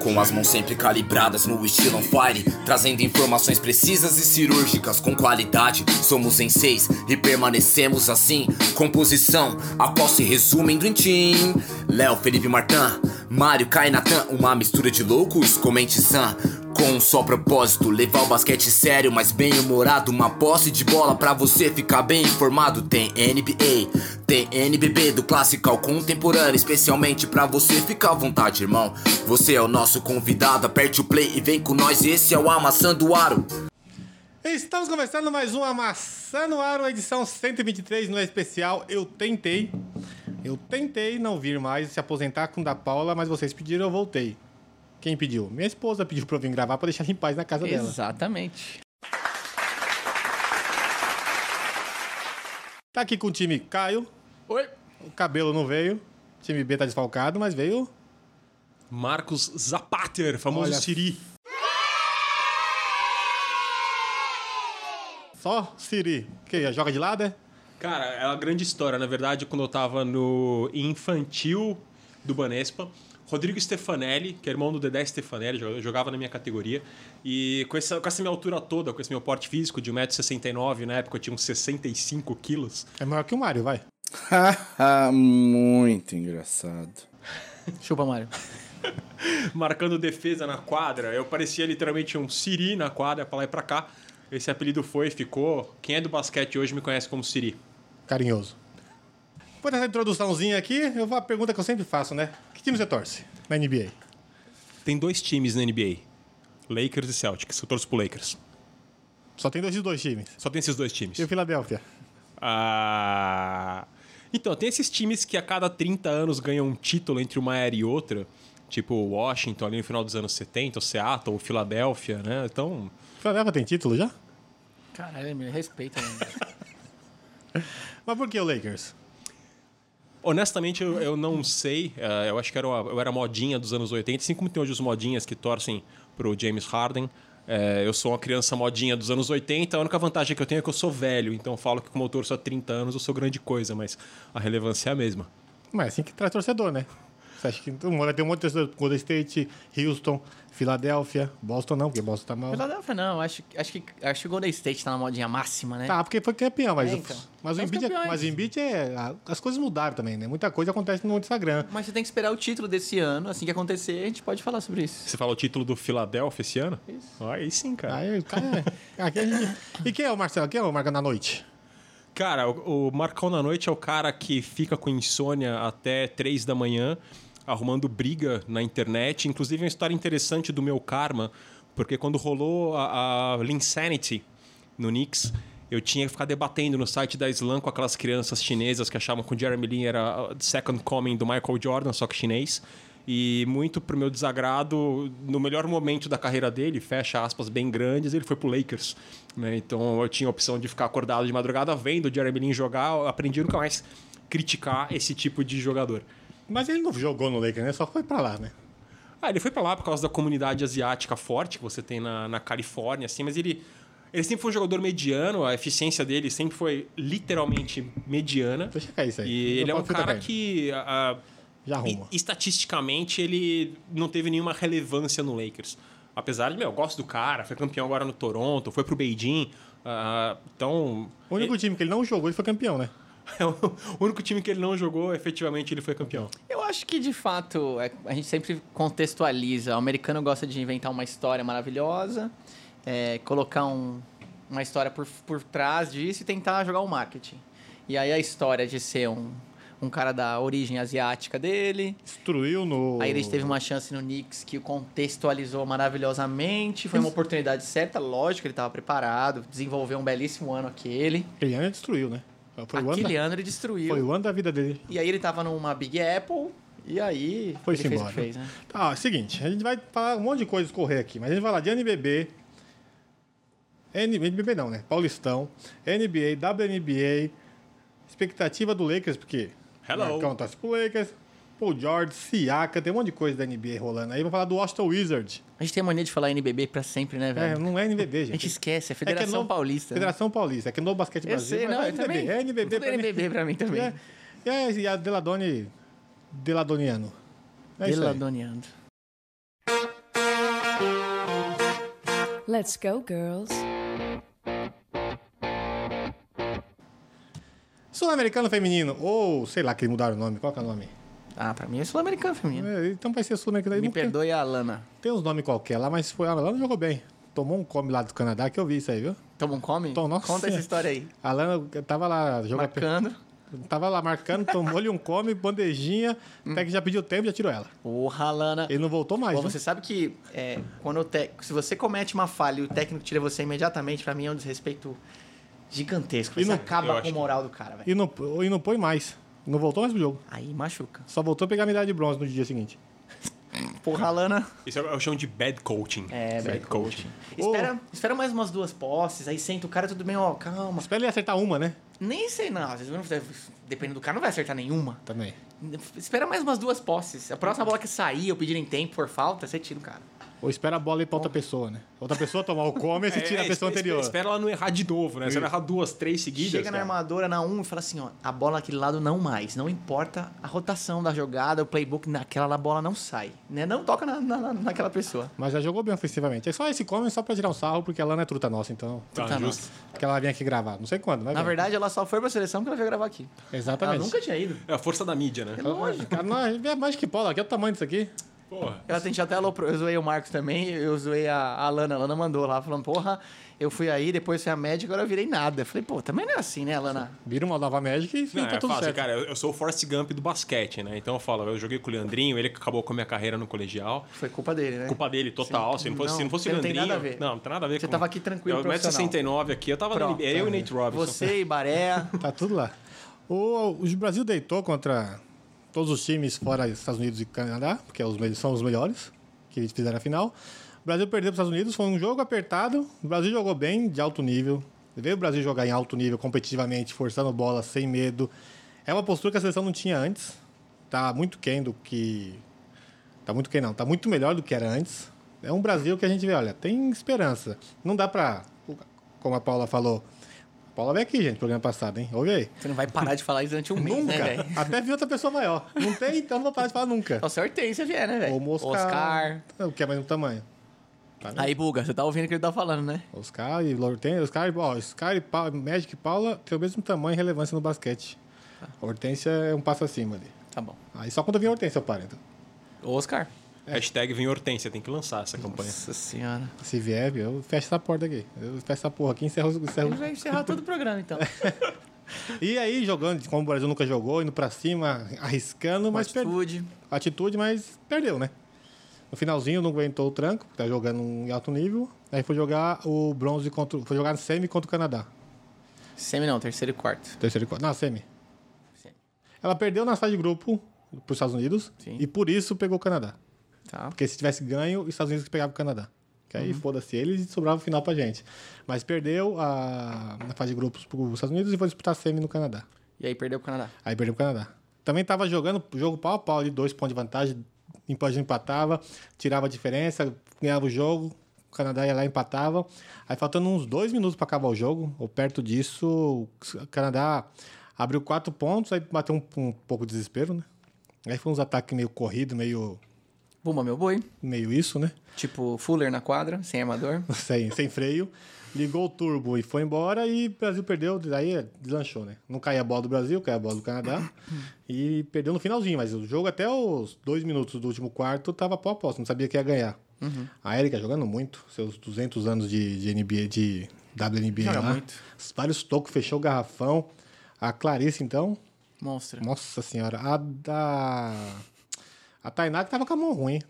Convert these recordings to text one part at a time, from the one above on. Com as mãos sempre calibradas no estilo on fire, trazendo informações precisas e cirúrgicas com qualidade. Somos em seis e permanecemos assim. Composição, a qual se resume em Dream Team. Léo, Felipe Martin, Mário, Kainatan, uma mistura de loucos, comente sã. Com um só propósito, levar o basquete sério, mas bem humorado. Uma posse de bola pra você ficar bem informado. Tem NBA, tem NBB, do clássico ao contemporâneo. Especialmente pra você ficar à vontade, irmão. Você é o nosso convidado, aperte o play e vem com nós. Esse é o Amassando Aro. Estamos começando mais um Amassando Aro, edição 123, no é especial Eu Tentei. Eu tentei não vir mais se aposentar com o da Paula, mas vocês pediram, eu voltei. Quem pediu? Minha esposa pediu pra eu vir gravar pra deixar ela em paz na casa dela. Exatamente. Tá aqui com o time Caio, Oi. o cabelo não veio, o time B tá desfalcado, mas veio. Marcos Zapater, famoso Olha. Siri. Só Siri, que joga de lado, é? Cara, é uma grande história. Na verdade, quando eu tava no infantil do Banespa, Rodrigo Stefanelli, que é irmão do Dedé Stefanelli, jo- jogava na minha categoria. E com essa, com essa minha altura toda, com esse meu porte físico de 1,69m, na época eu tinha uns 65 quilos. É maior que o Mário, vai. Haha, Ah, muito engraçado. Chupa, Mário. marcando defesa na quadra. Eu parecia literalmente um Siri na quadra, pra lá e pra cá. Esse apelido foi, ficou. Quem é do basquete hoje me conhece como Siri. Carinhoso. Por essa introduçãozinha aqui, eu vou à pergunta que eu sempre faço, né? Que time você torce na NBA? Tem dois times na NBA: Lakers e Celtics. Eu torço pro Lakers. Só tem dois de dois times. Só tem esses dois times. E o Filadélfia? Ah, Então, tem esses times que a cada 30 anos ganham um título entre uma era e outra. Tipo o Washington ali no final dos anos 70, o Seattle, o Filadélfia, né? Então, Filadélfia tem título já? Caralho, me respeita, né? mano. Mas por que o Lakers? Honestamente, eu, eu não sei. Eh, eu acho que era, uma- eu era modinha dos anos 80, assim como tem hoje os modinhas que torcem pro James Harden. Eh, eu sou uma criança modinha dos anos 80. A única vantagem que eu tenho é que eu sou velho. Então eu falo que como eu torço há 30 anos, eu sou grande coisa, mas a relevância é a mesma. Mas é assim que traz torcedor, né? Você acha que então, vai ter um monte de torcedor? Golden State, Houston, Filadélfia, Boston não, porque Boston tá mal. Philadelphia não, acho, que- acho que acho que o Golden State tá na modinha máxima, né? Tá, porque foi campeão, mas, É, então. mas, o Mas Embiid, é- campeões. mas o Embiid é. a- As coisas mudaram também, né? Muita coisa acontece no Instagram. Mas você tem que esperar o título desse ano, assim que acontecer, a gente pode falar sobre isso. Você fala o título do Philadelphia esse ano? Isso. Aí sim, cara. Aí o cara. é- aqui a gente- E quem é o Marcelo? Quem é o Marca na noite? Cara, o, o Marcão na Noite é o cara que fica com insônia até 3 da manhã, arrumando briga na internet. Inclusive, é uma história interessante do meu karma, porque quando rolou a, a Linsanity no Knicks, eu tinha que ficar debatendo no site da Slam com aquelas crianças chinesas que achavam que o Jeremy Lin era o second coming do Michael Jordan, só que chinês. E muito pro meu desagrado, no melhor momento da carreira dele, fecha aspas bem grandes, ele foi pro Lakers. né? Então eu tinha a opção de ficar acordado de madrugada vendo o Jeremy Lin jogar, eu aprendi a nunca mais criticar esse tipo de jogador. Mas ele não jogou no Lakers, né? Só foi pra lá, né? Ah, ele foi pra lá por causa da comunidade asiática forte que você tem na, na Califórnia, assim, mas ele, ele sempre foi um jogador mediano, a eficiência dele sempre foi literalmente mediana. Deixa cair isso aí. E ele Não é um pode ficar cara caindo. que. ah, Já E- arruma. Estatisticamente, ele não teve nenhuma relevância no Lakers. Apesar de, meu, eu gosto do cara, foi campeão agora no Toronto, foi pro Beijing. ah, então. O único time que ele não jogou, ele foi campeão, né? é o o único time que ele não jogou, efetivamente, ele foi campeão. Eu acho que de fato é- a gente sempre contextualiza. O americano gosta de inventar uma história maravilhosa, é, colocar um- uma história por, por trás disso e tentar jogar o marketing. E aí a história de ser um, um cara da origem asiática dele, Destruiu no. Aí eles teve uma chance no Knicks que o contextualizou maravilhosamente. Foi uma oportunidade certa, lógico, ele estava preparado, desenvolveu um belíssimo ano aquele. Aquele ano ele destruiu, né? Foi o ano, aquele da... ano ele destruiu. foi o ano da vida dele. E aí ele tava numa Big Apple, e aí Foi ele fez o embora. que fez, né? Tá, ó, seguinte, a gente vai falar um monte de coisa correr aqui, mas a gente vai falar de NBB, N- NBB não, né? Paulistão, NBA, WNBA, expectativa do Lakers, porque Hello. Marcão torce pro Lakers, Paul George, Siaka, tem um monte de coisa da NBA rolando aí. Vamos falar do Washington Wizard. A gente tem mania de falar NBB pra sempre, né, É, velho? não é NBB, gente. a gente esquece, é É que é Federação novo- Paulista. né? Federação Paulista, é que no Basquete Eu Brasil, sei, mas não, é eu NBB, também. é NBB Tudo pra mim. NBB pra mim também. É, é, e a Deladone, Deladoniano. É isso aí. Deladoniando. Let's go, girls. Sul-Americano Feminino, ou sei lá que mudaram o nome, qual que é o nome? Ah, pra mim é sul-americano feminino. É, então vai ser Sul-Americano. aí, Me não tem- perdoe a Lana. Tem uns nomes qualquer lá, mas foi a Lana jogou bem. Tomou um come lá do Canadá que eu vi isso aí, viu? Toma um come? Então, nossa. Conta essa história aí. A Lana tava lá jogando. Marcando. Tava lá marcando, tomou-lhe um come, bandejinha, até que já pediu tempo já tirou ela. Porra, Lana. Ele não voltou mais. Bom, viu? você sabe que é, quando o tec- se você comete uma falha e o técnico tira você imediatamente, pra mim é um desrespeito gigantesco. E Isso não- eu acaba acho com o que- moral do cara, velho. E não, e não põe mais. Não voltou mais pro jogo. Aí machuca. Só voltou a pegar a medalha de bronze no dia seguinte. Porra, Lana. Isso eu chamo de bad coaching. É, bad coaching. Espera, espera mais umas duas posses, aí senta o cara, tudo bem, ó, calma. Espera ele acertar uma, né? Nem sei, não. Às vezes, não deve- dependendo do cara, não vai acertar nenhuma. Também. Espera mais umas duas posses. A próxima bola que sair, eu pedir em tempo por falta, você tira o cara. Ou espera a bola ir pra outra pessoa, né? Outra pessoa tomar o come e você tira a É, pessoa espera- anterior. É, Espera ela não errar de novo, né? Se ela errar duas, três seguidas. Chega na cara. armadora, na 1 e fala assim, ó, a bola naquele lado não mais. Não importa a rotação da jogada, o playbook, naquela lá, a bola não sai. Né? Não toca na, na- na- naquela pessoa. Mas já jogou bem ofensivamente. É só esse come só pra tirar um sarro, porque a Lana é truta nossa, então. Tá, Puta justo. Que ela vem aqui gravar. Não sei quando, né? Na verdade, ela só foi pra seleção porque ela veio gravar aqui. Exatamente. Ela nunca tinha ido. tá. É a força da mídia, né? Ela- Cara, não, é mais que Paula, aqui é o tamanho disso aqui. Porra. Eu atendi até a Lopro, eu zoei o Marcos também, eu zoei a, a Lana. A Lana mandou lá, falando, porra, eu fui aí, depois fui a médica, agora eu virei nada. Eu falei, pô, também não é assim, né, Lana? Vira uma nova Magic e Não, tá é tudo fácil, certo. cara. Eu, eu sou o Forrest Gump do basquete, né? Então eu falo, eu joguei com o Leandrinho, ele que acabou com a minha carreira no colegial. Foi culpa dele, né? Culpa dele, total. se não fosse, Não, se não fosse você o não tem Leandrinho. nada a ver. Não, não tem nada a ver Você com- tava aqui tranquilo, Eu 1,69 aqui, eu tava na Pronto, tá NBA, eu e o Nate Robinson. Você e Baré. Tá tudo lá. O, o Brasil deitou contra todos os times fora Estados Unidos e Canadá, porque os me- são os melhores que eles fizeram a final. O Brasil perdeu para os Estados Unidos, foi um jogo apertado. O Brasil jogou bem, de alto nível. Você vê o Brasil jogar em alto nível, competitivamente, forçando bola, sem medo. É uma postura que a seleção não tinha antes. Tá muito quem do que. Tá muito quem não, tá muito melhor do que era antes. É um Brasil que a gente vê, olha, tem esperança. Não dá pra, como a Paula falou. A Paula veio aqui, gente, programa passado, hein? Ouve aí. Você não vai parar de falar isso durante um mês, né, Nunca. velho? Até vi outra pessoa maior. Não tem, então não vou parar de falar nunca. Nossa, é Hortência vier, né, velho? Ou o Oscar. Oscar. O que é mais do tamanho. Aí, Buga, você tá ouvindo o que ele tá falando, né? Oscar e Lorten, Oscar, ó, Oscar e Pa- Magic e Paula têm o mesmo tamanho e relevância no basquete. Ah. A Hortência é um passo acima ali. Tá bom. Aí só quando eu vi a Hortência eu paro, então. Oscar. Hashtag vem Hortência, tem que lançar essa campanha. Nossa senhora. Se vier, eu fecho essa porta aqui. Eu fecho essa porra aqui e encerro, encerro Ele vai encerrar todo o programa, então. E aí, jogando como o Brasil nunca jogou, indo pra cima, arriscando, mas perdeu. Atitude. Atitude, mas perdeu, né? No finalzinho não aguentou o tranco, porque tá jogando em alto nível. Aí foi jogar o bronze contra. Foi jogar no semi contra o Canadá. Semi não, terceiro e quarto. Terceiro e quarto. Não, semi. Semi. Ela perdeu na fase de grupo pros Estados Unidos Sim. e por isso pegou o Canadá. Tá. Porque se tivesse ganho, os Estados Unidos que pegavam o Canadá. Que aí Uhum. foda-se eles e sobrava o final pra gente. Mas perdeu a, na fase de grupos pros Estados Unidos e foi disputar semi no Canadá. E aí perdeu o Canadá. Aí perdeu pro Canadá. Também tava jogando jogo pau a pau ali, dois pontos de vantagem, empatava, empatava, tirava a diferença, ganhava o jogo, o Canadá ia lá e empatava. Aí faltando uns dois minutos para acabar o jogo, ou perto disso, o Canadá abriu quatro pontos, aí bateu um, um pouco de desespero, né? Aí foi uns ataques meio corrido, meio, Bumba, meu boi. meio isso, né? Tipo, Fuller na quadra, sem armador. sem, sem freio, ligou o turbo e foi embora e o Brasil perdeu, daí deslanchou, né? Não caía a bola do Brasil, caía a bola do Canadá e perdeu no finalzinho, mas o jogo até os dois minutos do último quarto tava pau a pau, você não sabia que ia ganhar. Uhum. A Erika jogando muito, seus 200 anos de, de NBA, de WNBA Joga lá. muito. Vários tocos, fechou o garrafão. A Clarice, então, Monstro. nossa senhora, a da... A Tainá que tava com a mão ruim, hein?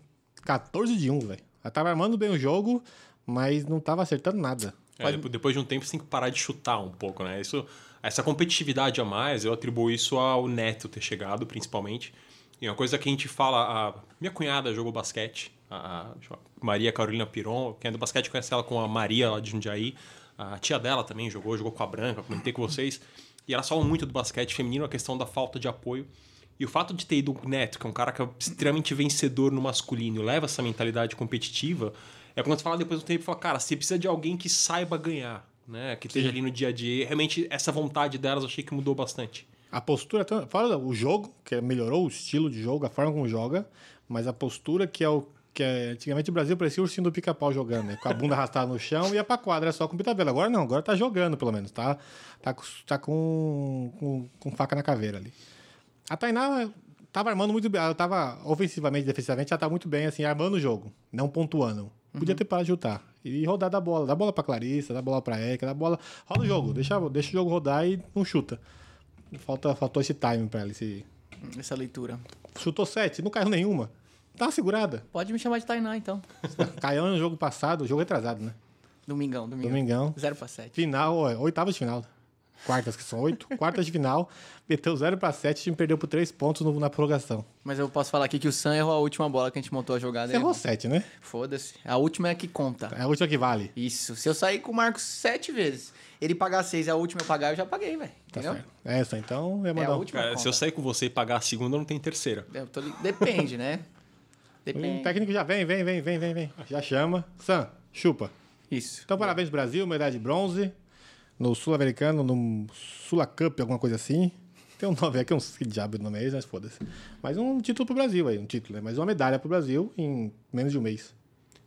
14 de 1, velho. Ela tava armando bem o jogo, mas não tava acertando nada. É, depo- Depois de um tempo, você tem que parar de chutar um pouco, né? Isso, essa competitividade a mais, eu atribuo isso ao Neto ter chegado, principalmente. E uma coisa que a gente fala... A minha cunhada jogou basquete, a a Maria Carolina Piron. Quem é do basquete conhece ela com a Maria lá de Jundiaí. A tia dela também jogou, jogou com a Branca, comentei com vocês. E elas falam muito do basquete feminino, a questão da falta de apoio. E o fato de ter ido o Neto, que é um cara que é extremamente vencedor no masculino, e leva essa mentalidade competitiva, é quando você fala depois do tempo, fala, cara, você precisa de alguém que saiba ganhar, né? Que esteja ali no dia a dia. E realmente essa vontade delas eu achei que mudou bastante. A postura, tan- fora o jogo, que melhorou o estilo de jogo, a forma como joga, mas a postura que é o Que é, antigamente o Brasil parecia o ursinho do pica-pau jogando, né? Com a bunda arrastada no chão e ia pra quadra só com o tabela. Agora não, agora tá jogando pelo menos, tá? Tá, com- tá com, com, com faca na caveira ali. A Tainá tava armando muito bem, ela tava ofensivamente, defensivamente, ela tava muito bem, assim, armando o jogo, não pontuando. Podia ter parado de chutar e rodar da bola, dá bola pra Clarissa, dá bola pra Erika, dá bola. Roda o jogo, deixa, deixa o jogo rodar e não chuta. Falta, faltou esse timing pra ela, esse, Essa leitura. Chutou sete, não caiu nenhuma. Tá uma segurada. Pode me chamar de Tainá, então. caiu no jogo passado, jogo retrasado, né? Domingão, domingão. Domingão. 0 pra 7. Final, ó, oitavas de final. Quartas, que são oito. Quartas de final. Meteu 0 pra 7, o time perdeu por três pontos no- na prorrogação. Mas eu posso falar aqui que o Sam errou a última bola que a gente montou a jogada. Você errou sete, né? Foda-se. A última é a que conta. É a última que vale. Isso. Se eu sair com o Marcos sete vezes, ele pagar seis, a última eu pagar, eu já paguei, velho. Tá Entendeu? certo. Essa, então, é É mandar a um. última Cara, conta. se eu sair com você e pagar a segunda, não tem terceira. Eu tô li- Depende, né? O Depende. técnico já vem, vem, vem, vem, vem, vem. Já chama. Sam, chupa. Isso. Então, parabéns, Brasil, medalha de bronze. No Sul-Americano, no Sula Cup, alguma coisa assim. Tem um nome aqui, um que diabo de nome é esse, mas foda-se. Mas um título pro Brasil aí, um título, né? Mas uma medalha pro Brasil em menos de um mês.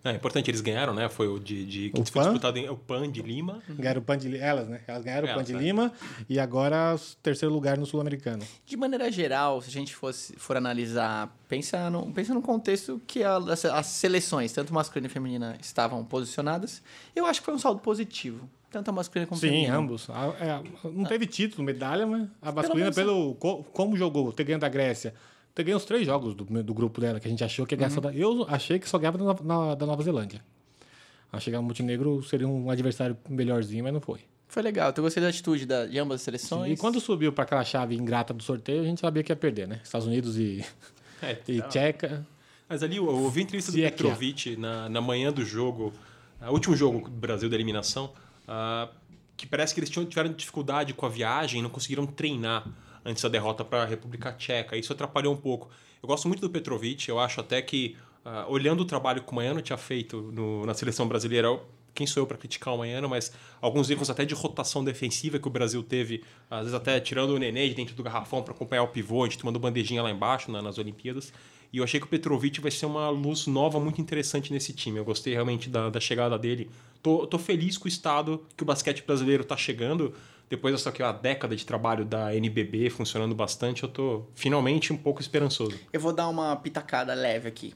É importante, eles ganharam, né? Foi o de, de que O foi Pan? disputado em o Pan de Lima. Ganharam o Pan de Lima, elas, né? Elas ganharam o Pan Elas, de né? Lima e agora o terceiro lugar no Sul-Americano. De maneira geral, se a gente fosse, for analisar, pensa no, pensa no contexto que a- as, as seleções, tanto masculina e feminina, estavam posicionadas, eu acho que foi um saldo positivo. Tanto a masculina como a Sim, feminina. ambos. A- é, não teve título, medalha, mas a masculina, Ah. menos- pelo, co- como jogou, ter ganho da Grécia. Ter ganho os três jogos do, do grupo dela, que a gente achou que ia Uhum. ganhar só da, Eu achei que só ganhava da, Nova- na- da Nova Zelândia. Achei que o Montenegro seria um adversário melhorzinho, mas não foi. Foi legal, eu gostei da atitude da, de ambas as seleções. E quando subiu para aquela chave ingrata do sorteio, a gente sabia que ia perder, né? Estados Unidos e, É, e então. Tcheca. Mas ali eu eu ouvi a entrevista do Se é que é. Petrovic na, na manhã do jogo, ah, último jogo do Brasil da eliminação, ah, que parece que eles tinham, tiveram dificuldade com a viagem, não conseguiram treinar antes da derrota para a República Tcheca. Isso atrapalhou um pouco. Eu gosto muito do Petrovic, eu acho até que, ah, olhando o trabalho que o Maiano tinha feito no- na seleção brasileira, eu- quem sou eu para criticar o Maiano, mas alguns erros até de rotação defensiva que o Brasil teve, às vezes até tirando o Nenê de dentro do garrafão para acompanhar o pivô, a gente tomando bandejinha lá embaixo na- nas Olimpíadas. E eu achei que o Petrovic vai ser uma luz nova muito interessante nesse time. Eu gostei realmente da, da chegada dele. Tô, tô feliz com o estado que o basquete brasileiro tá chegando. Depois dessa aqui, ó, década de trabalho da NBB funcionando bastante, eu tô finalmente um pouco esperançoso. Eu vou dar uma pitacada leve aqui.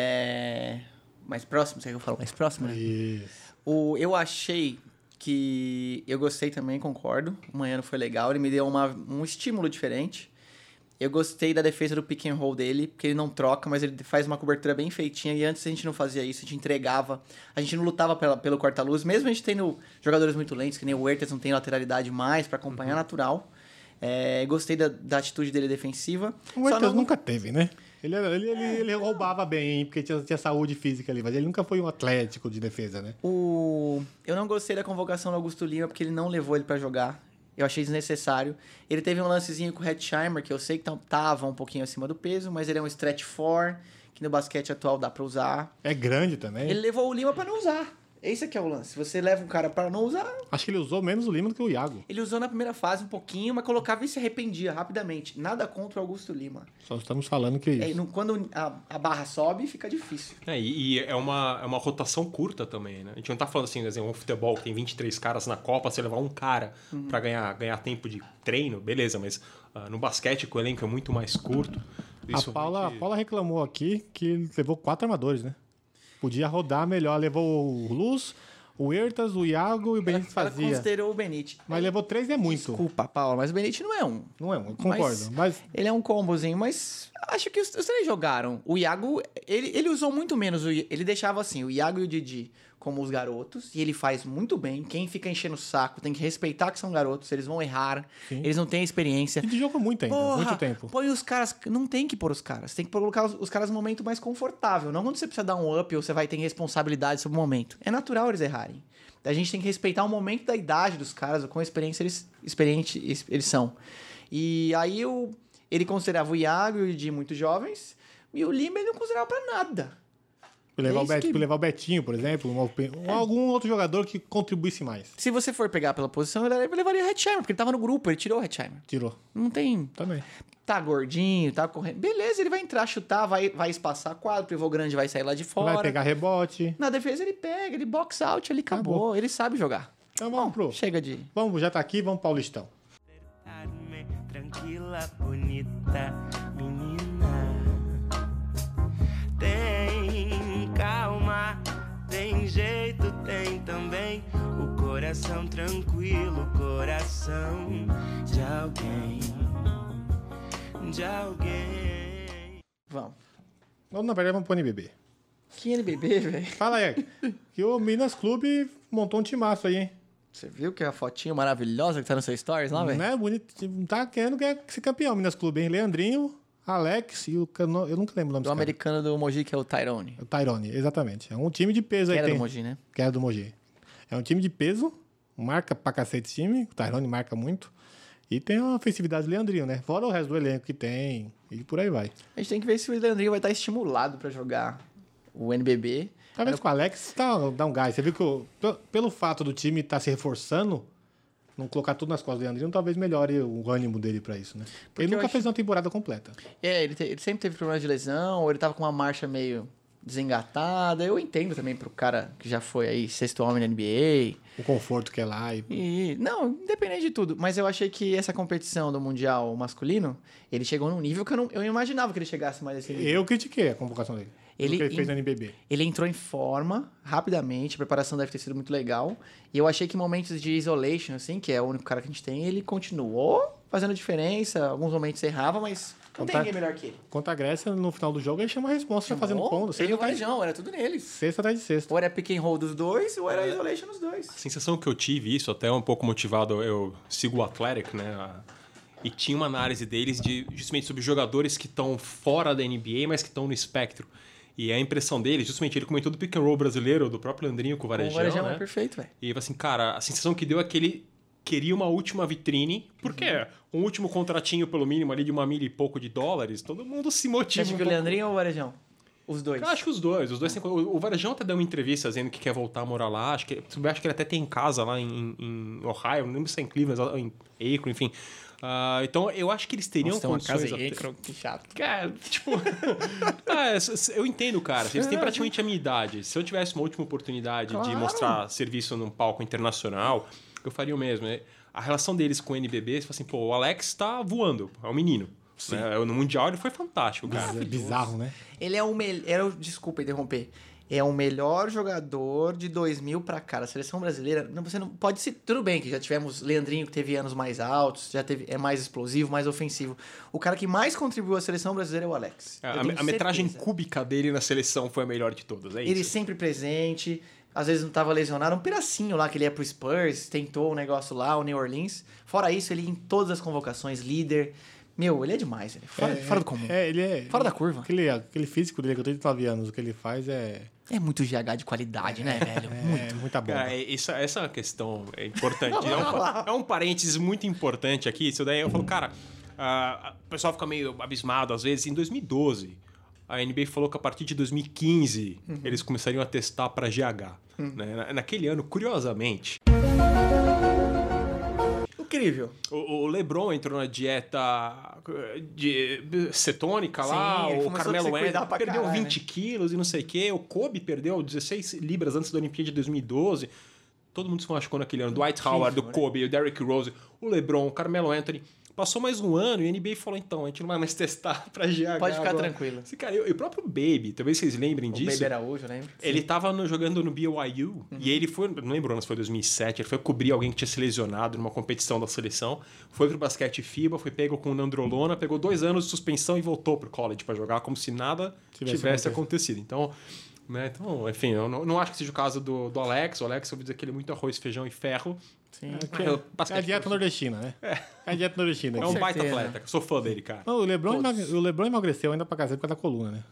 É... Mais próximo, sei que eu falo mais próximo, né? Isso. O, eu achei que. Eu gostei também, concordo. O Manhano foi legal, ele me deu uma, um estímulo diferente. Eu gostei da defesa do pick and roll dele, porque ele não troca, mas ele faz uma cobertura bem feitinha. E antes a gente não fazia isso, a gente entregava. A gente não lutava pela, pelo corta-luz, mesmo a gente tendo jogadores muito lentos, que nem o Ertas não tem lateralidade mais pra acompanhar Uhum. natural. É, gostei da, da atitude dele defensiva. O Só Matheus não- É. nunca teve, né? Ele, era- ele, ele, ele roubava bem, porque tinha, tinha saúde física ali, mas ele nunca foi um atlético de defesa, né? O... Eu não gostei da convocação do Augusto Lima porque ele não levou ele pra jogar. Eu achei desnecessário. Ele teve um lancezinho com o Hetzheimer, que eu sei que tam- tava um pouquinho acima do peso, mas ele é um stretch four, que no basquete atual dá pra usar. É grande também. Ele levou o Lima pra não usar. Esse aqui é o lance. Você leva um cara pra não usar, Acho que ele usou menos o Lima do que o Iago. ele usou na primeira fase um pouquinho, mas colocava e se arrependia rapidamente. Nada contra o Augusto Lima. Só estamos falando que É, no- quando a- a barra sobe, fica difícil. É, e, e é, uma, é uma rotação curta também, né? A gente não tá falando assim, por exemplo, um futebol que tem 23 caras na Copa, você levar um cara Uhum. pra ganhar, ganhar tempo de treino, beleza, mas ah, no basquete que o elenco é muito mais curto. a Paula, a Paula reclamou aqui que levou quatro armadores, né? Podia rodar melhor. Levou o Luz, o Ertas, o Iago e o Benítez Ela fazia. considerou o Benite. Mas levou três é muito. Desculpa, Paula, mas o Benite não é um. Não é, eu concordo. Mas, Ele é um combozinho, mas acho que os, os três jogaram. O Iago, ele, ele usou muito menos. o I- ele deixava assim, o Iago e o Didi como os garotos, e ele faz muito bem. Quem fica enchendo o saco tem que respeitar que são garotos, eles vão errar, eles não têm experiência. a gente jogou é muito ainda, Porra, muito tempo. Põe os caras. Não tem que pôr os caras. Tem que colocar os, os caras no momento mais confortável. Não quando você precisa dar um up ou você vai ter responsabilidade sobre o momento. É natural eles errarem. A gente tem que respeitar o momento da idade dos caras, ou quão experiência eles, experiente es- eles são. E aí eu, ele considerava o Iago e o Didi muito jovens, e o Lima ele não considerava pra nada. Por levar, É o, isso Bet, que- por levar o Betinho, por exemplo, um- um- algum outro jogador que contribuísse mais. Se você for pegar pela posição, eu levaria o Hetzheimer, porque ele tava no grupo, ele tirou o Hetzheimer. Tirou. Não tem. Também. Tá gordinho, tá correndo. Beleza, ele vai entrar, chutar, vai, vai espaçar quadro, pivô grande vai sair lá de fora. Vai pegar rebote. Na defesa ele pega, ele box out, ele acabou. Ele sabe jogar. Então vamos pro. Chega de. Vamos, já tá aqui, vamos Paulistão. Carmen, tranquila, bonita menina. Tem calma, tem jeito, tem também o coração tranquilo, coração de alguém, de alguém. Vamos. Ou na verdade vamos pro NBB. Que NBB, velho. Fala aí, que o Minas Clube montou um timaço aí, hein? Você viu que a fotinha maravilhosa que tá no seu stories lá, velho? Né? Bonito. Tá querendo ganhar esse campeão, Minas Clube, hein? Leandrinho, Alex e o. Cano... Eu nunca lembro o nome desse Do cara. americano do Mogi, que é o Tyrone. O Tyrone, exatamente. É um time de peso aí. Que era tem... do Mogi, né? Que era do Mogi. É um time de peso, marca pra cacete esse time. O Tyrone marca muito. E tem a ofensividade do Leandrinho, né? Fora o resto do elenco que tem. E por aí vai. A gente tem que ver se o Leandrinho vai estar estimulado pra jogar o NBB. Talvez com o Alex tá, dá um gás. Você viu que o- pe- pelo fato do time estar se reforçando, não colocar tudo nas costas do Leandrinho, talvez melhore o ânimo dele pra isso, né? ele eu nunca acho- fez uma temporada completa. É, ele, te- ele sempre teve problema de lesão, ou ele tava com uma marcha meio desengatada. Eu entendo também pro cara que já foi aí sexto homem na NBA. O conforto que é lá. E... E, não, independente de tudo. Mas eu achei que essa competição do Mundial masculino, ele chegou num nível que eu não eu não imaginava que ele chegasse mais assim. Eu critiquei a convocação dele. Ele- Ele, que ele fez em- no NBB. Ele entrou em forma rapidamente, a preparação deve ter sido muito legal. E eu achei que em momentos de isolation, assim, que é o único cara que a gente tem, ele continuou fazendo diferença. Alguns momentos errava, mas não Então tem tá- ninguém melhor que ele. Contra a Grécia, no final do jogo, ele chama a resposta fazendo Bom, ponto. Ele e Sexta o atrás de Varejão, era tudo neles. sexta atrás de sexta. Ou era pick and roll dos dois, ou É. era isolation dos dois. A sensação que eu tive, isso até um pouco motivado, eu sigo o Athletic, né? a- E tinha uma análise deles de justamente sobre jogadores que estão fora da NBA, mas que estão no espectro. E a impressão dele, justamente, ele comentou do pick and roll brasileiro, do próprio Landrinho com o Varejão, o Varejão né? é perfeito, velho. E assim, cara, a sensação que deu é que ele queria uma última vitrine, porque é Uhum. um último contratinho, pelo mínimo, ali de uma milha e pouco de dólares, todo mundo se Você motiva. acha um que o pouco. Leandrinho ou o Varejão? Os dois. Eu acho que os dois, os dois têm- O o Varejão até deu uma entrevista dizendo que quer voltar a morar lá. Acho que, eu acho que ele até tem casa lá em, em Ohio, não lembro se é em Cleveland, ou em Akron, enfim. Ah, então eu acho que eles teriam Nossa, tem uma condições. casa em até- Akron, que chato. Cara, tipo. ah, é, s- s- eu entendo, cara. Eles têm praticamente a minha idade. Se eu tivesse uma última oportunidade de É. Claro. mostrar serviço num palco internacional, eu faria o mesmo. né? A relação deles com o NBB, você fala assim, pô, o Alex tá voando, é um menino. né? No Mundial ele foi fantástico, cara. É bizarro, né? Ele é o melhor. Desculpa interromper. É o melhor jogador de 2000 pra cá. A seleção brasileira. Não, você não pode ser. Tudo bem que já tivemos Leandrinho que teve anos mais altos, já teve é mais explosivo, mais ofensivo. O cara que mais contribuiu à seleção brasileira é o Alex. É, Eu A, tenho a metragem certeza. cúbica dele na seleção foi a melhor de todas, é Ele isso. sempre presente. Às vezes não tava lesionado. Um pedacinho lá que ele ia pro Spurs, tentou um negócio lá, o New Orleans. Fora isso, ele em todas as convocações, líder. Meu, ele é demais, ele é fora, fora do comum. É, É, ele é. Fora da curva. Aquele, aquele físico dele, com 39 anos, o que ele faz é. muito GH de qualidade, né, velho? Muito. Ah, é muita bomba. Cara, essa, essa é uma questão é importante. é, um, é um parênteses muito importante aqui. Isso daí eu falo, cara, ah, o pessoal fica meio abismado às vezes. Em 2012, a NBA falou que a partir de 2015 eles começariam a testar para GH. né? Na- Naquele ano, curiosamente, é. Incrível. o, o LeBron entrou na dieta eh, de de cetônica lá, Sim, ele o começou a Carmelo se cuidar Anthony pra perdeu caralho, 20 quilos e não sei o quê, o Kobe perdeu 16 libras antes da Olimpíada de 2012. Todo mundo se machucou naquele ano. Dwight Howard, o né? Kobe, o Derrick Rose, o LeBron, o Carmelo Anthony. Passou mais um ano e a NBA falou, então, a gente não vai mais testar pra GH Pode ficar agora. tranquilo. Esse cara, e o próprio Baby, talvez vocês lembrem O disso. Baby Araújo, né? lembra? Ele tava no- jogando no BYU e ele foi, não lembro o ano se foi 2007, ele foi cobrir alguém que tinha se lesionado numa competição da seleção, foi pro basquete FIBA, foi pego com Nandrolona, pegou dois anos de suspensão e voltou pro college pra jogar como se nada Tivesse tivesse, acontecido. Então, né, então, enfim, eu não, não acho que seja o caso do, do Alex. O Alex, eu vou dizer que ele é muito arroz, feijão e ferro. Sim. É, o É a basquete dieta profissional. nordestina, né? É, a dieta nordestina. é um aqui. baita certeza. atleta. Sou fã dele, cara. Não, o, Lebron emagre- o Lebron emagreceu ainda pra cacete por causa da coluna, né?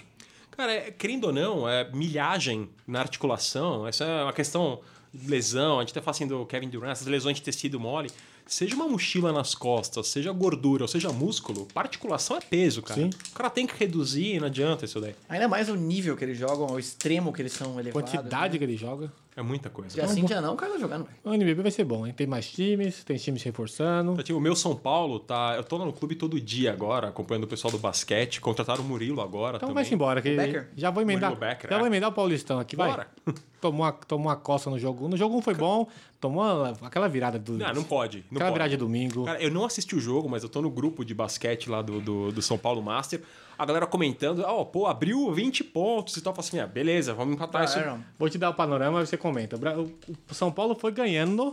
Cara, é, querendo ou não, é, milhagem na articulação, essa é uma questão lesão, a gente até fala assim do Kevin Durant, essas lesões de tecido mole, seja uma mochila nas costas, seja gordura ou seja músculo, particulação é peso, cara. Sim. O cara tem que reduzir, não adianta isso daí. Ainda mais o nível que eles jogam, o extremo que eles são elevados. Quantidade que ele joga. É muita coisa. Já sim, já não, o cara tá vai jogar, não vai. O NBB vai ser bom, hein? Tem mais times, tem times reforçando. Então, tipo, o meu São Paulo tá. Eu tô no clube todo dia agora, acompanhando o pessoal do basquete. Contrataram o Murilo agora Então também. vai-se embora, que Becker? já vou emendar. Murilo Becker, já é. vou emendar o Paulistão aqui, vai. Bora. Tomou, a, tomou uma coça no jogo 1. No jogo 1 foi bom, tomou a- aquela virada do. Ah, Não, não pode. Não aquela virada pode. de domingo. Cara, eu não assisti o jogo, mas eu tô no grupo de basquete lá do, do, do São Paulo Master. A galera comentando, ó, pô, abriu 20 pontos e tal. Eu falo assim, ah, beleza, vamos empatar isso. Ah, não. Vou te dar o panorama e você comenta. O Bra- O o São Paulo foi ganhando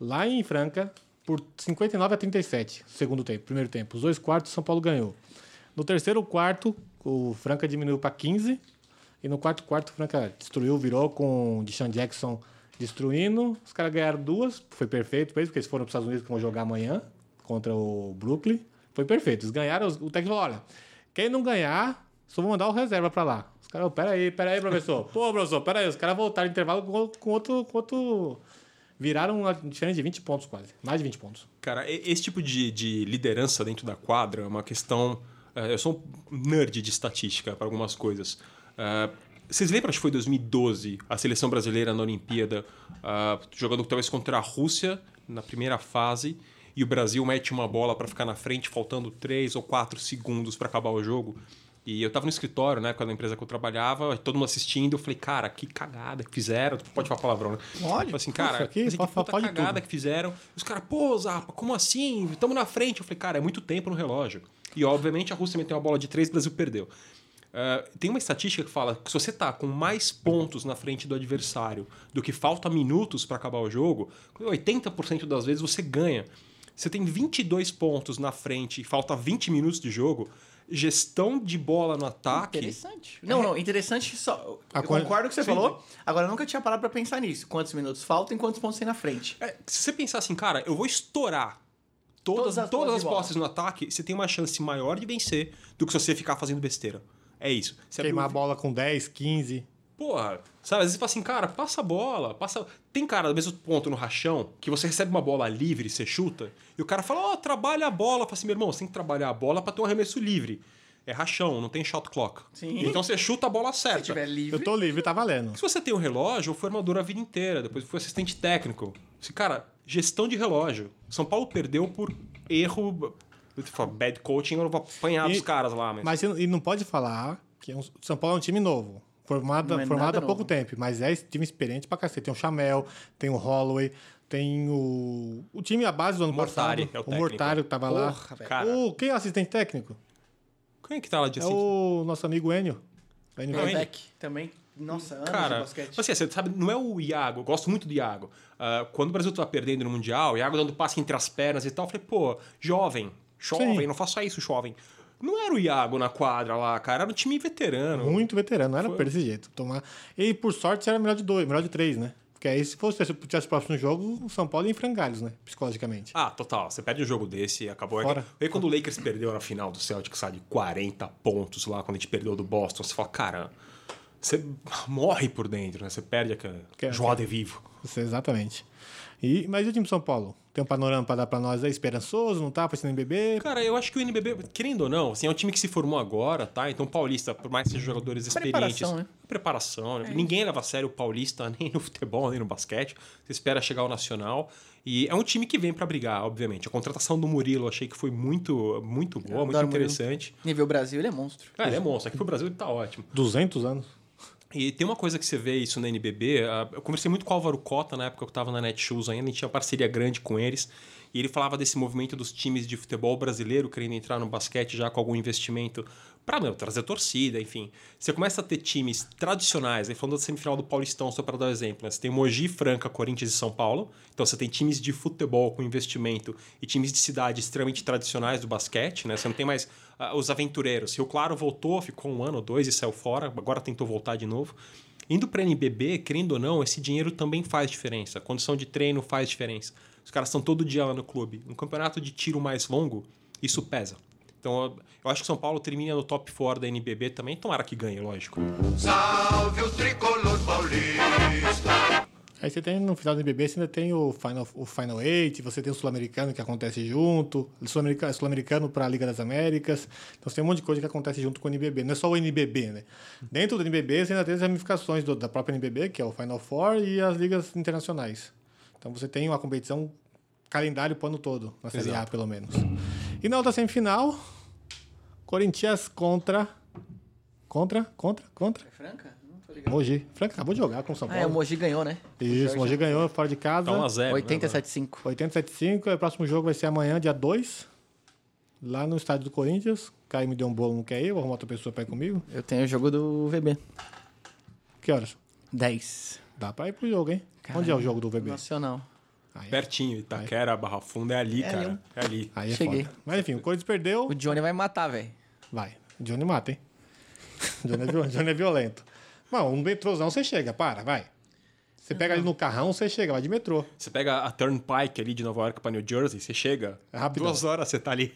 lá em Franca por 59 a 37, segundo tempo, primeiro tempo. Os dois quartos, o São Paulo ganhou. No terceiro quarto, o Franca diminuiu para 15. E no quarto quarto, o Franca destruiu, virou com o Deshaun Jackson destruindo. Os caras ganharam duas, foi perfeito mesmo, porque eles foram para os Estados Unidos que vão jogar amanhã contra o Brooklyn. Foi perfeito. Eles ganharam, os- o técnico falou: olha, quem não ganhar, só vou mandar o reserva pra lá. Os caras, "Ô, pera aí, pera aí, professor. Pô, professor, pera aí. Os caras voltaram no intervalo com, outro- com outro, com outro. Viraram uma diferença de 20 pontos quase. Mais de 20 pontos. Cara, e- esse tipo de, de liderança dentro da quadra é uma questão. eh, Eu sou um nerd de estatística para algumas coisas. Ah, Vocês lembram, acho que foi 2012, a seleção brasileira na Olimpíada, ah, jogando talvez contra a Rússia na primeira fase, e o Brasil mete uma bola para ficar na frente, faltando 3 ou 4 segundos para acabar o jogo. E eu tava no escritório, né, época da empresa que eu trabalhava, todo mundo assistindo, eu falei, cara, que cagada que fizeram. Pode falar palavrão, né? Pode. Falei assim, cara, Nossa, aqui assim, que pode- puta pode cagada tudo. que fizeram. Os caras, pô, Zapa, como assim? Estamos na frente. Eu falei, cara, é muito tempo no relógio. E obviamente a Rússia meteu uma bola de três, o Brasil perdeu. Ah, tem uma estatística que fala que se você tá com mais pontos na frente do adversário do que falta minutos para acabar o jogo, 80% das vezes você ganha. Você tem 22 pontos na frente e falta 20 minutos de jogo, gestão de bola no ataque Interessante. Não, não, interessante só. Eu Agora- concordo com o que você sim. falou. Agora, eu nunca tinha parado pra pensar nisso. Quantos minutos faltam e quantos pontos tem na frente. É, se você pensar assim, cara, eu vou estourar todas, Todas as todas, posses de as bola. posses no ataque, você tem uma chance maior de vencer do que se você ficar fazendo besteira. É isso. Você Queimar a abre um- bola com 10, 15. Porra, sabe? Às vezes você fala assim, cara, passa a bola, passa. Tem cara do mesmo ponto no rachão que você recebe uma bola livre, você chuta, e o cara fala, ó, trabalha a bola. Fala assim, meu irmão, você tem que trabalhar a bola pra ter um arremesso livre. É rachão, não tem shot clock. Sim. Então você chuta a bola certa. Se tiver livre. Eu tô livre, tá valendo. Se você tem um relógio, eu fui armador a vida inteira, depois fui assistente técnico. Esse cara, gestão de relógio. São Paulo perdeu por erro. eu te falo, Bad coaching, eu vou apanhar E- dos caras lá, mas. Mas você não- e não pode falar que é um- o São Paulo é um time novo. Formado, Não é formado nada há pouco novo. tempo, mas é esse time experiente pra cacete. Tem o Chamel, tem o Holloway, tem o. O time à base do ano Mortari passado. é o o técnico. Mortário tava Porra, lá. velho. Cara. O, quem é o assistente técnico? Quem é que tá lá de É assistente? o nosso amigo Enio. Enio Não, Verde. Enio. Beck também. Nossa, anos de Cara, basquete. assim, você sabe, não é o Iago, eu gosto muito do Iago. Ah, quando o Brasil tava perdendo no Mundial, o Iago dando passe entre as pernas e tal, eu falei, pô, jovem, jovem, Sim. não faça isso, jovem. Não era o Iago na quadra lá, cara, era um time veterano. Muito veterano, não era pra desse jeito. Tomar... E por sorte era melhor de dois, melhor de três, né? Porque aí se fosse se tivesse o próximo jogo, o São Paulo ia em frangalhos, né? Psicologicamente. Ah, total. Você perde um jogo desse e acabou. Fora. Aí quando o Lakers perdeu na final do Celtic, sabe, 40 pontos lá, quando a gente perdeu do Boston, você fala, cara, você morre por dentro, né? Você perde aquela Que- joie de vivo. Isso, exatamente. E, mas e o time do São Paulo? Tem um panorama pra dar pra nós aí? Esperançoso, não tá? Pra esse NBB? Cara, eu acho que o NBB, querendo ou não, assim, é um time que se formou agora, tá? Então, paulista, por mais que sejam jogadores experientes. Preparação, né? Preparação, né? Ninguém leva a sério o paulista, nem no futebol, nem no basquete. Você espera chegar ao nacional. E é um time que vem pra brigar, obviamente. A contratação do Murilo eu achei que foi muito, muito boa, muito adoro o Murilo. interessante. Nível Brasil, ele é monstro. Cara, ele é monstro. Aqui pro Brasil ele tá ótimo. 200 anos. E tem uma coisa que você vê isso na NBB. ah, Eu conversei muito com o Álvaro Cota na época que eu estava na Netshoes ainda, a gente tinha parceria grande com eles. E ele falava desse movimento dos times de futebol brasileiro querendo entrar no basquete já com algum investimento para meu, trazer torcida, enfim. Você começa a ter times tradicionais, aí falando da semifinal do Paulistão, só para dar um exemplo, né? você tem Mogi, Franca, Corinthians e São Paulo. Então você tem times de futebol com investimento e times de cidade extremamente tradicionais do basquete, né? Você não tem mais ah, os aventureiros. Rio Claro voltou, ficou um ano ou dois e saiu fora, agora tentou voltar de novo. Indo para NBB, querendo ou não, esse dinheiro também faz diferença. A condição de treino faz diferença. Os caras estão todo dia lá no clube. Um campeonato de tiro mais longo, isso pesa. Então, eu- eu acho que São Paulo termina no top 4 da NBB também. Tomara que ganhe, lógico. Salve o tricolor paulista. Aí você tem, no final do MBB, você ainda tem o Final, o Final Eight, você tem o Sul-Americano que acontece junto, Sul-Americano Sul para a Liga das Américas. Então você tem um monte de coisa que acontece junto com o NBB. Não é só o NBB, né? Dentro do NBB, você ainda tem as ramificações do- da própria NBB, que é o Final Four, e as ligas internacionais. Então você tem uma competição calendário pro ano todo, na Série A, pelo menos. E na outra semifinal, Corinthians contra... Contra? Contra? Contra? É Franca? Não tô ligado. Mogi. Franca acabou de jogar com o São Ah, Paulo. é, o Mogi ganhou, né? Isso, o Mogi ganhou fora de casa. Tá 1x0. 87,5. 87,5. aí O próximo jogo vai ser amanhã, dia 2. Lá no estádio do Corinthians. Caio me deu um bolo, não quer ir? Eu vou arrumar outra pessoa pra ir comigo. Eu tenho o jogo do VB. Que horas? 10. Dá pra ir pro jogo, hein? Caralho. Onde é o jogo do VB? Nacional. Pertinho, Itaquera, Barra Funda, é ali, É ali. cara. É ali. Aí é Cheguei. foda. Mas enfim, o Corinthians perdeu. O Johnny vai matar, velho. Vai. O Johnny mata, hein? O Johnny é, viol- o Johnny é violento. Não, um metrôzão você chega, para, vai. Você pega ali no carrão, você chega, vai de metrô. Você pega a Turnpike ali de Nova York pra New Jersey, você chega. É rapidão. Duas horas você tá ali.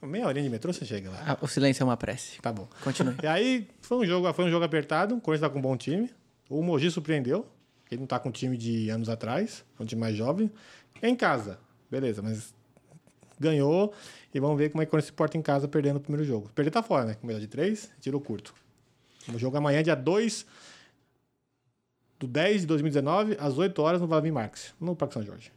Meia horinha de metrô, você chega lá. Ah, o silêncio é uma prece. Tá bom. Continue. E aí, foi um jogo, foi um jogo apertado. O Corinthians tá com um bom time. O Mogi surpreendeu. Ele não tá com um time de anos atrás, um time mais jovem. É Em casa, beleza, mas ganhou. E vamos ver como é que o Corinthians se porta em casa perdendo o primeiro jogo. Perder tá fora, né? Com melhor de três, tirou curto. O jogo é amanhã, dia 2 do 10 de 2019, às 8 horas, no Vavim Marques, no Parque São Jorge.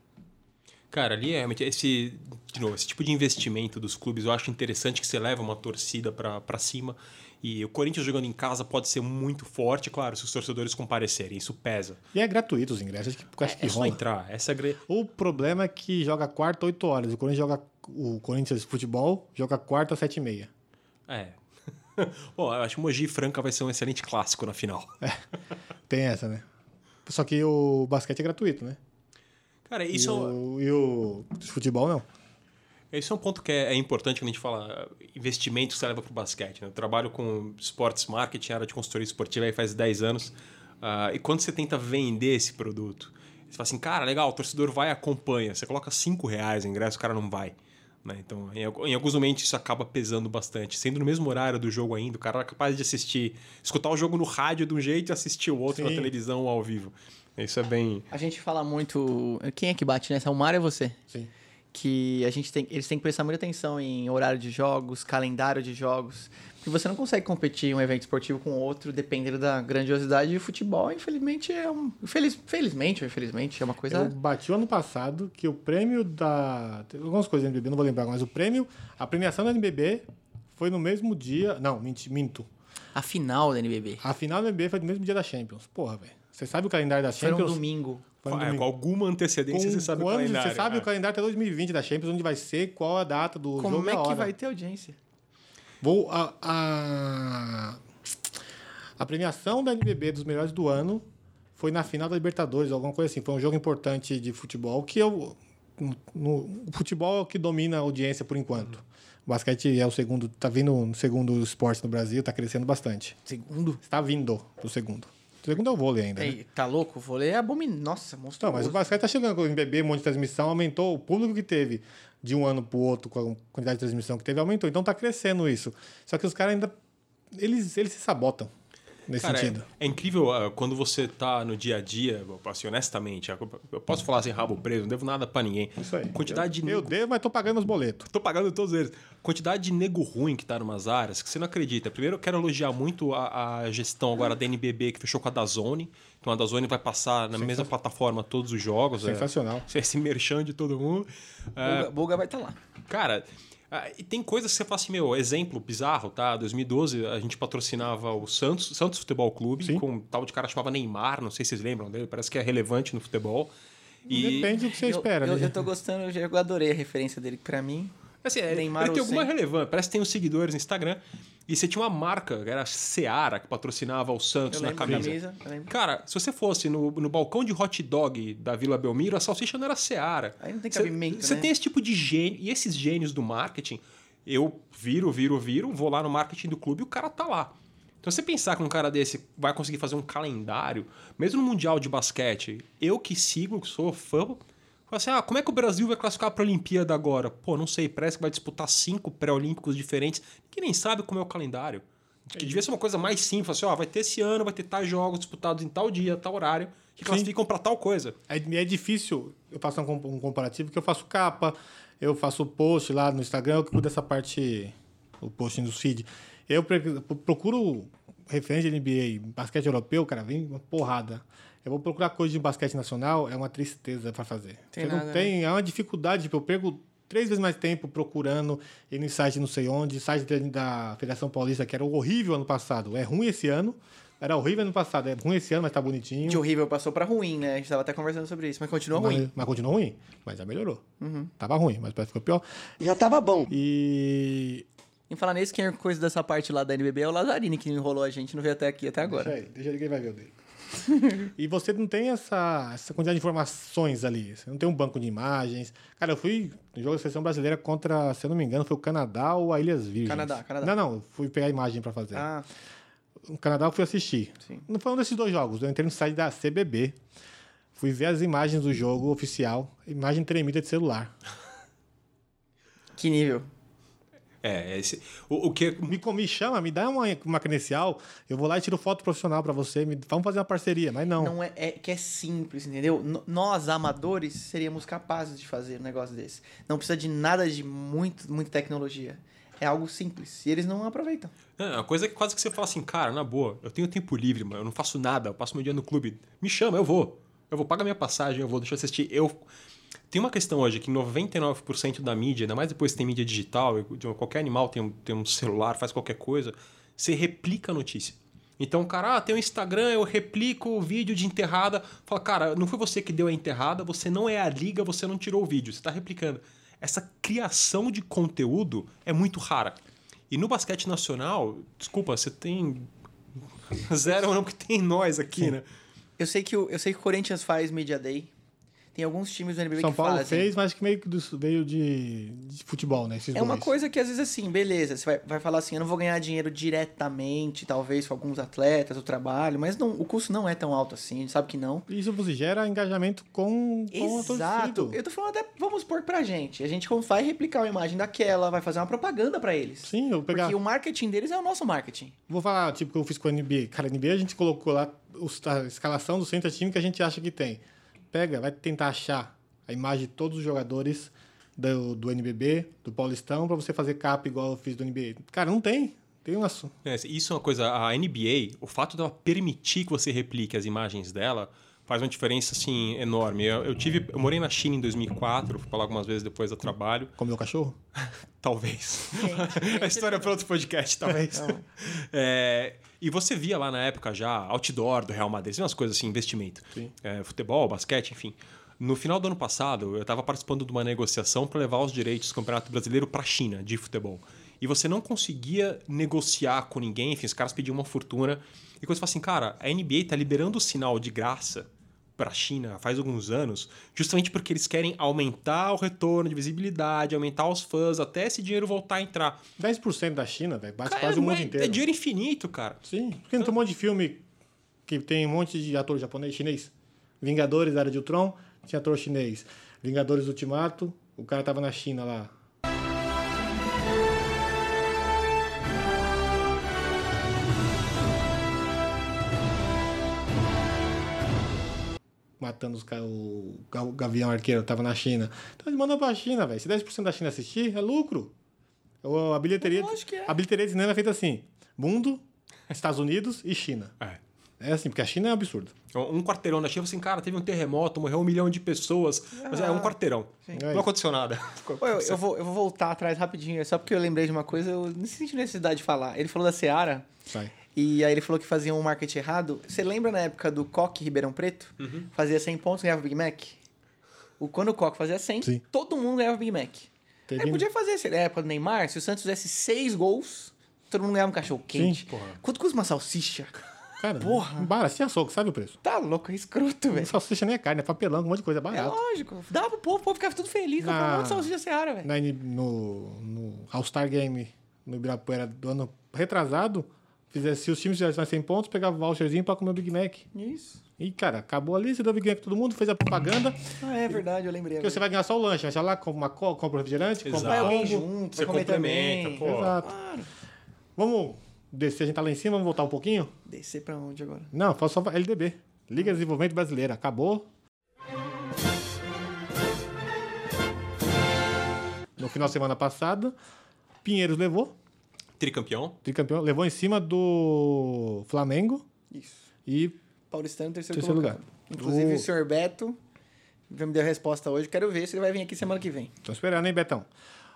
Cara, ali é realmente esse, de novo, esse tipo de investimento dos clubes, eu acho interessante que você leva uma torcida pra pra cima. E o Corinthians jogando em casa pode ser muito forte, claro, se os torcedores comparecerem, isso pesa. E é gratuito os ingressos, acho que, acho que É só rola. entrar, essa é a gre- O problema é que joga quarta 8 horas. O Corinthians joga o Corinthians futebol, joga quarta 7 e meia. É. Bom, eu acho que Mogi e Franca vai ser um excelente clássico na final. Tem essa, né? Só que o basquete é gratuito, né? Cara, E isso, é um é um o- e o futebol não. isso é um ponto que é, é importante quando a gente fala eh, investimento que você leva para o basquete. Né? Eu trabalho com esportes marketing, área de consultoria esportiva aí faz 10 anos. Ah, e quando você tenta vender esse produto, você fala assim, cara, legal, o torcedor vai e acompanha. Você coloca 5 reais em ingresso, o cara não vai. né? Então, em, algu- em alguns momentos isso acaba pesando bastante. Sendo no mesmo horário do jogo ainda, o cara é capaz de assistir, escutar o jogo no rádio de um jeito e assistir o outro na Sim. televisão ao vivo. Isso é bem. A gente fala muito. Quem é que bate nessa? O Mário ou você? Sim. Que a gente tem, eles têm que prestar muita atenção em horário de jogos, calendário de jogos. Porque você não consegue competir um evento esportivo com outro, dependendo da grandiosidade. E o futebol, infelizmente, é um. Infeliz, felizmente ou infelizmente, é uma coisa. Eu bati o ano passado que o prêmio da. Tem algumas coisas do NBB, não vou lembrar, mas o prêmio. A premiação do NBB foi no mesmo dia. Não, minto. minto. A final da NBB. A final do NBB foi no mesmo dia da Champions. Porra, velho. Você sabe o calendário da Foi um Champions? domingo. Foi no É, domingo. com alguma antecedência você sabe o quando calendário. Você sabe é. o calendário até 2020 da Champions, onde vai ser, qual a data do jogo Como e é a que hora. vai ter audiência? Vou a, a a premiação da NBB dos melhores do ano foi na final da Libertadores, alguma coisa assim. Foi um jogo importante de futebol que eu no- no- o futebol é o que domina a audiência por enquanto. O basquete é o segundo, tá vindo o segundo esporte no Brasil, tá crescendo bastante. Segundo? Está vindo o segundo. O segundo é o vôlei ainda. né? Ei, tá louco? O vôlei é abominável. Nossa, Não, monstruoso. mas o basquete tá chegando com o NBB, um monte de transmissão, aumentou o público que teve de um ano pro outro, com a quantidade de transmissão que teve, aumentou. Então tá crescendo isso. Só que os caras ainda. Eles, eles se sabotam nesse Cara, é- sentido. É, incrível ah, quando você tá no dia a dia, eu, assim, honestamente, eu eu posso falar assim, rabo preso, não devo nada pra ninguém. Isso aí. é Quantidade de eu, eu nego- devo, mas tô pagando os boletos. Tô pagando todos eles. Quantidade de nego ruim que tá numas áreas que você não acredita. Primeiro, eu quero elogiar muito a, a gestão agora da NBB que fechou com a Dazone. Então a Dazone vai passar na mesma plataforma todos os jogos. é. Sensacional. Esse merchan de todo mundo. Ah, Bulga, Bulga vai estar lá. Cara, ah, e tem coisas que você fala assim, meu, exemplo bizarro, tá? 2012 a gente patrocinava o Santos, Santos Futebol Clube, Sim. com um tal de cara que chamava Neymar, não sei se vocês lembram dele, parece que é relevante no futebol. E, Depende do que você espera, eu, né? eu tô gostando, eu já- eu adorei a referência dele pra mim. assim, é, Neymar ele tem ou alguma sem? relevância, parece que tem uns seguidores no Instagram. E você tinha uma marca, que era a Seara, que patrocinava o Santos Eu na lembro da camisa. camisa, eu lembro. Cara, se você fosse no, no balcão de hot dog da Vila Belmiro, a salsicha não era Seara. Aí não tem Cê- cabimento, Você né? tem esse tipo de gênio. E esses gênios do marketing, eu viro, viro, viro, vou lá no marketing do clube e o cara tá lá. Então você pensar que um cara desse vai conseguir fazer um calendário, mesmo no Mundial de Basquete, eu que sigo, que sou fã, falo assim: ah, como é que o Brasil vai classificar pra Olimpíada agora? Pô, não sei, parece que vai disputar cinco pré-olímpicos diferentes, que nem sabe como é o calendário. Que devia ser uma coisa mais simples, assim, ó, vai ter esse ano, vai ter tais jogos disputados em tal dia, tal horário, que classificam pra tal coisa. É, me é difícil, eu faço um, com- um comparativo, que eu faço capa, eu faço post lá no Instagram, eu que cuido dessa parte, o post no feed. Eu pre- procuro referência de NBA, basquete europeu, cara, vem uma porrada. Eu vou procurar coisa de basquete nacional, é uma tristeza pra fazer. Tem Você nada, né? não tem, é uma dificuldade, tipo, eu perco três vezes mais tempo procurando ele em site não sei onde, site da- da Federação Paulista, que era horrível ano passado, é ruim esse ano, era horrível ano passado, é ruim esse ano, mas tá bonitinho. De horrível passou pra ruim, né? A gente tava até conversando sobre isso, mas continua Mas- ruim. Uhum. Mas, continua ruim, mas já melhorou. Tava ruim, mas parece que ficou pior. Já tava bom. E. Em falar nisso, quem é coisa dessa parte lá da NBB é o Lazzarini, que enrolou a gente, não veio até aqui até agora. Deixa ele, deixa ele que ele vai ver o dele. e você não tem essa, essa quantidade de informações ali. Você não tem um banco de imagens. Cara, eu fui no jogo da seleção brasileira contra, se eu não me engano, foi o Canadá ou a Ilhas Virgens. Canadá, Canadá. Não, não, eu fui pegar a imagem pra fazer. Ah, no Canadá eu fui assistir. Sim. Não foi um desses dois jogos. Eu entrei no site da CBB, fui ver as imagens do jogo oficial, imagem tremida de celular. que nível. É, esse, o, o que Me, co- me chama, me dá uma, uma credencial, eu vou lá e tiro foto profissional pra você, me- vamos fazer uma parceria, mas não. Não é, é que é simples, entendeu? No- nós, amadores, seríamos capazes de fazer um negócio desse. Não precisa de nada de muito, muita tecnologia. É algo simples. E eles não aproveitam. É, uma coisa que quase que você fala assim, cara, na boa, eu tenho tempo livre, mano, eu não faço nada, eu passo meu dia no clube. Me chama, eu vou. Eu vou pagar minha passagem, eu vou deixar assistir. Eu. Tem uma questão hoje que 99% da mídia, ainda mais depois que tem mídia digital, e de qualquer animal tem um, tem um celular, faz qualquer coisa, você replica a notícia. Então, cara, ah, tem o Instagram, eu replico o vídeo de enterrada. Fala, cara, não foi você que deu a enterrada, você não é a liga, você não tirou o vídeo, você tá replicando. Essa criação de conteúdo é muito rara. E no basquete nacional, desculpa, você tem zero não, porque tem nós aqui, né? Eu sei que o, eu sei que o Corinthians faz Media Day. Tem alguns times do NBB São que Paulo fazem. fez, mas que meio que dos- veio de, de futebol, né? Esses É uma dois. coisa que às vezes assim, beleza, você vai, vai falar assim, eu não vou ganhar dinheiro diretamente, talvez, com alguns atletas, o trabalho, mas não, o custo não é tão alto assim, a gente sabe que não. E Isso você gera engajamento com, com a Exato. torcida. Eu tô falando até, vamos pôr pra gente. A gente vai replicar uma imagem daquela, vai fazer uma propaganda pra eles. Sim, eu vou pegar. Porque o marketing deles é o nosso marketing. Vou falar, tipo, que eu fiz com a NBA. Cara, a NBA a gente colocou lá os- a escalação do centro é time que a gente acha que tem. Pega, vai tentar achar a imagem de todos os jogadores do, do NBB, do Paulistão, pra você fazer capa igual eu fiz do NBA. Cara, não tem. Tem um assunto. É, Isso é uma coisa, a NBA, o fato dela permitir que você replique as imagens dela faz uma diferença assim enorme. Eu, eu tive, eu morei na China em 2004, fui pra lá algumas vezes depois do trabalho, Comeu cachorro? talvez. a história para outro podcast, talvez. É, e você via lá na época já outdoor do Real Madrid, umas coisas assim, investimento. É, futebol, basquete, enfim. No final do ano passado, eu estava participando de uma negociação para levar os direitos do Campeonato Brasileiro para a China de futebol. E você não conseguia negociar com ninguém, enfim, os caras pediam uma fortuna. E quando você fala assim, cara, a NBA tá liberando o sinal de graça para a China faz alguns anos, justamente porque eles querem aumentar o retorno de visibilidade, aumentar os fãs, até esse dinheiro voltar a entrar. 10% da China, velho, bate Cara, quase o não mundo é- inteiro. É dinheiro infinito, cara. Sim, porque não tem um monte de filme que tem um monte de ator japonês, chinês. Vingadores, Era de Ultron, tinha ator chinês. Vingadores Ultimato, o cara tava na China lá. Matando os caras, o ga- o Gavião Arqueiro tava na China. Então eles mandam pra China, velho. Se 10% da China assistir, é lucro. O- A bilheteria, Lógico que é. a bilheteria de cinema é feita assim: mundo, Estados Unidos e China. É. É assim, porque a China é um absurdo. Um quarteirão na China, assim, cara, teve um terremoto, morreu um milhão de pessoas. Mas é um quarteirão. É Não aconteceu nada. Ô, eu, eu vou, eu vou voltar atrás rapidinho, é só porque eu lembrei de uma coisa, eu não senti necessidade de falar. Ele falou da Seara, Sai. E aí ele falou que fazia um marketing errado. Você lembra na época do Coque Ribeirão Preto? Fazia 100 pontos, ganhava Big Mac? O, quando o Coque fazia 100, Sim. todo mundo ganhava Big Mac. Teve Aí um- podia fazer, assim, na época do Neymar, se o Santos fizesse 6 gols, todo mundo ganhava um cachorro quente. Quanto custa uma salsicha? Cara, Porra. barato, sem açougue, sabe o preço? Tá louco, é escroto, velho. Salsicha nem é carne, é papelão, um monte de coisa, é É barato. lógico. Dava pro povo, o povo ficava tudo feliz, Na- comprava um monte de salsicha Seara, velho. Na N- no no All-Star Game no Ibirapuera do ano retrasado, fizesse, se os times fizessem mais 100 pontos, pegava o voucherzinho pra comer o Big Mac. Isso. E, cara, acabou ali, você deu Big Mac pra todo mundo, fez a propaganda, Ah, é verdade, eu lembrei. porque você vai ganhar só o lanche, vai lá, compra uma coca, compra um refrigerante, Exato. compra Vai um alguém combo. junto, Você vai comer também. complementa, pô. Exato. Vamos Descer, a gente tá lá em cima, vamos voltar um pouquinho? Descer pra onde agora? Não, faço só LDB. Liga de Desenvolvimento Brasileira. Acabou. No final de semana passada, Pinheiros levou, Tricampeão. tricampeão, levou em cima do Flamengo Isso. e Paulistano, terceiro, Terceiro colocado. lugar. Inclusive, Uh. o senhor Beto já me deu a resposta hoje. Quero ver se ele vai vir aqui semana que vem. Tô esperando, hein, Betão?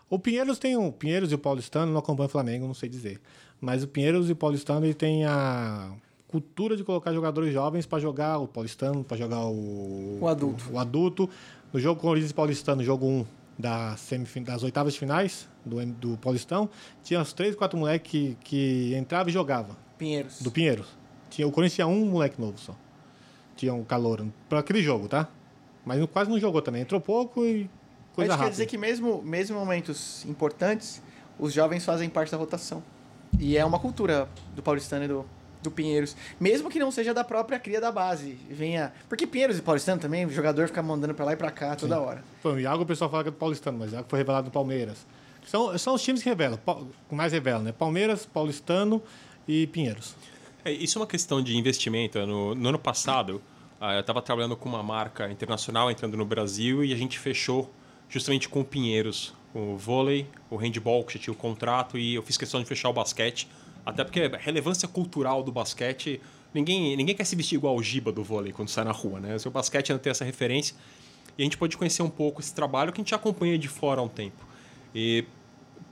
O Pinheiros tem um. Pinheiros e o Paulistano não acompanham o Flamengo, não sei dizer. Mas o Pinheiros e o Paulistano ele tem a cultura de colocar jogadores jovens pra jogar o Paulistano, pra jogar o. O adulto. O, adulto. No jogo Corinthians e Paulistano, jogo 1 da semifin... das oitavas de finais do, M- do Paulistão, tinha uns três, quatro moleques que, que entravam e jogavam. Pinheiros. Do Pinheiros. Tinha, o Corinthians tinha um moleque novo só. Tinha um calor. Pra aquele jogo, tá? Mas não- quase não jogou também. Entrou pouco e. Coisa Mas isso rápida. quer dizer que mesmo, mesmo em momentos importantes, os jovens fazem parte da rotação. E é uma cultura do paulistano e do, do Pinheiros. Mesmo que não seja da própria cria da base. Venha... Porque Pinheiros e paulistano também, o jogador fica mandando pra lá e pra cá toda hora. Pô, o Iago o pessoal fala que é do Paulistano, mas o Iago foi revelado no Palmeiras. São, são os times que revelam, pa- que mais revelam, né? Palmeiras, Paulistano e Pinheiros. É, isso é uma questão de investimento. né? No, no ano passado, ah, eu estava trabalhando com uma marca internacional entrando no Brasil e a gente fechou justamente com o Pinheiros, com o vôlei, o handball, que já tinha o contrato, e eu fiz questão de fechar o basquete, até porque a relevância cultural do basquete. Ninguém, ninguém quer se vestir igual o Giba do vôlei quando sai na rua, né? O seu basquete ainda tem essa referência. E a gente pode conhecer um pouco esse trabalho que a gente já acompanha de fora há um tempo. E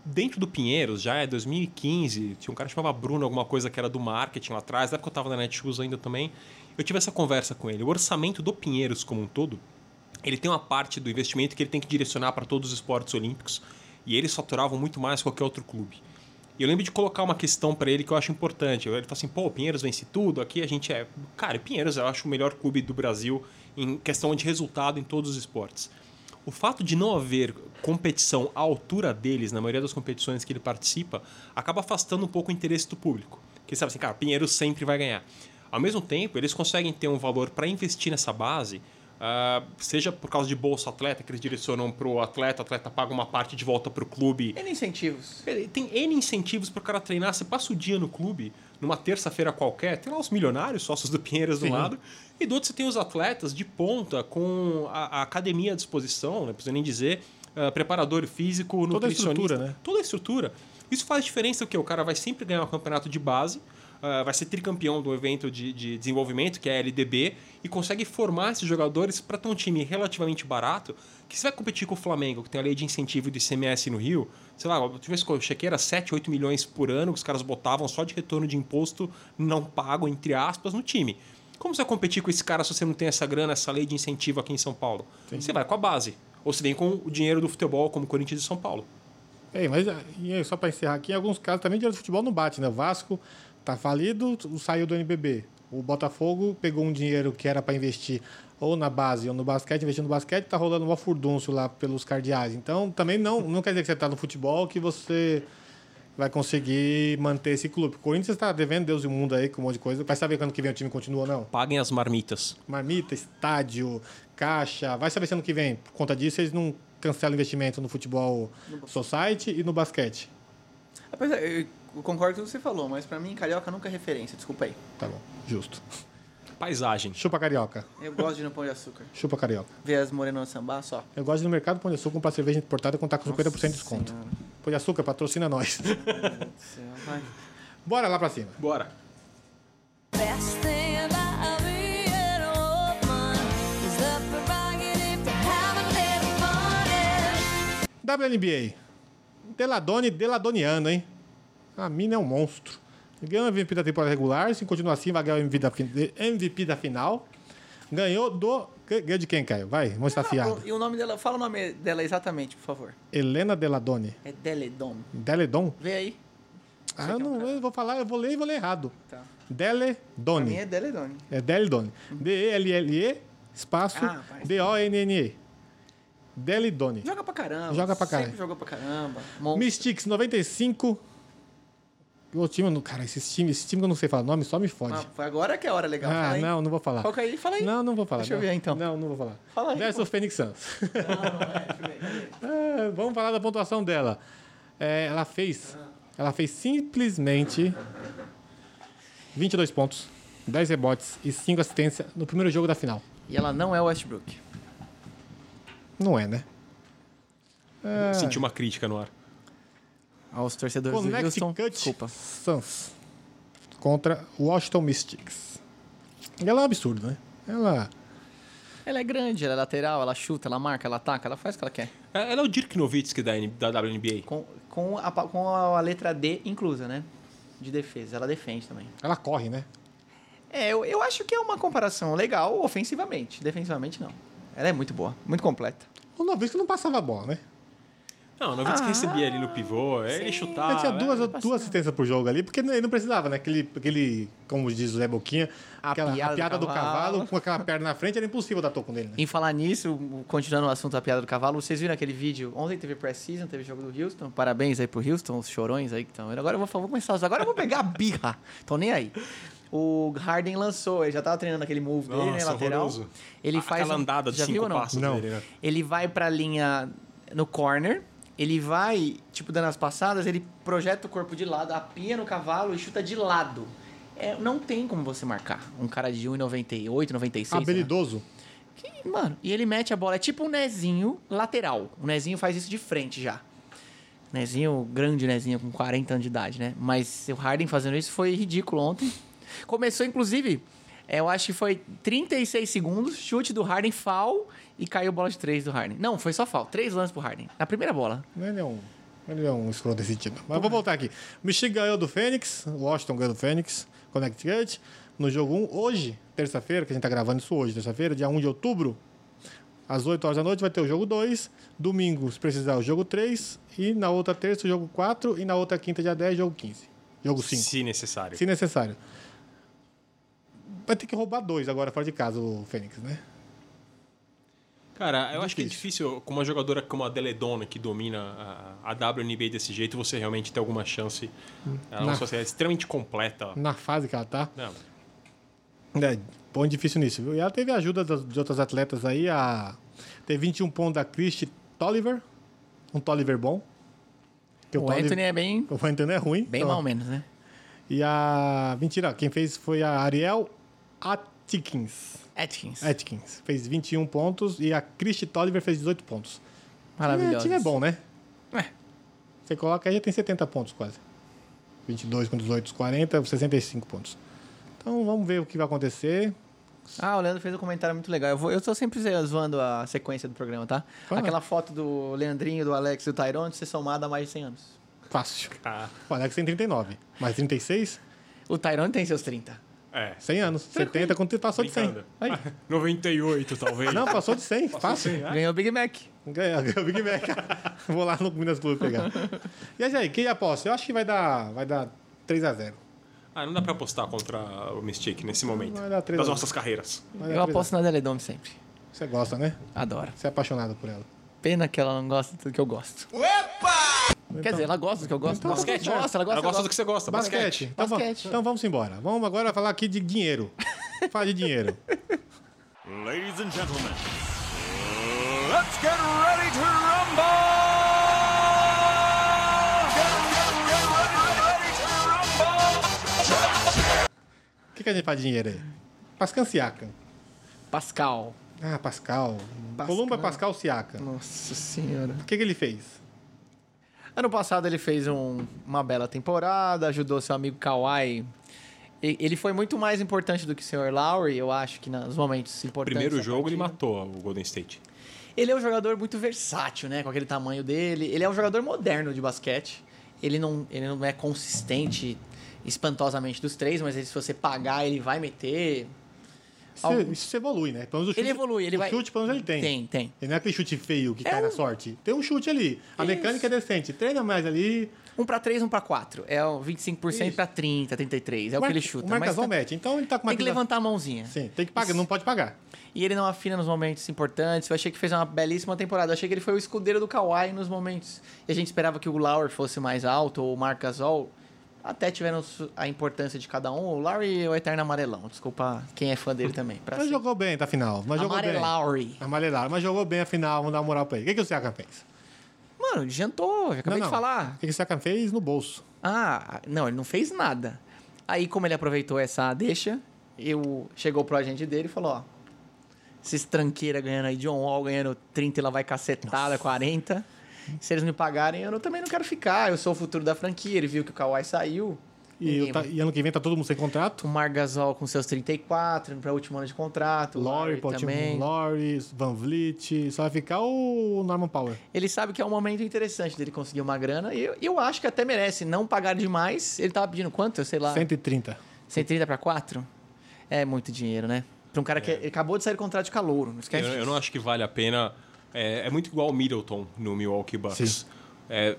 dentro do Pinheiros, já é 2015, tinha um cara que chamava Bruno, alguma coisa que era do marketing lá atrás, na época eu tava na Netshoes ainda também. Eu tive essa conversa com ele. O orçamento do Pinheiros como um todo, ele tem uma parte do investimento que ele tem que direcionar para todos os esportes olímpicos e eles faturavam muito mais que qualquer outro clube. E eu lembro de colocar uma questão para ele que eu acho importante. Ele fala assim: pô, o Pinheiros vence tudo, aqui a gente é. Cara, o Pinheiros eu acho o melhor clube do Brasil em questão de resultado em todos os esportes. O fato de não haver competição à altura deles na maioria das competições que ele participa acaba afastando um pouco o interesse do público. Que sabe assim, cara, Pinheiros sempre vai ganhar. Ao mesmo tempo, eles conseguem ter um valor para investir nessa base ah, seja por causa de bolsa atleta, que eles direcionam para o atleta, o atleta paga uma parte de volta para o clube. Ele incentivos. Cara, Tem N incentivos pro cara treinar. Você passa o dia no clube, numa terça-feira qualquer, tem lá os milionários, sócios do Pinheiros do lado, e do outro você tem os atletas de ponta com a, a academia à disposição, não precisa nem dizer, ah, preparador físico, Toda a nutricionista. estrutura, né? Toda a estrutura. Isso faz diferença o quê? O cara vai sempre ganhar o campeonato de base, ah, vai ser tricampeão do evento de, de desenvolvimento, que é a LDB, e consegue formar esses jogadores para ter um time relativamente barato, que se vai competir com o Flamengo, que tem a lei de incentivo do ICMS no Rio, sei lá, a última vez que eu chequei era 7, 8 milhões por ano que os caras botavam só de retorno de imposto não pago, entre aspas, no time. Como você vai competir com esse cara se você não tem essa grana, essa lei de incentivo aqui em São Paulo? Você vai com a base. Ou você vem com o dinheiro do futebol, como Corinthians e São Paulo. Ei, mas ah, e aí, só para encerrar aqui, em alguns casos também o dinheiro do futebol não bate, né? O Vasco tá falido, o- saiu do NBB. O Botafogo pegou um dinheiro que era para investir ou na base ou no basquete, investindo no basquete, tá rolando um furdúncio lá pelos cardeais. Então, também não, não quer dizer que você tá no futebol que você vai conseguir manter esse clube. O Corinthians tá devendo Deus e o mundo aí com um monte de coisa. Vai saber quando que vem o time continua ou não? Paguem as marmitas. marmita, estádio, caixa. Vai saber se ano que vem. Por conta disso, eles não cancelam investimento no futebol society e no basquete. Apesar, eu concordo com o que você falou, mas pra mim, carioca nunca é referência. Desculpa aí. Tá bom, justo. Paisagem. Chupa carioca. Eu gosto de ir no Pão de Açúcar. Chupa carioca. Ver as morenas sambar só. Eu gosto de ir no mercado Pão de Açúcar comprar cerveja importada e contar com 50% de desconto. Senhora. Pão de Açúcar, patrocina nós. Senhora, vai. Bora lá pra cima. Bora. Best thing about being a woman is the prerogative to have a little fun. Yeah. WNBA. Deladone deladoniano, hein? A mina é um monstro. Ganhou o MVP da temporada regular. Se continuar assim, vai ganhar o MVP da, fin- MVP da final. Ganhou do... Ganhou de quem, Caio? Vai, vamos Ah, estafiado. o- e o nome dela, fala o nome dela exatamente, por favor. Helena Deladone. É Deledom. Deledon? Vê aí. Ah, um eu não eu vou falar, eu vou ler e vou ler errado. Tá. Pra mim Deledone. é Deledone. É Deledone. D-E-L-L-E, espaço, Ah, vai. D-O-N-N-E. Deledone. Joga pra caramba. Joga pra caralho. Sempre jogou pra caramba. Monstro. Mystics 95. O time, eu não- cara, esse time, esse time que eu não sei falar o nome, só me fode. Ah, foi agora que é a hora legal. Ah, Fala aí. não, não vou falar. Qual que é aí? Fala aí. Não, não vou falar. Deixa eu não. ver, então. Não, não vou falar. Fala aí, Versus Phoenix Suns. Ah, vamos falar da pontuação dela. É, ela fez Ela fez simplesmente 22 pontos, 10 rebotes e 5 assistências no primeiro jogo da final. E ela não é o Westbrook. Não é, né? É. Senti uma crítica no ar. Aos torcedores é do Houston. Connecticut Desculpa. Suns contra Washington Mystics. E ela é um absurdo, né? Ela Ela é grande, ela é lateral, ela chuta, ela marca, ela ataca, ela faz o que ela quer. É, Ela é o Dirk Nowitzki da, N- da WNBA. Com, com, a, pa- com a letra D inclusa, né? De defesa. Ela defende também. Ela corre, né? É, eu, eu acho que é uma comparação legal ofensivamente. Defensivamente, não. Ela é muito boa, muito completa. O Novisco não passava a bola, né? Não, o Nowitzki recebia ali no pivô, é, ele chutava. ele Ah. Ah, tinha duas, né? duas assistências pro jogo ali, porque ele não precisava, né? Aquele, aquele como diz o Zé Boquinha, A aquela, a piada do piada do, cavalo. cavalo, com aquela perna na frente, era impossível dar toco nele, né? Em falar nisso, continuando o assunto da piada do cavalo, vocês viram aquele vídeo? Ontem teve pré-season, teve jogo do Houston. Parabéns aí pro Houston, os chorões aí que estão. Agora eu vou, vou começar a usar. Agora eu vou pegar a birra. Tô nem aí. O Harden lançou, ele já tava treinando aquele move dele, né? Nossa, Lateral. horroroso. Ele A- faz. Aquela um- andada de já viu cinco ou não? passos Não. dele, né? Ele vai pra linha no corner, ele vai, tipo, dando as passadas, ele projeta o corpo de lado, apia no cavalo e chuta de lado. É, não tem como você marcar um cara de 1,98, 96. sei lá. Habilidoso. Que- mano, e ele mete a bola. É tipo um Nezinho lateral. O Nezinho faz isso de frente já. Nezinho, grande Nezinho, com 40 anos de idade, né? Mas o Harden fazendo isso foi ridículo ontem. Começou, inclusive, é, eu acho que foi 36 segundos, chute do Harden, foul, e caiu bola de três do Harden. Não, foi só foul. Três lances pro Harden. Na primeira bola. Não é nenhum. Ele é um escroto desse tipo. Mas vou voltar aqui. Michigan ganhou do Fênix, Washington ganhou do Fênix, Connecticut. No jogo 1, hoje, terça-feira, que a gente tá gravando isso hoje, terça-feira, dia 1 de outubro, às 8 horas da noite vai ter o jogo 2. Domingo, se precisar, o jogo 3. E na outra terça, o jogo 4. E na outra quinta, dia 10, jogo 15. Jogo 5. Se necessário. Se necessário. Vai ter que roubar dois agora fora de casa o Fênix, né? Cara, eu acho que é difícil, com uma jogadora como a Deledona, que domina a, a WNBA desse jeito, você realmente ter alguma chance. Ela é uma Na- sociedade extremamente completa. Na fase que ela tá. Não, É, põe difícil nisso, viu? E ela teve ajuda das- de outras atletas aí. A... Teve 21 pontos da Christy Tolliver. Um Tolliver bom. Porque o Tolliver- Anthony é bem, O Anthony é ruim. bem então. mal menos, né? E a... Mentira, quem fez foi a Ariel Atkins. Atkins. É, Atkins. Fez 21 pontos e a Christy Tolliver fez 18 pontos. Maravilhoso. O time é bom, né? É. Você coloca aí, já tem 70 pontos quase. 22 com 18, 40, 65 pontos. Então vamos ver o que vai acontecer. Ah, o Leandro fez um comentário muito legal. Eu, vou, eu tô sempre zoando a sequência do programa, tá? Fala. Aquela foto do Leandrinho, do Alex e do Tyrone, ser somada há mais de 100 anos. Fácil. Ah, O Alex tem 39, mais 36, O Tyrone tem seus 30. é. 100 anos. 70, quando passou de 100. brincando. 98, talvez. Não, passou de é? 100, fácil. É? Ganhou o Big Mac. Ganhou ganhou o Big Mac. Vou lá no Minas Clube pegar. E aí, quem aposta? Eu acho que vai dar, vai dar 3x0. Ah, não dá pra apostar contra o Mystic nesse momento. Vai dar três Das a um. nossas carreiras. Eu aposto na Deledome sempre. Você gosta, né? Adoro. Você é apaixonado por ela. Pena que ela não gosta do que eu gosto. Quer dizer, ela gosta do que eu gosto. Ela Basquete, né? gosta, ela gosta. Então, Ela gosta do eu que você gosta, Basquete. basquete. Então, va- Basquete. então vamos embora. Vamos agora falar aqui de dinheiro. Fala de dinheiro. Ladies and gentlemen, let's get ready to rumble! Get, get, get ready, ready to rumble! O que, que a gente faz de dinheiro aí? Pascal Siakam. gosto. Pascal. Ah, Pascal. Columba Pascal Siakam. Nossa senhora. O que, que ele fez? Ano passado ele fez um- uma bela temporada, ajudou seu amigo Kawhi. E- Ele foi muito mais importante do que o senhor Lowry, eu acho que nos momentos importantes. Primeiro da jogo ele partida. matou o Golden State. Ele é um jogador muito versátil, né? Com aquele tamanho dele. Ele é um jogador moderno de basquete. Ele não, ele não é consistente espantosamente dos três, mas ele, se você pagar, ele vai meter. Isso, Algum- isso evolui, né? Pelo menos o chute, Ele evolui, ele o vai. chute, pelo menos ele tem. Tem, tem. Ele não é aquele chute feio que É cai na um- sorte. Tem um chute ali. A mecânica é decente. Treina mais ali. Um pra três, um pra quatro. É o 25% Isso. pra 30, 33. É o Mar- que ele chuta. O Marcasol mas tá- mete. Então ele tá com uma tem que pila- levantar a mãozinha. Sim, tem que pagar. Não pode pagar. E ele não afina nos momentos importantes. Eu achei que fez uma belíssima temporada. Eu achei que ele foi o escudeiro do Kawhi nos momentos. E a gente esperava que o Lauer fosse mais alto ou o Marc Gasol. Até tiveram su- a importância de cada um. O Lowry é o eterno amarelão. Desculpa quem é fã dele também. Pra Mas ser- jogou bem, tá final. Mas jogou bem. Amarelaury. Amarelar, mas jogou bem a final, vamos dar uma moral pra ele. O que, que o Siakam fez? Mano, jantou. já Acabei de falar. O que, que o Siakam fez? No bolso. Ah, não, ele não fez nada. Aí, como ele aproveitou essa deixa, eu chegou pro agente dele e falou, ó, esses tranqueira ganhando aí, John Wall ganhando 30 e lá vai cacetada, 40. Se eles me pagarem, eu não- também não quero ficar. Eu sou o futuro da franquia. Ele viu que o Kawhi saiu. E, eu tá- e ano que vem tá todo mundo sem contrato? O Margasol com seus 34, indo pra último ano de contrato. o Lori, Lowry Potimon, Lori, Van Vliet, só vai ficar o Norman Power. Ele sabe que é um momento interessante dele conseguir uma grana. E eu, eu acho que até merece. Não pagar demais. Ele tava pedindo quanto? Eu sei lá. 130. 130 pra 4? É muito dinheiro, né? Pra um cara É. que ele acabou de sair do contrato de calouro. Não É esquece Eu, eu disso. não acho que vale a pena. É, é muito igual o Middleton no Milwaukee Bucks. Sim. É,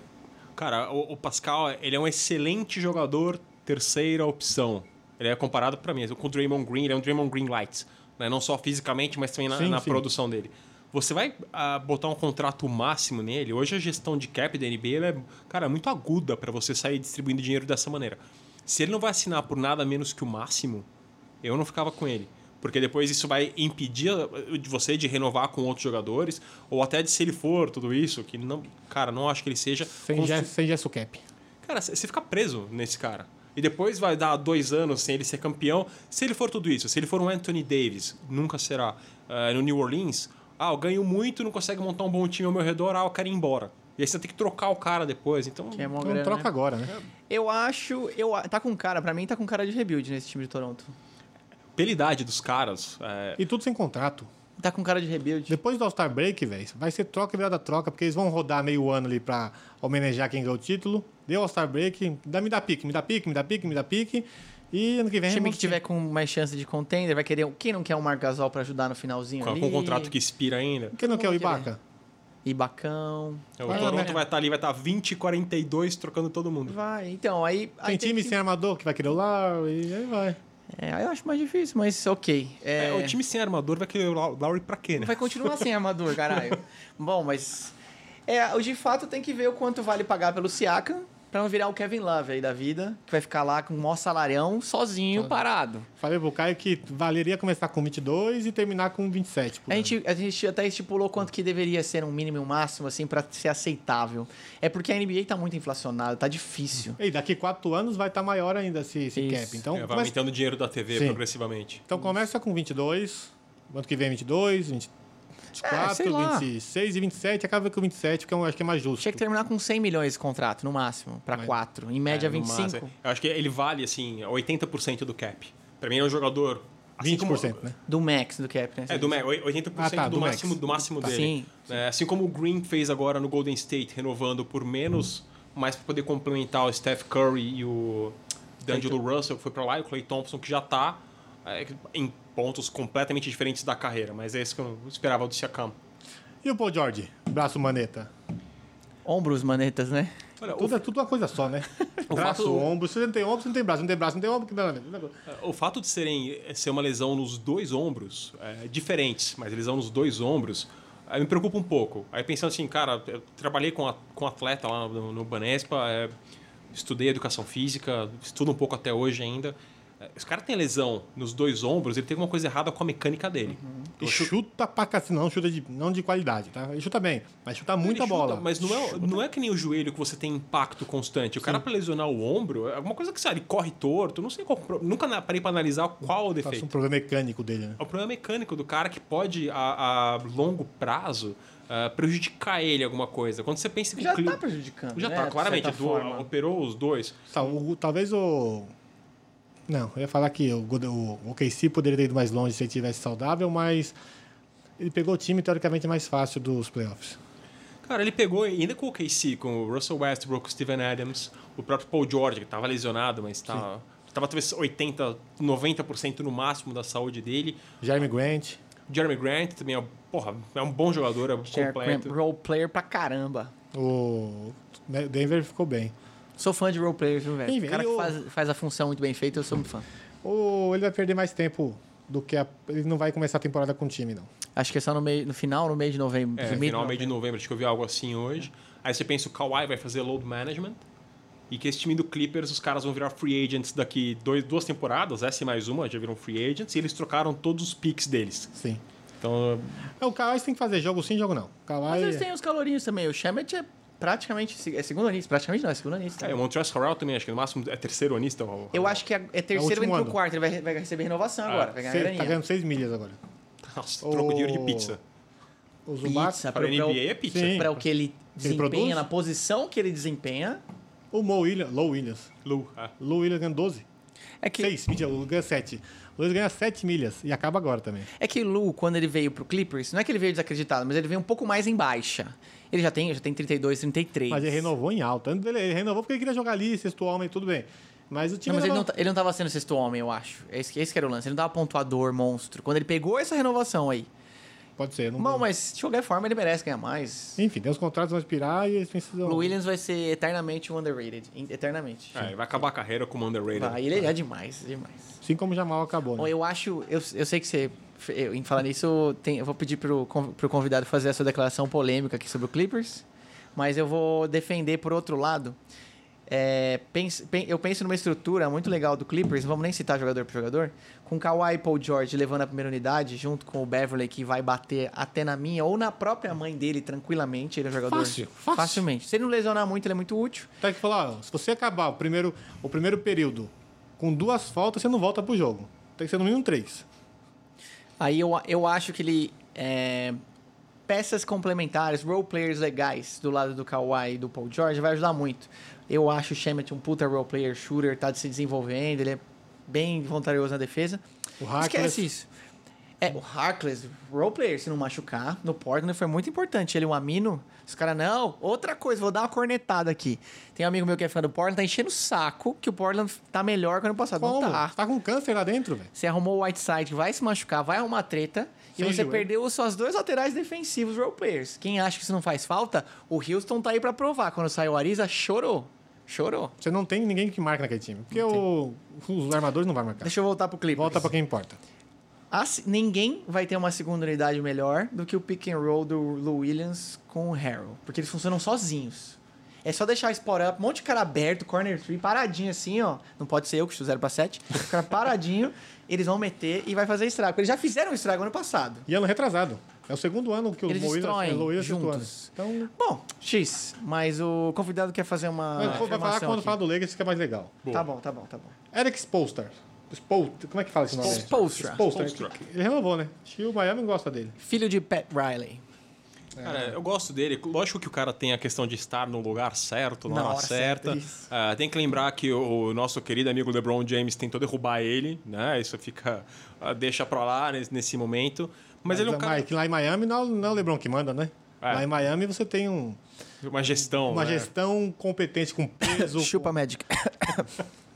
cara, o, o Pascal, ele é um excelente jogador, terceira opção. Ele é comparado para mim com o Draymond Green, ele é um Draymond Green Light. Né? Não só fisicamente, mas também na, Sim, na sim. produção dele. Você vai ah, botar um contrato máximo nele? Hoje a gestão de cap da NBA ela é, cara, muito aguda para você sair distribuindo dinheiro dessa maneira. Se ele não vai assinar por nada menos que o máximo, eu não ficava com ele. Porque depois isso vai impedir a- de você de renovar com outros jogadores, ou até de se ele for, tudo isso, que não. Cara, não acho que ele seja. Sem, constru- Ge- sem Gesso Cap. Cara, c- você fica preso nesse cara. E depois vai dar dois anos sem ele ser campeão. Se ele for tudo isso, se ele for um Anthony Davis, nunca será. Ah, no New Orleans, ah, eu ganho muito, não consegue montar um bom time ao meu redor, ah, eu quero ir embora. E aí você tem que trocar o cara depois. Então, Que é mó Então grana, troca né? agora, né? Eu acho. Eu, a- tá com cara, pra mim tá com cara de rebuild nesse time de Toronto. pela idade dos caras, é, E tudo sem contrato. Tá com cara de rebuild. Depois do All-Star Break, velho, vai ser troca e virada troca, porque eles vão rodar meio ano ali pra homenagear quem ganhou o título. Deu All-Star Break, dá, me dá pique, me dá pique, me dá pique, me dá pique. E ano que vem... O time remonta que tiver com mais chance de contender vai querer. Quem não quer um Margasol pra ajudar no finalzinho? com, ali? com um contrato que expira ainda. Quem não quer o Vamos querer. Ibaka? E Bacão. O Vai, Toronto né? vai estar ali, vai estar 20 e 42 trocando todo mundo. Vai, então, aí. Tem aí time que- sem armador que vai querer o Lowry, e aí vai. É, aí eu acho mais difícil, mas ok. É, É, o time sem armador vai querer o Lau- Lowry pra quê, né? Vai continuar sem armador, caralho. Bom, mas. É, o de fato tem que ver o quanto vale pagar pelo Siakam pra não virar o Kevin Love aí da vida, que vai ficar lá com o maior salarião, sozinho, parado. Falei pro Caio que valeria começar com 22 e terminar com 27. por A ano. gente, a gente até estipulou quanto que deveria ser um mínimo e um máximo, assim, pra ser aceitável. É porque a NBA tá muito inflacionada, tá difícil. E daqui quatro anos vai estar maior ainda esse, esse Isso. cap. Então, É, vai mas- aumentando o dinheiro da TV Sim. progressivamente. então começa com 22, ano que vem 22, É, sei 24, lá. 26 e 27. Acaba com 27, porque eu acho que é mais justo. Tinha que terminar com 100 milhões esse contrato, no máximo, pra quatro. Em média, É, no 25. máximo. Eu acho que ele vale, assim, 80% do cap. Pra mim, ele é um jogador... assim 20%, como- né? Do max do cap, né? É, do, ma- oi- 80% Ah, tá, do, do max. máximo, do máximo Tá. dele. Sim, É, assim como o Green fez agora no Golden State, renovando por menos, mas pra poder complementar o Steph Curry e o D'Angelo Russell, que foi pra lá, e o Clay Thompson, que já tá é, em pontos completamente diferentes da carreira. Mas é isso que eu esperava do Siakam. E o Paul George? Braço maneta. Ombros, manetas, né? Olha, o Tudo, é tudo uma coisa só, né? O braço, fato- ombro. Se você não tem ombro, você não tem braço. Não tem braço, não tem ombro. Que... O fato de serem, eh, ser uma lesão nos dois ombros, é, diferentes, mas lesão nos dois ombros, aí me preocupa um pouco. Aí pensando assim, cara, eu trabalhei com, a, com atleta lá no, no Banespa, é, estudei educação física, estudo um pouco até hoje ainda. É, Esse cara tem lesão nos dois ombros, ele tem alguma coisa errada com a mecânica dele. E Uhum. chuta pra cacete. Não, chuta de, não de qualidade, tá? Ele chuta bem, mas chuta muita Ele chuta, bola. mas não é, não é que nem o joelho que você tem impacto constante. O cara, pra lesionar o ombro, é alguma coisa que, sabe, ele corre torto, não sei qual. é pro- Nunca na- parei pra analisar qual o Passa defeito. um problema mecânico dele, né? É o problema mecânico do cara que pode, a, a longo prazo, ah, prejudicar ele em alguma coisa. Quando você pensa que Já o Clio- tá prejudicando. Já né? tá, de claramente. certa do- forma. operou os dois. Tá, o- talvez o. Não, eu ia falar que o, God- o, o KC poderia ter ido mais longe se ele tivesse saudável, mas ele pegou o time teoricamente mais fácil dos playoffs. Cara, ele pegou, ainda com o KC, com o Russell Westbrook, o Steven Adams, o próprio Paul George, que tava lesionado, mas tava, tava talvez 80%, 90% no máximo da saúde dele. Jeremy Grant, Jeremy Grant também é, porra, é um bom jogador, é completo. Role player pra caramba. o né, Denver ficou bem. Sou fã de role player, viu, Quem velho? vê? O cara que Eu- faz, faz a função muito bem feita, eu sou um fã. Ou ele vai perder mais tempo do que a, ele não vai começar a temporada com o time, não. Acho que é só no, meio, no final, no mês de novembro. É, no final, meio de novembro, acho que eu vi algo assim hoje. Aí você pensa, o Kawhi vai fazer load management e que esse time do Clippers, os caras vão virar free agents daqui dois, duas temporadas, essa e mais uma, já viram free agents, e eles trocaram todos os picks deles. Sim. Então, É, o Kawhi tem que fazer jogo sim, jogo não. O Kawhi Mas eles têm os calorinhos também. O Shemet é praticamente. se- É segundo anista, praticamente não, é segundo anista. É, o Montrezl Harrell também, acho que no máximo é terceiro anista. o- Eu acho que é, é terceiro último indo pro ano. quarto, ele vai, vai receber renovação agora, vai ganhar Cê tá graninha. ganhando 6 milhas agora. Nossa, troco de dinheiro de pizza. O Zubac, Pizza, pra, Para pra, NBA o- é pizza. Sim. pra o que ele produz? desempenha, na posição que ele desempenha. o Mo Williams, Low Williams. Lu, ah. Lou Williams ganha 12. É que, 6, mentira, o Lu ganha 7. O Williams ganha 7 milhas e acaba agora também. é que o Lu, quando ele veio pro Clippers, não é que ele veio desacreditado, mas ele veio um pouco mais em baixa. Ele já tem, já tem 32, 33. Mas ele renovou em alta. Ele ele renovou porque ele queria jogar ali, sexto homem, tudo bem. Mas o time Não, mas ele renovou- não, tá- ta- ele não tava sendo sexto homem, eu acho. Esse, que- esse que era o lance. Ele não tava pontuador, monstro. Quando ele pegou essa renovação aí. Pode ser. Não... Bom, mas de qualquer forma ele merece ganhar mais. Enfim, tem os contratos vão expirar e eles precisam... O Williams vai ser eternamente um underrated. in- Eternamente. É, vai acabar a carreira como underrated. Vai, ele é demais, demais. Assim como o Jamal acabou, né? Bom, eu acho. Eu, eu sei que você. eu- em falar nisso, tem- eu vou pedir pro, con- pro convidado fazer a sua declaração polêmica aqui sobre o Clippers. Mas eu vou defender por outro lado. É, pense- pen- eu penso numa estrutura muito legal do Clippers, não vamos nem citar jogador por jogador, com Kawhi e Paul George levando a primeira unidade, junto com o Beverly, que vai bater até na minha ou na própria mãe dele tranquilamente. Ele é um jogador. Fácil, fácil. Facilmente. Se ele não lesionar muito, ele é muito útil. Tá que falar, ó, se você acabar o primeiro, o primeiro período com duas faltas, você não volta pro jogo. Tem que ser no mínimo três. Aí eu, eu acho que ele. é, peças complementares, roleplayers legais do lado do Kawhi e do Paul George vai ajudar muito. Eu acho o Shemet um puta roleplayer shooter, tá se desenvolvendo, ele é bem voluntarioso na defesa. O Harkless. Esquece isso. É, o Harkless, roleplayer, se não machucar, no Portland foi muito importante. Ele, um amino, os caras, não, outra coisa, vou dar uma cornetada aqui. Tem um amigo meu que é fã do Portland, tá enchendo o saco que o Portland tá melhor que o ano passado. Como? Não tá. Você tá com câncer lá dentro, velho. Você arrumou o Whiteside, que vai se machucar, vai arrumar treta. Sem e você joelho. perdeu os seus dois laterais defensivos roleplayers. Quem acha que isso não faz falta, o Houston tá aí pra provar. Quando saiu o Ariza, chorou. Chorou. Você não tem ninguém que marca naquele time. Porque o, os armadores não vão marcar. Deixa eu voltar pro Clippers. Volta pra quem importa. A se- ninguém vai ter uma segunda unidade melhor do que o pick and roll do Lou Williams com o Harrell. Porque eles funcionam sozinhos. É só deixar spot up, um monte de cara aberto, corner three, paradinho assim, ó. Não pode ser eu que estou 0 pra 7. O cara paradinho, eles vão meter e vai fazer estrago. Eles já fizeram um estrago ano passado. E ano retrasado. É o segundo ano que o Eles Moísa destroem juntos. Ah, juntos. Então, Bom, X, mas o convidado quer fazer uma. mas vou- vai falar afirmação quando aqui. falar do Lakers, fica mais legal. Tá bom, tá bom, tá bom. Eric Spolster. Spolter. Como é que fala esse nome? Spoelstra. Spolster. Ele renovou, né? Acho que o Miami gosta dele. Filho de Pat Riley. Cara, eu gosto dele. Lógico que o cara tem a questão de estar no lugar certo, na, Na hora hora certa. certa, isso. Ah, tem que lembrar que o, o nosso querido amigo LeBron James tentou derrubar ele, né? Isso fica. ah, deixa pra lá nesse, nesse momento. Mas, ele é um cara. Mike, lá em Miami não não é o LeBron que manda, né? É. Lá em Miami você tem um- Uma gestão. uma né? gestão competente com peso. Chupa Magic.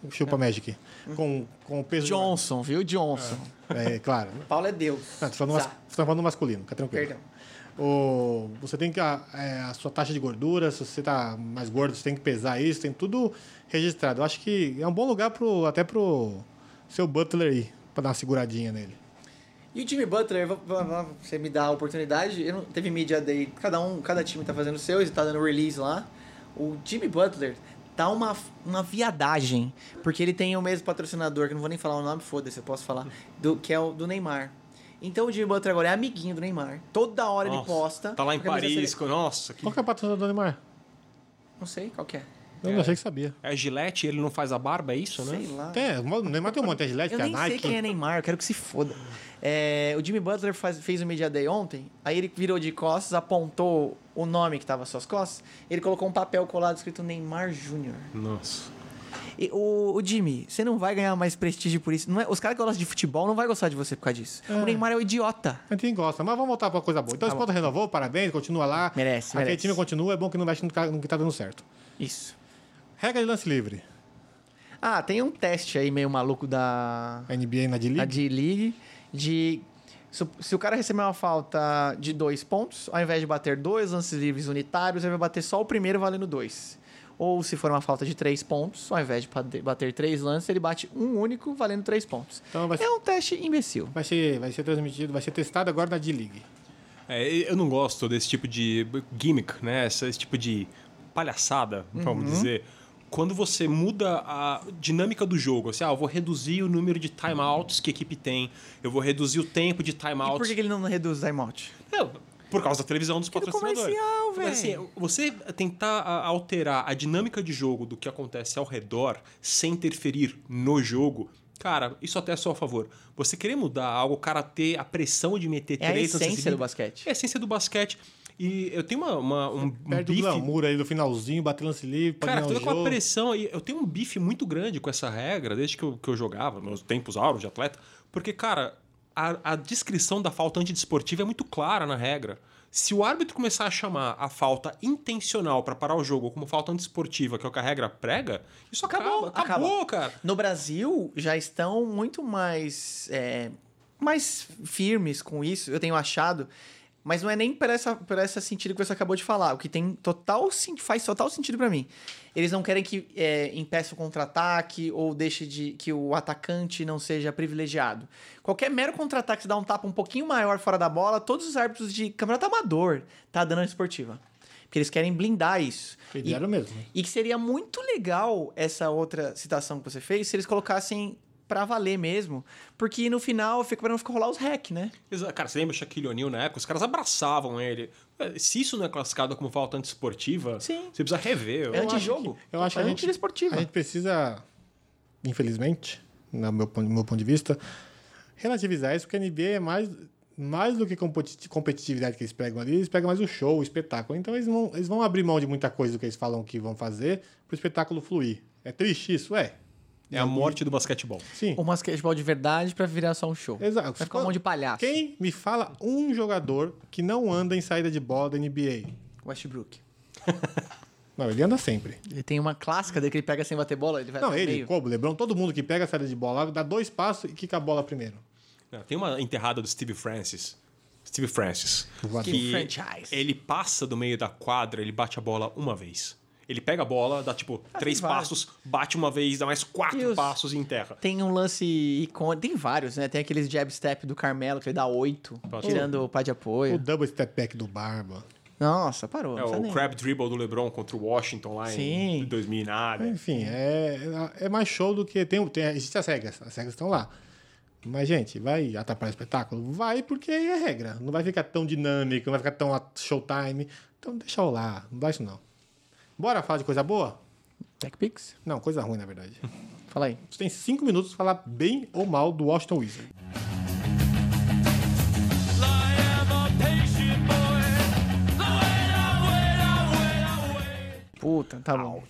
com, chupa Magic. Com, com peso. Johnson, viu? Johnson. É, claro. Paulo é Deus. Não, tô falando, mas- Zá. tô falando masculino, fica tranquilo. Perdão. O- você tem que. A, é, a sua taxa de gordura, se você tá mais gordo, você tem que pesar isso, tem tudo registrado. Eu acho que é um bom lugar pro, até pro seu Butler ir, pra dar uma seguradinha nele. E o Jimmy Butler, v- v- v- você me dá a oportunidade, eu não, teve mídia day, cada um, cada time tá fazendo o seu, e tá dando release lá. O Jimmy Butler tá uma, uma viadagem, porque ele tem o mesmo patrocinador, que eu não vou nem falar o nome, foda-se, eu posso falar, do, que é o do Neymar. Então o Jimmy Butler agora é amiguinho do Neymar. Toda hora ele Nossa, posta. Tá lá em com a camisa Paris. sele- com- Nossa, que. Qual que é a patrocinador do Neymar? Não sei qual que é. Eu não achei que sabia. É Gillette, ele não faz a barba, é isso, né? Sei lá. Tem, o Neymar tem um monte, tem a Gillette, Eu tem a nem sei Nike. quem é Neymar, eu quero que se foda. É, o Jimmy Butler faz- fez o Media Day ontem, aí ele virou de costas, apontou o nome que tava às suas costas, ele colocou um papel colado escrito Neymar Júnior. Nossa. E O, o Jimmy, você não vai ganhar mais prestígio por isso. Não é- os caras que gostam de futebol não vão gostar de você por causa disso. O Neymar é um idiota. A gente gosta, mas vamos voltar pra coisa boa. Então, o Sport renovou, parabéns, continua lá. Tá Merece, Aquele merece. time continua, é bom que não mexe no ca- no que tá dando certo. Isso. Regra de lance livre. Ah, tem um teste aí meio maluco da, A NBA na A D-League. D-League, de. Se, o- se o cara receber uma falta de dois pontos, ao invés de bater dois lances livres unitários, ele vai bater só o primeiro valendo dois. Ou se for uma falta de três pontos, ao invés de bate- bater três lances, ele bate um único valendo três pontos. Então vai ser- É um teste imbecil. Vai ser, vai ser transmitido, vai ser testado agora na D-League. É, e- eu não gosto desse tipo de gimmick, né? Essa- Esse tipo de palhaçada, vamos dizer. Quando você muda a dinâmica do jogo, assim, ah, eu vou reduzir o número de timeouts que a equipe tem, eu vou reduzir o tempo de E por timeouts. que que ele não reduz o timeout? Não, Por causa da televisão dos patrocinadores. comercial, Mas, assim, você tentar a- alterar a dinâmica de jogo do que acontece ao redor sem interferir no jogo, cara, isso até é só a favor. Você querer mudar algo, o cara ter a pressão de meter É a três essência do basquete. basquete. É a essência do basquete. E eu tenho uma, uma- um Perde bife o glamour ali do finalzinho, bater lance livre, pode Cara, ganhar toda o aquela jogo. pressão. aí. Eu tenho um bife muito grande com essa regra, desde que eu, que eu jogava, meus tempos áureos de atleta. Porque, cara, a, a descrição da falta antidesportiva é muito clara na regra. Se o árbitro começar a chamar a falta intencional pra parar o jogo como falta antidesportiva, que é o que a regra prega, isso acabou. Acabou, Acabou, cara. No Brasil, já estão muito mais, é, mais firmes com isso, eu tenho achado. Mas não é nem por essa, por essa sentido que você acabou de falar, o que tem total, sen- faz total sentido pra mim. Eles não querem que é, impeça o contra-ataque ou deixe de que o atacante não seja privilegiado. Qualquer mero contra-ataque, se dá um tapa um pouquinho maior fora da bola, todos os árbitros de campeonato amador tá dando a esportiva. Porque eles querem blindar isso. E- Fizeram mesmo. né? e que seria muito legal essa outra citação que você fez se eles colocassem pra valer mesmo. Porque no final fica pra não ficar rolar os hack, né? Exa- Cara, você lembra o Shaquille O'Neal na época? Os caras abraçavam ele. Se isso não é classificado como falta antidesportiva, Sim. você precisa rever. É antijogo. Eu acho que a é gente, antiesportiva. a gente precisa, infelizmente, no meu, pon- meu ponto de vista, relativizar isso, porque a NBA é mais, mais do que competi- competitividade que eles pegam ali, eles pegam mais o show, o espetáculo. Então eles vão, eles vão abrir mão de muita coisa do que eles falam que vão fazer pro espetáculo fluir. É triste isso? É. É a morte do basquetebol. Sim. O Um basquetebol de verdade pra virar só um show. Exato. Vai ficar um monte de palhaço. Quem me fala um jogador que não anda em saída de bola da NBA? Westbrook. Não, ele anda sempre. Ele tem uma clássica dele que ele pega sem bater bola, ele vai Não, até o ele, meio. como o Lebron, todo mundo que pega a saída de bola, dá dois passos e quica a bola primeiro. Não, Tem uma enterrada do Steve Francis. Steve Francis. Voador. Steve Franchise. Ele passa do meio da quadra, ele bate a bola uma vez. Ele pega a bola, dá tipo Ah, três vários. passos, bate uma vez, dá mais quatro E os- passos e enterra. Tem um lance icônico. Tem vários, né? Tem aqueles jab step do Carmelo, que ele dá oito, Pode- tirando o pá de apoio. O double step back do Barba. Nossa, parou. É não precisa o nem. crab dribble do LeBron contra o Washington lá em Sim. 2000 e nada. Enfim, é, é mais show do que. Tem, tem, Existem as regras, as regras estão lá. Mas, gente, vai atrapalhar o espetáculo? Vai, porque é regra. Não vai ficar tão dinâmico, não vai ficar tão a- showtime. Então, deixa eu lá, não dá isso não. Bora falar de coisa boa? Tech Pix? Não, coisa ruim, na verdade. Fala aí. Você tem cinco minutos pra falar bem ou mal do Washington Wizards. Puta, tá bom.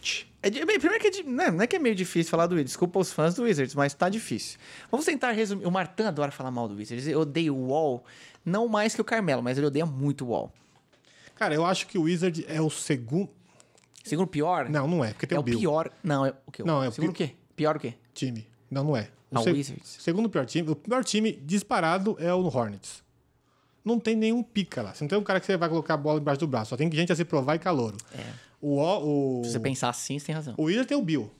É di- bem, primeiro que é, di- né, não é que é meio difícil falar do Wizards. Desculpa os fãs do Wizards, mas tá difícil. Vamos tentar resumir. O Martin adora falar mal do Wizards. Eu odeio o Wall. Não mais que o Carmelo, mas ele odeia muito o Wall. Cara, eu acho que o Wizard é o segundo. Segundo pior? Não, não é, porque tem É o o Bill. pior. Não, é o quê? Não, é o Segundo o pi- quê? Pior o quê? time. Não, não é. Ah, o seg- Wizards. Segundo pior time. O pior time disparado é o Hornets. Não tem nenhum pica lá. Você não tem um cara que você vai colocar a bola embaixo do braço. Só tem gente a se provar e calouro. O, o, o, Se você pensar assim, você tem razão. o Wizards tem o Bill.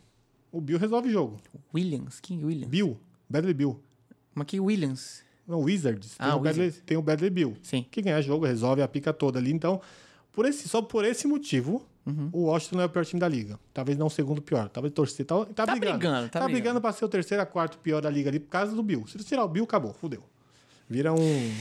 O Bill resolve o jogo. Williams? Quem Williams? Bill. Bradley Bill. Mas que Williams? Não, Wizards. Tem, Ah, o Bradley, Wizards. tem o Bradley Bill. Sim. Que ganha jogo, resolve a pica toda ali. Então, por esse, só por esse motivo, Uhum. o Washington não é o pior time da liga. Talvez não o segundo pior. Talvez torcer. Tá, tá, Tá brigando. brigando, tá Tá brigando brigando. pra ser o terceiro a quarto pior da liga ali por causa do Bill. Se você tirar o Bill, acabou. Fudeu. Vira um.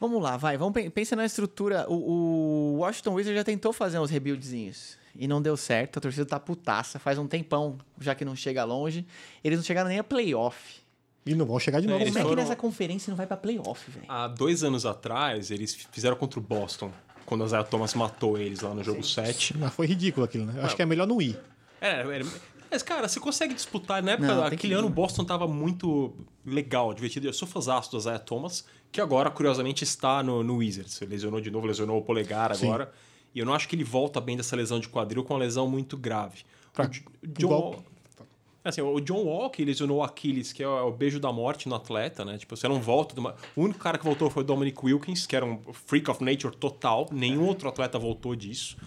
Vamos lá, vai. Vamos pen- pensa na estrutura. O, o Washington Wizards já tentou fazer uns rebuildzinhos e não deu certo. A torcida tá putaça faz um tempão, já que não chega longe. Eles não chegaram nem a playoff. E não vão chegar de novo. eles Como é né? que foram- nessa conferência não vai pra playoff, velho? Há dois anos atrás, eles fizeram contra o Boston, quando o Isaiah Thomas matou eles lá no jogo 7. Mas foi ridículo aquilo, né? Eu acho que é melhor não ir. É, era- mas, cara, você consegue disputar. Na época, Não, tem aquele que- ano, o Boston tava muito legal, divertido. Eu sou fãzaço do Isaiah Thomas, que agora, curiosamente, está no, no Wizards. Ele lesionou de novo, lesionou o polegar agora. E eu não acho que ele volta bem dessa lesão de quadril com uma lesão muito grave. Tá. O J- o Um John igual- Wall- Assim, o John Wall que lesionou o Aquiles, que é o beijo da morte no atleta, né? Tipo, você não volta. de uma- O único cara que voltou foi o Dominic Wilkins, que era um freak of nature total. Nenhum outro atleta voltou disso.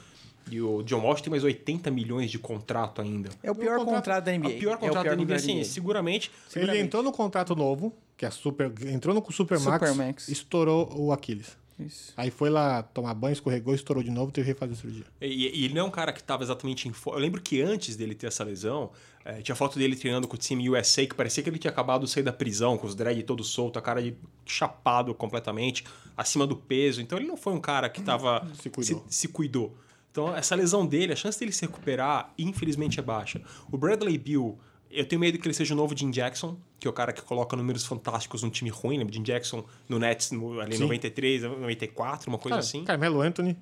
E o John Wall tem mais 80 milhões de contrato ainda. É o pior contrato- contrato da NBA. O pior contrato é da NBA, sim, seguramente. Ele entrou no contrato novo, que é super. Entrou no Supermax. Supermax. Estourou o Aquiles. Isso. Aí foi lá tomar banho, escorregou, estourou de novo, teve que fazer cirurgia. E, e ele não é um cara que estava exatamente em forma. Eu lembro que antes dele ter essa lesão, eh, tinha foto dele treinando com o time USA, que parecia que ele tinha acabado de sair da prisão, com os dread todo solto, a cara de chapado completamente, acima do peso. Então ele não foi um cara que estava. Se cuidou. Se, se cuidou. Então essa lesão dele, a chance dele se recuperar, infelizmente, é baixa. O Bradley Bill. Eu tenho medo que ele seja o novo Jim Jackson, que é o cara que coloca números fantásticos num time ruim, lembra? Jim Jackson no Nets no, ali em Sim. É. 93, 94, uma coisa Cara, assim. Carmelo Anthony.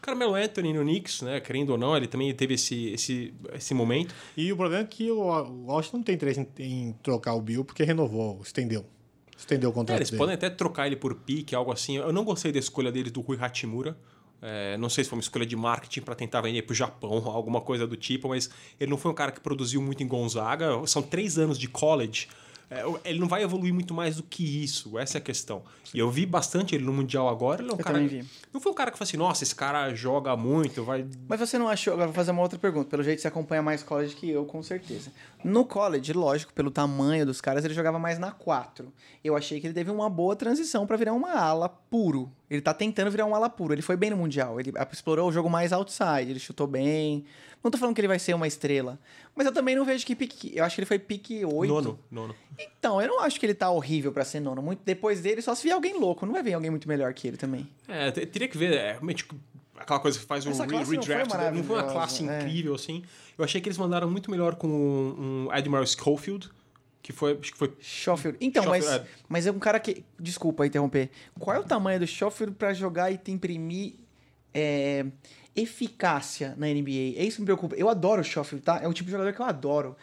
Carmelo Anthony no Knicks, né? Querendo ou não, ele também teve esse, esse, esse momento. E o problema é que o o Washington não tem interesse em, em trocar o Bill porque renovou, estendeu. Estendeu o Tá É, contrato eles dele. podem até trocar ele por pique, algo assim. Eu não gostei da escolha dele do Rui Hachimura. É, não sei se foi uma escolha de marketing para tentar vender pro Japão, alguma coisa do tipo, mas ele não foi um cara que produziu muito em Gonzaga. São três anos de college. É, o- ele não vai evoluir muito mais do que isso. Essa é a questão. E eu vi bastante ele no Mundial agora. Ele é um Eu cara. também vi. Não foi um cara que falou assim, nossa, esse cara joga muito, vai. Mas você não achou. Agora vou fazer uma outra pergunta. Pelo jeito você acompanha mais college que eu, com certeza. No college, lógico, pelo tamanho dos caras, ele jogava mais na 4. Eu achei que ele teve uma boa transição pra virar uma ala puro. Ele tá tentando virar um ala puro. Ele foi bem no Mundial. Ele explorou o jogo mais outside. Ele chutou bem. Não tô falando que ele vai ser uma estrela. Mas eu também não vejo que pique. Eu acho que ele foi pique 8. Nono, nono. Então, eu não acho que ele tá horrível pra ser nono. Muito depois dele, só se vier alguém louco. Não vai vir alguém muito melhor que ele também. É, te- teria que ver, é, realmente aquela coisa que faz um Essa re- classe não foi redraft. Não foi, uma maravilhosa, classe é. incrível, assim. Eu achei que eles mandaram muito melhor com um, um Admiral Schofield, que foi. Acho que foi. Schofield. Então, Schofield, mas, é. mas é um cara que. Desculpa interromper. Qual é o tamanho do Schofield pra jogar e te imprimir é, eficácia na NBA? É isso que me preocupa. Eu adoro o Schofield, tá? É o tipo de jogador que eu adoro.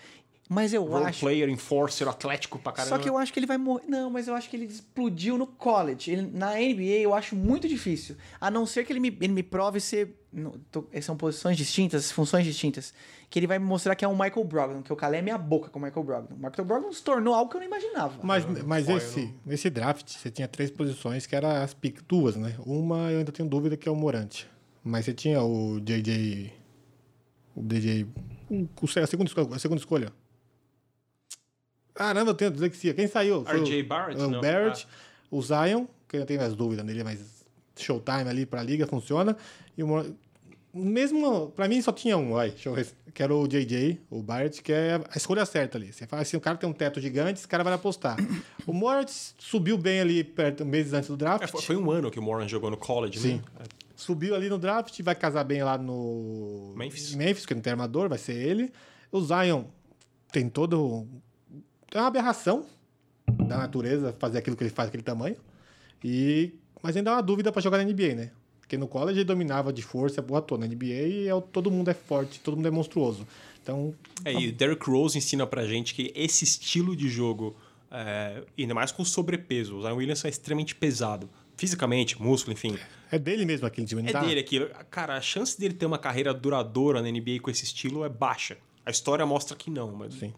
Mas eu Role acho. player, enforcer, atlético pra caramba. Só que eu acho que ele vai morrer. Não, mas eu acho que ele explodiu no college. Ele- na NBA eu acho muito difícil. A não ser que ele me, ele me prove ser. não, tô- são posições distintas, funções distintas. Que ele vai me mostrar que é um Michael Brogdon, que eu calei a minha boca com o Michael Brogdon. O Michael Brogdon se tornou algo que eu não imaginava. Mas, mas esse, nesse draft, você tinha três posições que eram as pick, duas, né? Uma eu ainda tenho dúvida que é o Morante. Mas você tinha o JJ. O DJ. o- o- a, segunda escolha, a segunda escolha. Caramba, eu tenho dislexia. Quem saiu? Foi RJ o- Barrett, O não. Ah. Barrett, o Zion, que eu ainda tenho minhas dúvidas nele, mas Showtime ali pra liga funciona. E o Mor- mesmo. Pra mim só tinha um, vai, deixa eu ver. Que era o JJ, o Barrett, que é a escolha certa ali. Você fala assim, o cara tem um teto gigante, esse cara vai apostar. o Moritz subiu bem ali perto, meses antes do draft. É, foi, foi um ano que o Moran jogou no college, Sim. né? Subiu ali no draft, vai casar bem lá no. Memphis. Memphis, que não tem armador, vai ser ele. O Zion tem todo. É uma aberração da natureza fazer aquilo que ele faz, aquele tamanho. E... Mas ainda é uma dúvida pra jogar na NBA, né? Porque no college ele dominava de força a porra toda. Na NBA é... o- todo mundo é forte, todo mundo é monstruoso. Então, É, e o Derrick Rose ensina pra gente que esse estilo de jogo, é, ainda mais com sobrepeso, o Zion Williamson é extremamente pesado. Fisicamente, músculo, enfim. é dele mesmo aquele time, não É tá? dele aquilo. Cara, a chance dele ter uma carreira duradoura na NBA com esse estilo é baixa. A história mostra que não, mas. Sim.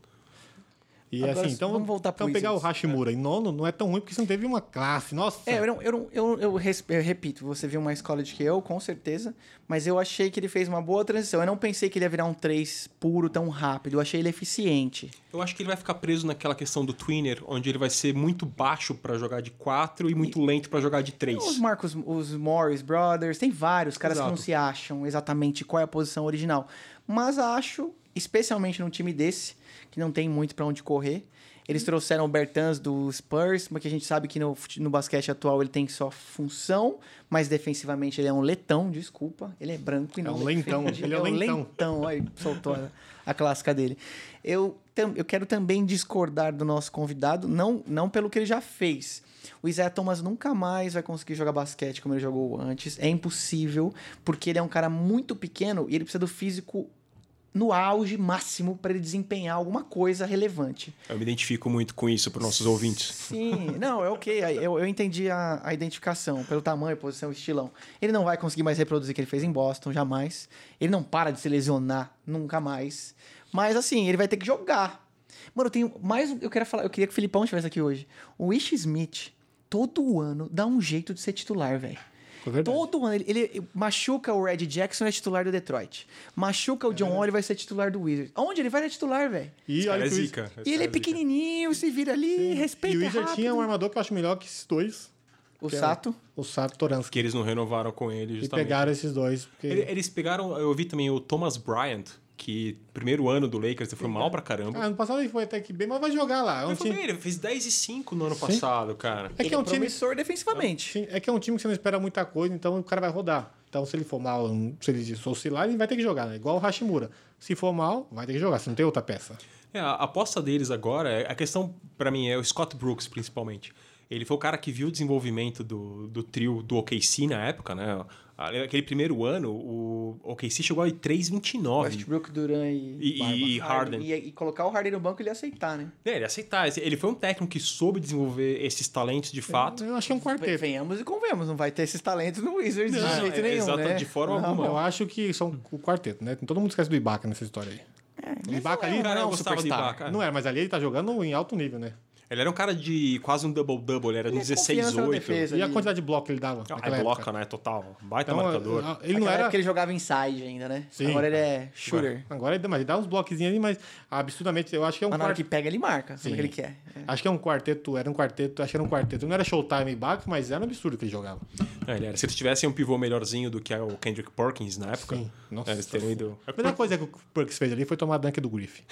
E Agora, assim, então, vamos voltar pro então pegar o Wizards. Hashimura em nono não é tão ruim porque você não teve uma classe. Nossa! É, eu, não, eu, não, eu, eu, res- eu repito, você viu mais college que eu, com certeza, mas eu achei que ele fez uma boa transição. Eu não pensei que ele ia virar um 3 puro tão rápido, eu achei ele eficiente. Eu acho que ele vai ficar preso naquela questão do tweener, onde ele vai ser muito baixo pra jogar de 4 e muito lento pra jogar de 3. Os Marcos, os Morris Brothers, tem vários caras que não Exato. se acham exatamente qual é a posição original. Mas acho, especialmente num time desse, que não tem muito pra onde correr. Eles trouxeram o Bertans do Spurs, porque a gente sabe que no, fute- no basquete atual ele tem só função, mas defensivamente ele é um letão, desculpa. Ele é branco e não um lentão, defende. ele é um lentão. Então, aí soltou a, a clássica dele. Eu, tam- eu quero também discordar do nosso convidado, não, não pelo que ele já fez. O Isaiah Thomas nunca mais vai conseguir jogar basquete como ele jogou antes. É impossível, porque ele é um cara muito pequeno e ele precisa do físico no auge máximo para ele desempenhar alguma coisa relevante. Eu me identifico muito com isso pros nossos ouvintes. Sim, não, é ok. aí Eu, eu entendi a, a identificação, pelo tamanho, posição, estilão. Ele não vai conseguir mais reproduzir o que ele fez em Boston, jamais. Ele não para de se lesionar, nunca mais. Mas assim, ele vai ter que jogar. Mano, eu tenho mais. um- Eu quero falar, eu queria que o Filipão estivesse aqui hoje. O Ish Smith, todo ano, dá um jeito de ser titular, velho. É verdade. Todo ano. Ele, ele machuca o Red Jackson, ele é titular do Detroit. Machuca É o John Wall, vai ser titular do Wizards. Onde ele vai, ele é titular, velho. E Cara, olha é que o Wiz- zica. Esse E ele é cara zica. pequenininho, se vira ali, respeita E o é Wizard rápido. tinha um armador que eu acho melhor que esses dois. O Sato. o Sato Toransky. Que eles não renovaram com ele, E justamente. pegaram esses dois. Porque... Ele- Eles pegaram, eu vi também o Thomas Bryant, que primeiro ano do Lakers, ele foi mal pra caramba. Ah, ano passado ele foi até que bem, mas vai jogar lá. É um Mas foi time... bem, ele fez 10 e 5 no ano passado, cara. É que é um time promissor defensivamente. Sim, é que é um time que você não espera muita coisa, então o cara vai rodar. Então, se ele for mal, se ele oscilar, ele vai ter que jogar, né? Igual o Hashimura. Se for mal, vai ter que jogar, se não tem outra peça. É, a aposta deles agora, é- a questão pra mim é o Scott Brooks, principalmente. Ele foi o cara que viu o desenvolvimento do, do trio do OKC na época, né? Ali- Aquele primeiro ano, o OKC chegou a ir 3,29. tipo, Westbrook, Duran E- e- e Harden. E, e colocar o Harden no banco ele ia aceitar, né? É, ele aceitar. esse- Ele foi um técnico que soube desenvolver esses talentos de fato. Eu acho que é um quarteto. Venhamos e convenhamos, não vai ter esses talentos no Wizards Não, de jeito é- nenhum, exata- né? de forma Não. alguma. Eu acho que são o quarteto, né? Todo mundo esquece do Ibaka nessa história aí. o Ibaka ali não cara, é eu um gostava do superstar. Ibaka. Não é, mas ali ele tá jogando em alto nível, né? Ele era um cara de quase um double-double, ele era Ele um é confiança na 16-8. defesa. E a ali. quantidade de bloco que ele dava Ah, naquela é época. bloco, né? Total. Baita Então, marcador. a- a- ele não Naquela era... época ele jogava inside ainda, né? Sim. Agora ele é shooter. Agora ele dá, mas ele dá uns bloquezinhos ali, mas absurdamente, eu acho que é um Mas na hora que quarteto. pega, ele marca. Sabe o que Sim. ele quer. É. Acho que é um quarteto, era um quarteto, acho que era um quarteto. Não era Showtime e Ibaka, mas era um absurdo que ele jogava. É, ele era- Se eles tivessem um pivô melhorzinho do que é o Kendrick Perkins na época, Sim. Nossa. tá é, eles teriam ido. A melhor coisa que o Perks fez ali foi tomar a dunk do Griffin.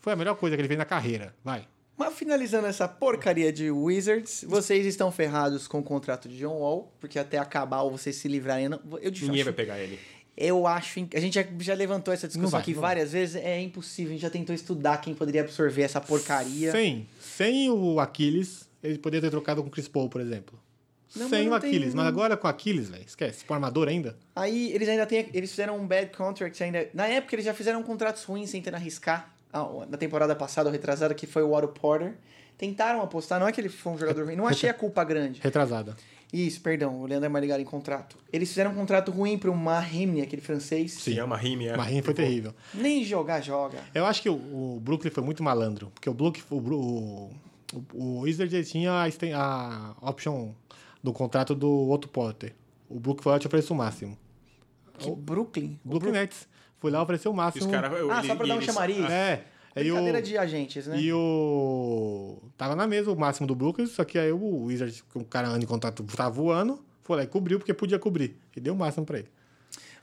Foi a melhor coisa que ele fez na carreira. Vai. Mas finalizando essa porcaria de Wizards, vocês estão ferrados com o contrato de John Wall, porque até acabar ou vocês se livrarem. não- Eu, é de- Ninguém acho- vai pegar ele. eu acho. inc- A gente já, já levantou essa discussão Não vai, aqui não várias vezes. É impossível. A gente já tentou estudar quem poderia absorver essa porcaria. Sem, sem o Aquiles, ele poderia ter trocado com o Chris Paul, por exemplo. Não, mas sem o não tem- um- Aquiles. Mas agora com o Aquiles, velho, esquece. Com armador ainda. Aí eles ainda têm, eles fizeram um bad contract ainda. Na época eles já fizeram contratos ruins sem tentar arriscar. Ah, Na temporada passada ou retrasada que foi o Otto Porter, tentaram apostar, não é que ele foi um jogador ruim, não achei a culpa grande. Retrasada. Isso, perdão, o Leandro é mais ligado em contrato. Eles fizeram um contrato ruim pro Mahimni, aquele francês. Sim, é uma rime, é. Marinho foi terrível. Nem jogar joga. Eu acho que o, o Brooklyn foi muito malandro. Porque o Brooklyn. O, Bru- o, o Wizard ele tinha a, esten- a option do contrato do outro Potter. O Brooklyn foi lá e te ofereceu o máximo. Que Brooklyn. O Brooklyn Nets foi lá e ofereceu o E máximo. os caras. Ah, só pra dar um chamariz. É. aí o- Brincadeira de agentes, né? E o. Tava na mesa o máximo do Brooklyn, só que aí o Wizard, o cara anda em contato, tava voando, foi lá e cobriu porque podia cobrir. E deu o máximo pra ele.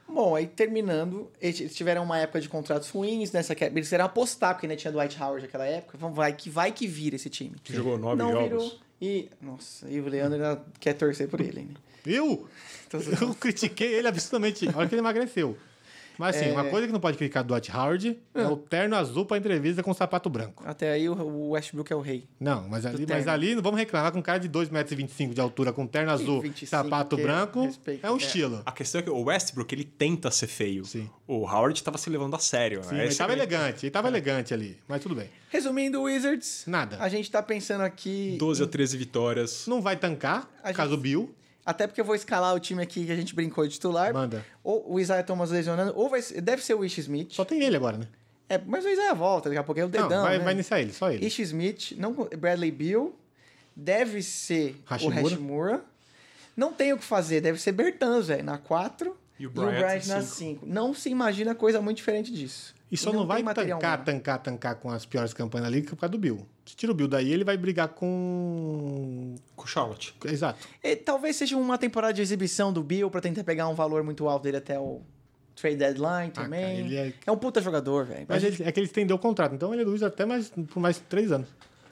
Bom, aí terminando, eles eles tiveram uma época de contratos ruins nessa que eles fizeram apostar, porque ainda tinha Dwight Howard naquela época. Vamos, vai que vai que vira esse time. Que jogou nove Não jogos. virou. E, nossa, e o Leandro ainda quer torcer por ele, né? Então, Eu? Tô zoando. Eu critiquei ele absurdamente. Olha que ele emagreceu. Mas assim, É. uma coisa que não pode criticar do Dwight Howard é Ah. o terno azul pra entrevista com sapato branco. Até aí o- o Westbrook é o rei. Não, mas ali, mas terno. ali não vamos reclamar com um cara de 2,25m de altura com terno azul, 25, sapato que branco. respeito. É um É. estilo. A questão é que o Westbrook, ele tenta ser feio. Sim. O Howard tava se levando a sério. né? Sim, ele tava elegante, ele tava É. elegante ali, mas tudo bem. Resumindo, Wizards. Nada. A gente tá pensando aqui. 12 ou 13 vitórias. Não vai tancar, A caso gente- Bill. Até porque eu vou escalar o time aqui que a gente brincou de titular. Manda. Ou o Isaiah Thomas lesionando, ou vai, ser- deve ser o Ish Smith. Só tem ele agora, né? É, mas o Isaiah volta, daqui a pouco é o dedão. não, vai, né? vai iniciar ele, só ele. Ish Smith, não, Bradley Bill, deve ser Hashimura. o Hashimura. Não tem o que fazer, deve ser Bertans, velho, na 4 E o Bryant na na cinco. 5. Não se imagina coisa muito diferente disso. E só E não, não vai tem material tancar, humano. tancar, tancar com as piores campanhas ali que é por causa do Bill. Se tira o Bill daí, ele vai brigar com. Com o Charlotte. Exato. E talvez seja uma temporada de exibição do Bill pra tentar pegar um valor muito alto dele até o trade deadline cara, também. ele é- é... um puta jogador, velho. Mas ele- é que ele estendeu o contrato, então ele é do Wizards até mais, por mais três anos.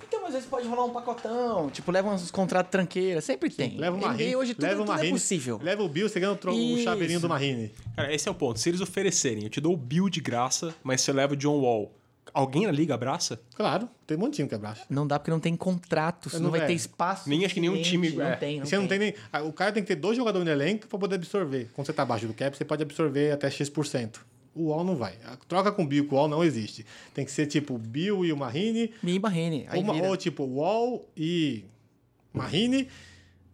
Então, às vezes pode rolar um pacotão, tipo, leva uns contratos tranqueira, sempre tem. Leva o NBA Marrine. hoje tudo, leva o tudo é Marrine, possível. Leva o Bill, você ganha o, tro- o Isso. chaveirinho do Marrine. Cara, esse é o ponto. Se eles oferecerem, eu te dou o Bill de graça, mas você leva o John Wall. Alguém na liga abraça? Claro, tem um monte de time que abraça. Não dá porque não tem contratos, Eu não, não vai vejo. ter espaço. Nem acho que nenhum suficiente, time- é. Não tem, E não você tem. não tem nem. ah, O cara tem que ter dois jogadores no elenco pra poder absorver. Quando você tá abaixo do cap, você pode absorver até X%. O UOL não vai. A troca com o Bill e com o UOL não existe. Tem que ser tipo o Bill e o Marrine, Mim Bahreine. Aí Ou, ma- vira. ou tipo, Wall e Marrine.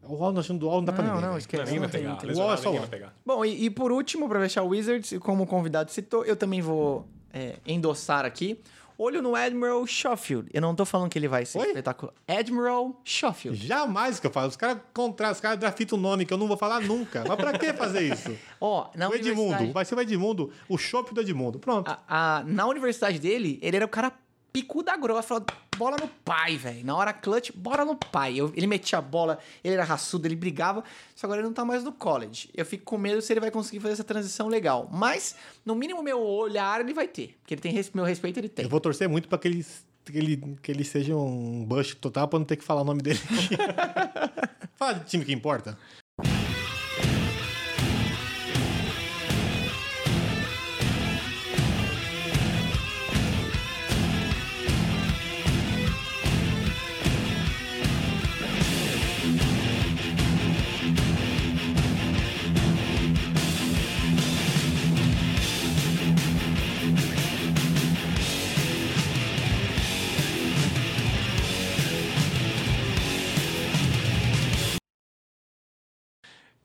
O Wall nós achamos do Wall não dá pra Não, ninguém. não, velho. esquece. Não, ninguém vai não tem, pegar. não tem. Lesionado, Wall é só ninguém Wall. vai pegar. Bom, e, e por último, pra fechar o Wizards, e como o convidado citou, eu também vou é, endossar aqui. Olho no Admiral Schofield. Eu não tô falando que ele vai ser Oi? espetacular. Admiral Schofield. Jamais que eu falo. Os caras contratam, os caras drafitam o nome que eu não vou falar nunca. Mas pra que fazer isso? Ó, na o Edmundo. universidade- Ah, Vai ser o Edmundo, o chopp do Edmundo. Pronto. a- a- na universidade dele, ele era o cara picuda grossa, falou, bola no pai, velho. Na hora clutch, bola no pai. Eu- ele metia a bola, ele era raçudo, ele brigava, só agora ele não tá mais no college. Eu fico com medo se ele vai conseguir fazer essa transição legal. Mas, no mínimo, meu olhar ele vai ter. Porque ele tem res- meu respeito, ele tem. Eu vou torcer muito pra que ele, que ele, que ele seja um bush total pra não ter que falar o nome dele. aqui. Fala do time que importa.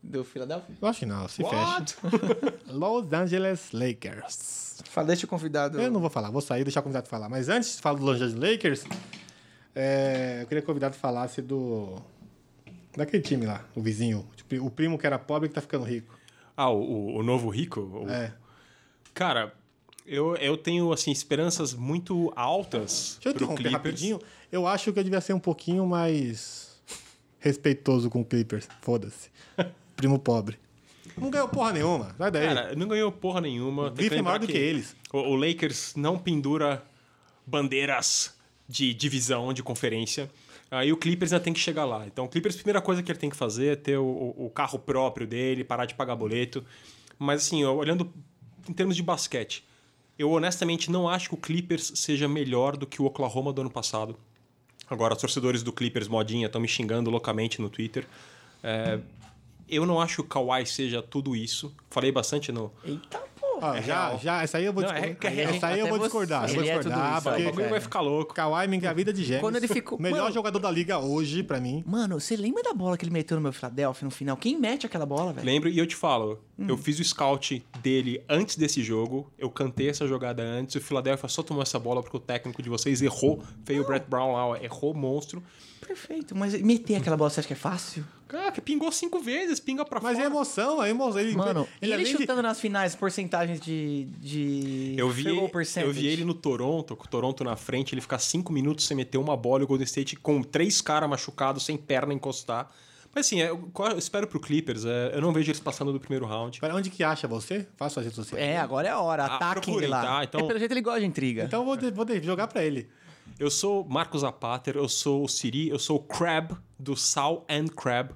Do Philadelphia. Eu acho que não, se What? fecha. Los Angeles Lakers. Fala, deixa o convidado. Eu não vou falar, vou sair, deixar o convidado falar. Mas antes, falo do Los Angeles Lakers. é, eu queria que o convidado falasse do. Daquele time lá, o vizinho. Tipo, o primo que era pobre que tá ficando rico. Ah, o, o novo rico? O- É. Cara, eu, eu tenho, assim, esperanças muito altas Deixa eu pro interromper Clippers. rapidinho. Eu acho que eu devia ser um pouquinho mais respeitoso com o Clippers. Foda-se. Primo pobre. Não ganhou porra nenhuma. Sai daí. Cara, não ganhou porra nenhuma. Tem Griffin é lembrar maior do que eles. O, o Lakers não pendura bandeiras de divisão, de conferência. Aí o Clippers ainda tem que chegar lá. Então o Clippers, a primeira coisa que ele tem que fazer é ter o, o- o carro próprio dele, parar de pagar boleto. Mas assim, ó, olhando em termos de basquete, eu honestamente não acho que o Clippers seja melhor do que o Oklahoma do ano passado. Agora, os torcedores do Clippers modinha estão me xingando loucamente no Twitter. É, eu não acho que o Kawhi seja tudo isso. Falei bastante no, Eita porra. Ó, já, é real. já, essa aí eu vou Não, é discordar. real. Essa aí eu Até vou você- discordar. Eu vou ele é tudo discordar, isso, O aí, porque bagulho vai ficar louco. Kawhi me engravida de gêmeos. Quando ele ficou- Melhor Mano- jogador da liga hoje, pra mim. Mano, você lembra da bola que ele meteu no meu Philadelphia no final? Quem mete aquela bola, velho? Lembro, e eu te falo, eu fiz o scout dele antes desse jogo, eu cantei essa jogada antes, o Philadelphia só tomou essa bola porque o técnico de vocês errou, feio o Brett Brown lá, ó, errou monstro. Perfeito, mas meter aquela bola você acha que é fácil? Cara, que pingou cinco vezes, pinga pra Mas é fora. emoção, é emoção. Ele, Mano, ele, além de- chutando nas finais porcentagens de. de Eu vi, field goal ele, eu percentage. vi ele no Toronto, com o Toronto na frente, ele ficar cinco minutos sem meter uma bola e o Golden State com três caras machucados, sem perna encostar. Mas assim, é, eu, eu espero pro Clippers, é, eu não vejo eles passando do primeiro round. Pera, onde que acha você? Faça suas redes sociais. É, agora é a hora. Ah, Ataquem ele procurem, lá. tá? Então- É, pelo jeito ele gosta de intriga. Então eu vou, de- vou de- jogar pra ele. Eu sou Marcos Zapater, eu sou o Siri, eu sou o Crab do Sal and Crab.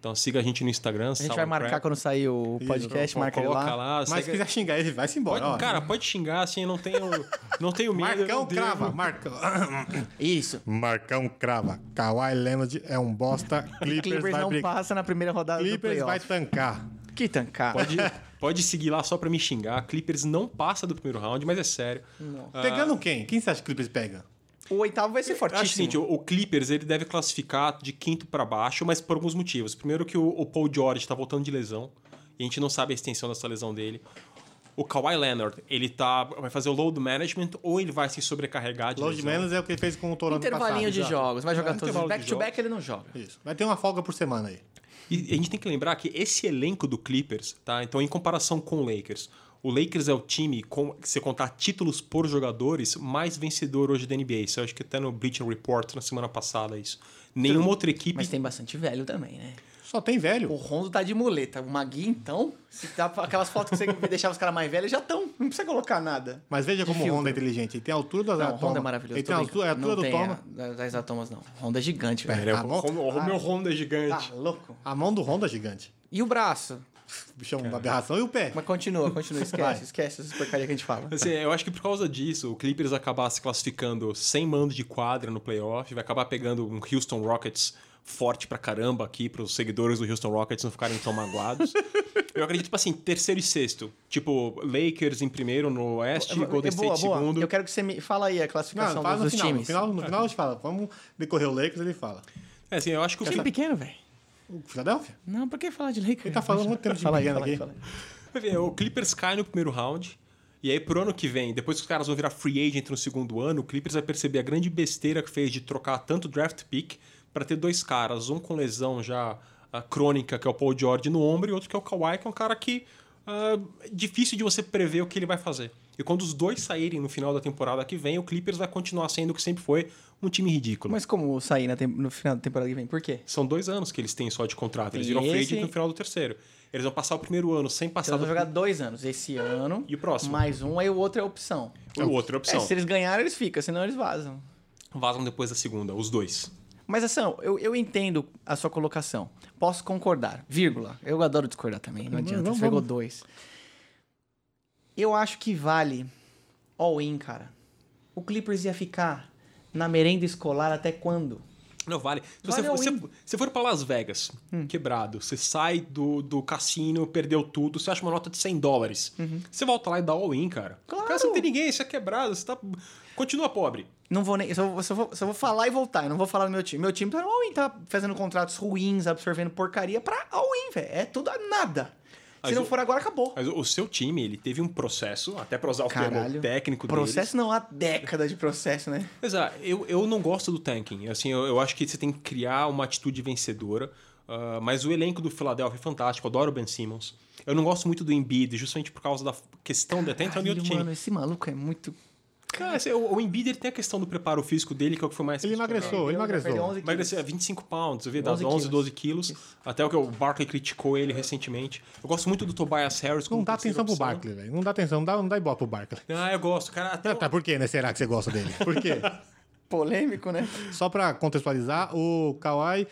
Então siga a gente no Instagram. a gente vai marcar quando sair o podcast, então, Coloca marca ele lá. lá. Mas se segue- quiser xingar ele, vai-se embora. ó. Ah, Pode, cara, pode xingar, assim, eu não tenho, não tenho medo. eu Marcão não devo. crava, Marcão. Isso. Marcão crava. Kawhi Leonard é um bosta. Clippers, Clippers vai não brigar. passa na primeira rodada Clippers do vai playoff. tancar. Que tancada. Pode, pode seguir lá só pra me xingar. Clippers não passa do primeiro round, mas é sério. Ah, Pegando quem? Quem você acha que o Clippers pega? O oitavo vai ser Eu acho o fortíssimo. seguinte, o, o Clippers ele deve classificar de quinto pra baixo, mas por alguns motivos. Primeiro que o, o Paul George tá voltando de lesão e a gente não sabe a extensão dessa lesão dele. O Kawhi Leonard, ele tá vai fazer o load management ou ele vai se sobrecarregar de Load lesão. menos é o que ele fez com o Toronto Intervalinho passado. de Exato. jogos. Vai jogar É, todos. intervalo de Back to back ele não joga. Isso. Vai ter uma folga por semana aí. E a gente tem que lembrar que esse elenco do Clippers, tá? Então, em comparação com o Lakers, o Lakers é o time, com, se você contar títulos por jogadores, mais vencedor hoje da NBA. Isso eu acho que até no Bleacher Report na semana passada isso. Nenhuma outra equipe Mas tem bastante velho também, né? Só tem velho. O Rondo tá de muleta. O Magui, então, se dá pra- aquelas fotos que você deixava os caras mais velhos, já estão. Não precisa colocar nada. Mas veja como o filtro. Honda é inteligente. Ele tem a altura do Não, Isaiah o Honda Thomas. é maravilhoso. Ele tô tem a brincando. altura, então, a altura do não tem Thomas. a- das Isaiah Thomas, não. Honda é gigante, velho. Tá bom? Como- o meu Honda é gigante. Ah. Tá louco. A mão do Honda é gigante. E o braço? Bichão, uma aberração. E o pé? Mas continua, continua. Vai. Esquece, esquece essas porcarias que a gente fala. Assim, eu acho que por causa disso, o Clippers acabar se classificando sem mando de quadra no playoff, vai acabar pegando um Houston Rockets forte pra caramba aqui, pros seguidores do Houston Rockets não ficarem tão magoados. eu acredito, tipo assim, terceiro e sexto. Tipo, Lakers em primeiro no Oeste, Golden É boa, State em boa. segundo. Eu quero que você me... Fala aí a classificação Não, fala no dos, dos final. No times. final, no final a gente fala. Vamos decorrer o Lakers, ele fala. É, assim, eu acho que o Time Clippers... pequeno, velho. O Philadelphia? Não, por que falar de Lakers? Ele tá falando muito tempo de Fala aí, pequeno fala aí, aqui. fala aí. Enfim, O Clippers cai no primeiro round. E aí, pro ano que vem, depois que os caras vão virar free agent no segundo ano, o Clippers vai perceber a grande besteira que fez de trocar tanto draft pick pra ter dois caras, um com lesão já ah, crônica, que é o Paul George no ombro, e outro que é o Kawhi, que é um cara que ah, é difícil de você prever o que ele vai fazer. E quando os dois saírem no final da temporada que vem, o Clippers vai continuar sendo o que sempre foi, um time ridículo. Mas como sair na tem- no final da temporada que vem? Por quê? São dois anos que eles têm só de contrato. E Eles viram esse- free no final do terceiro. Eles vão passar o primeiro ano sem passar Então, do eles vão jogar dois anos. Esse ano. E o próximo? Mais um, aí o outro é a opção. o outro é É, a opção. se eles ganharem, eles ficam, senão eles vazam. Vazam depois da segunda, os dois. Mas, Ação, eu, eu entendo a sua colocação. Posso concordar, vírgula. Eu adoro discordar também, não adianta. Você pegou dois. Eu acho que vale all-in, cara. O Clippers ia ficar na merenda escolar até quando? Não vale. Se Vale você, all-in. você, você for pra Las Vegas, Hum. quebrado, você sai do, do cassino, perdeu tudo, você acha uma nota de 100 dólares. Você volta lá e dá all-in, cara. Uhum. Claro. Cara, você não tem ninguém, você é quebrado, você tá. Continua pobre. Não vou nem. Só, vou- só vou, só vou falar e voltar. Eu não vou falar do meu time. Meu time tá no all-in, tá fazendo contratos ruins, absorvendo porcaria pra all-in, velho. É tudo a nada. Se Mas não o- for agora, acabou. Mas o o seu time, ele teve um processo, até pra usar o termo Caralho. técnico deles. Processo não, há década de processo, né? Pois é, eu, eu não gosto do tanking. Assim, eu, eu acho que você tem que criar uma atitude vencedora. Ah, mas o elenco do Philadelphia é fantástico. Eu adoro o Ben Simmons. Eu não gosto muito do Embiid, justamente por causa da questão de até entrar em Caralho, outro tá time. mano, esse maluco é muito. Cara, assim, o, o Embiid ele tem a questão do preparo físico dele, que é o que foi mais... Ele emagreceu, Então, ele emagreceu. Emagreceu é 25 pounds, eu vi, dá 11, 11 quilos. 12 quilos. Até o que o Barkley criticou ele recentemente. Eu gosto muito do Tobias Harris. Não como dá terceira atenção pro opção. Barkley, velho. Não dá atenção, não dá, não dá ibope pro Barkley. Ah, eu gosto, cara. Até Tá, por quê, né? Será que você gosta dele? Por quê? Polêmico, né? Só pra contextualizar, o Kawhi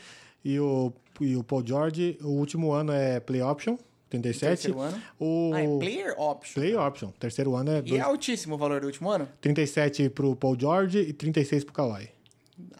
e o, e o Paul George, o último ano é play option, 37. Terceiro ano. O Ah, é player option. play option, terceiro ano é E é dois, altíssimo o valor do último ano? 37 pro Paul George e 36 pro Kawhi.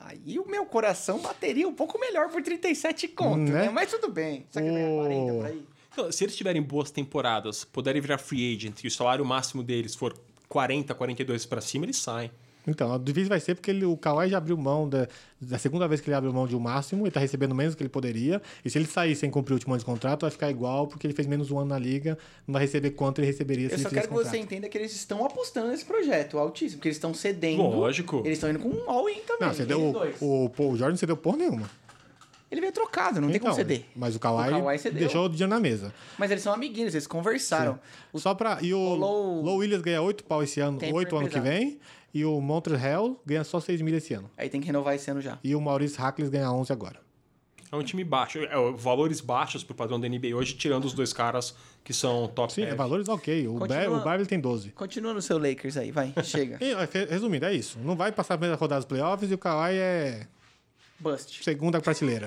Aí o meu coração bateria um pouco melhor por 37 conto, Né? né? Mas tudo bem. Será que ele ganha O- 40 por aí? Então, se eles tiverem boas temporadas, puderem virar free agent e o salário máximo deles for 40, 42 pra cima, eles saem. Então, difícil vai ser porque ele- o Kawhi já abriu mão da, da segunda vez que ele abriu mão de um máximo, ele tá recebendo menos do que ele poderia. E se ele sair sem cumprir o último ano de contrato, vai ficar igual, porque ele fez menos um ano na liga, não vai receber quanto ele receberia se Eu ele só fizesse quero que você contrato. entenda que eles estão apostando nesse projeto altíssimo, porque eles estão cedendo. Lógico. Eles estão indo com um all-in Não, também. você eles deu dois. o, o Paul George não cedeu porra nenhuma. Então, Ele veio trocado, não tem como ceder. Mas o Kawhi, O Kawhi cedeu. deixou o dinheiro na mesa. Mas eles são amiguinhos, eles conversaram. O- Só pra, e o, o Low... Low- Williams ganha 8 pau esse ano, Tempo 8 ano que pesado. vem. E o Montreal ganha só 6 mil esse ano. Aí tem que renovar esse ano já. E o Maurício Hackles ganha 11 agora. É um time baixo. É, ó, valores baixos pro padrão da NBA hoje, tirando os dois caras que são top Sim, é, heavy. valores ok. O, Continua. Bar o Barley tem 12. Continua no seu Lakers aí, vai, chega. E, ó, fe- resumindo, é isso. Não vai passar a primeira rodada dos playoffs e o Kawhi é Bust. segunda prateleira.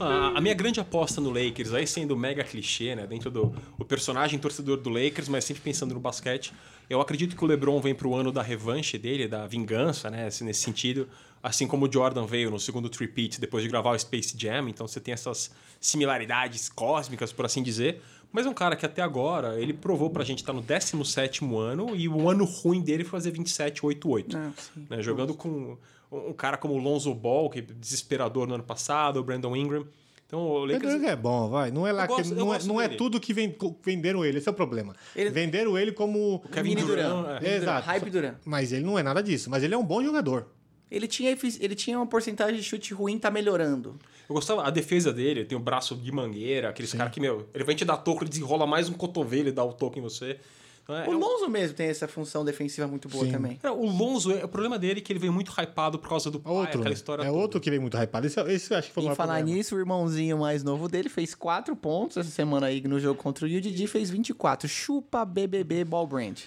A, a minha grande aposta no Lakers, aí sendo mega clichê, né? Dentro do o personagem torcedor do Lakers, mas sempre pensando no basquete. Eu acredito que o LeBron vem pro ano da revanche dele, da vingança, né? assim, nesse sentido. Assim como o Jordan veio no segundo tripeat depois de gravar o Space Jam. Então você tem essas similaridades cósmicas, por assim dizer. Mas é um cara que até agora, ele provou pra gente estar no 17º ano e o ano ruim dele foi fazer 27-8-8. Ah, sim. né? Jogando com um um cara como o Lonzo Ball, que é desesperador no ano passado, o Brandon Ingram. Então o O Pedro Lakers... Ingram é bom, vai. Não é lá Eu gosto- que. eu Não, é, gosto não é dele. tudo que ven- co- venderam ele, esse é o problema. Ele- Venderam ele como. Kevin Mini Durant, Durant. é. Mini Durant, Exato. Hype Durant. Mas ele não é nada disso. Mas ele é um bom jogador. Ele tinha, efici- ele tinha uma porcentagem de chute ruim, tá melhorando. Eu gostava, a defesa dele, tem o braço de mangueira, aqueles caras que, meu, ele vai te dar toco, ele desenrola mais um cotovelo e dá o toco em você. Então, é, O é um- Lonzo mesmo tem essa função defensiva muito boa também. Cara, o Lonzo, é- o problema dele é que ele veio muito hypado por causa do É pai, outro. Ah, aquela né? história é toda. outro que vem muito hypado. Esse, esse eu acho que foi o E maior falar problema. nisso, o irmãozinho mais novo dele fez 4 pontos essa semana aí no jogo contra o Didi fez 24. Chupa BBB Ball Brand.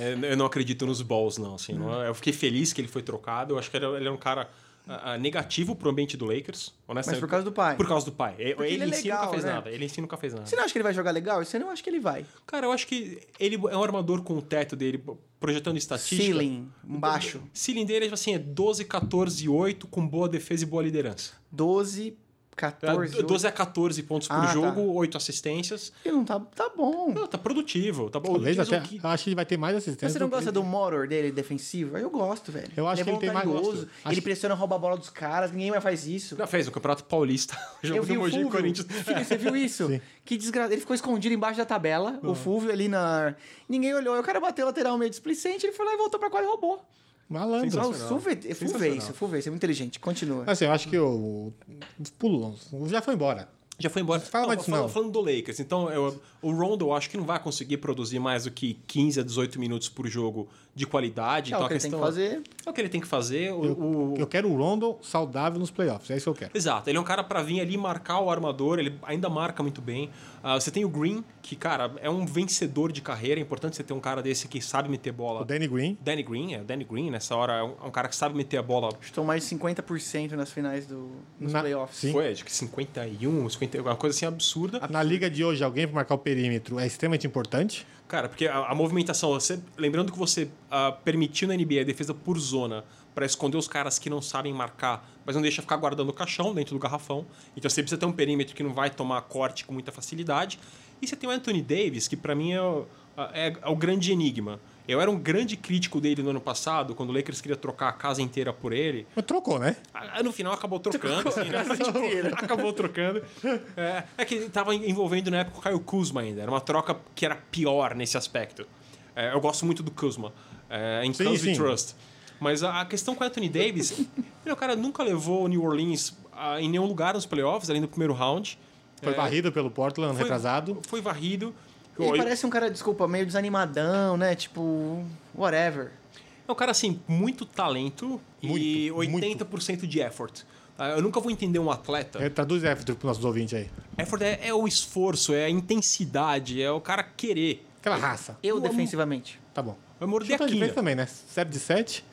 É, eu não acredito nos balls, não. Assim, não- É. Eu fiquei feliz que ele foi trocado. Eu acho que era- ele era um cara ah, ah, negativo pro ambiente do Lakers, honestamente. Mas por causa do pai. Por causa do pai. Ele, ele é em si nunca legal, fez né? nada. Ele em si nunca fez nada. Você não acha que ele vai jogar legal? Você não acha que ele vai. Cara, eu acho que ele é um armador com o teto dele, projetando estatística. Ceiling, baixo. Ceiling dele, assim, é 12, 14, 8, com boa defesa e boa liderança. 12, É, Tá? 14. 12 a 14 pontos por Ah, tá. jogo, 8 assistências. Ele não tá, tá bom. Não, tá produtivo, tá bom. Talvez Diz o até. que- Acho que ele vai ter mais assistência. Mas você não do que- gosta do motor dele defensivo? Eu gosto, velho. É, Eu acho é que ele tem mais voluntarioso, gosto. Ele Acho- pressiona, rouba a bola dos caras, ninguém mais faz isso. Não, fez no Campeonato Paulista. o jogo Eu vi do o um Mogi e Fulvio. Corinthians. Filho, você viu isso? Que desgraça. Ele ficou escondido embaixo da tabela, Ah. o Fulvio ali na. Ninguém olhou. Aí O cara bateu lateral meio displicente, ele foi lá e voltou pra quadra e roubou. Malandro. Não, Fulvio, Fulvio é isso, Fulvio é isso, é muito inteligente. Continua. Assim, eu acho que o. o- Pulo longe. Já foi embora. Já foi embora. Fala mais disso, fala- não. Falando do Lakers, então eu- o Rondo eu acho que não vai conseguir produzir mais do que 15 a 18 minutos por jogo de qualidade. É então o a que ele tem questão que fazer. É o que ele tem que fazer. O, o- Eu quero o Rondo saudável nos playoffs, é isso que eu quero. Exato, ele é um cara pra vir ali marcar o armador, ele ainda marca muito bem. Ah, você tem o Green, que, cara, é um vencedor de carreira, é importante você ter um cara desse que sabe meter bola. O Danny Green. Danny Green, é, o Danny Green nessa hora é um, é um cara que sabe meter a bola. Estou mais de 50% nas finais do, nos Na- playoffs. Sim. Foi, acho que 51, 50, uma coisa assim absurda. Na liga de hoje, alguém pra marcar o perímetro é extremamente importante. Cara, porque a, a movimentação, você, lembrando que você ah, permitiu na NBA a defesa por zona pra esconder os caras que não sabem marcar, mas não deixa ficar guardando o caixão dentro do garrafão. Então você precisa ter um perímetro que não vai tomar corte com muita facilidade. E você tem o Anthony Davis, que pra mim é o, a- é- é o grande enigma. Eu era um grande crítico dele no ano passado, quando o Lakers queria trocar a casa inteira por ele. Mas trocou, né? Ah, No final acabou trocando, assim, né? acabou trocando. É, é que tava envolvendo na época o Caio Kuzma ainda. Era uma troca que era pior nesse aspecto. É, eu gosto muito do Kuzma. É, em Sim, Close We sim. Trust. Mas a, a questão com o Anthony Davis, ele, o cara nunca levou o New Orleans ah, em nenhum lugar nos playoffs, além do primeiro round. Foi É, varrido pelo Portland, foi- retrasado. Foi varrido. Ele Olha, parece um cara, desculpa, meio desanimadão, né? Tipo, whatever. É um cara, assim, muito talento e Muito, 80% de effort. Ah, Eu nunca vou entender um atleta. É, Traduz F pros nossos ouvintes aí. Effort é, é o esforço, é a intensidade, é o cara querer. Aquela raça. Eu, Eu amo- defensivamente. Tá bom. É. Vai morder Chuta a de quina. frente também, né? 7 de 7.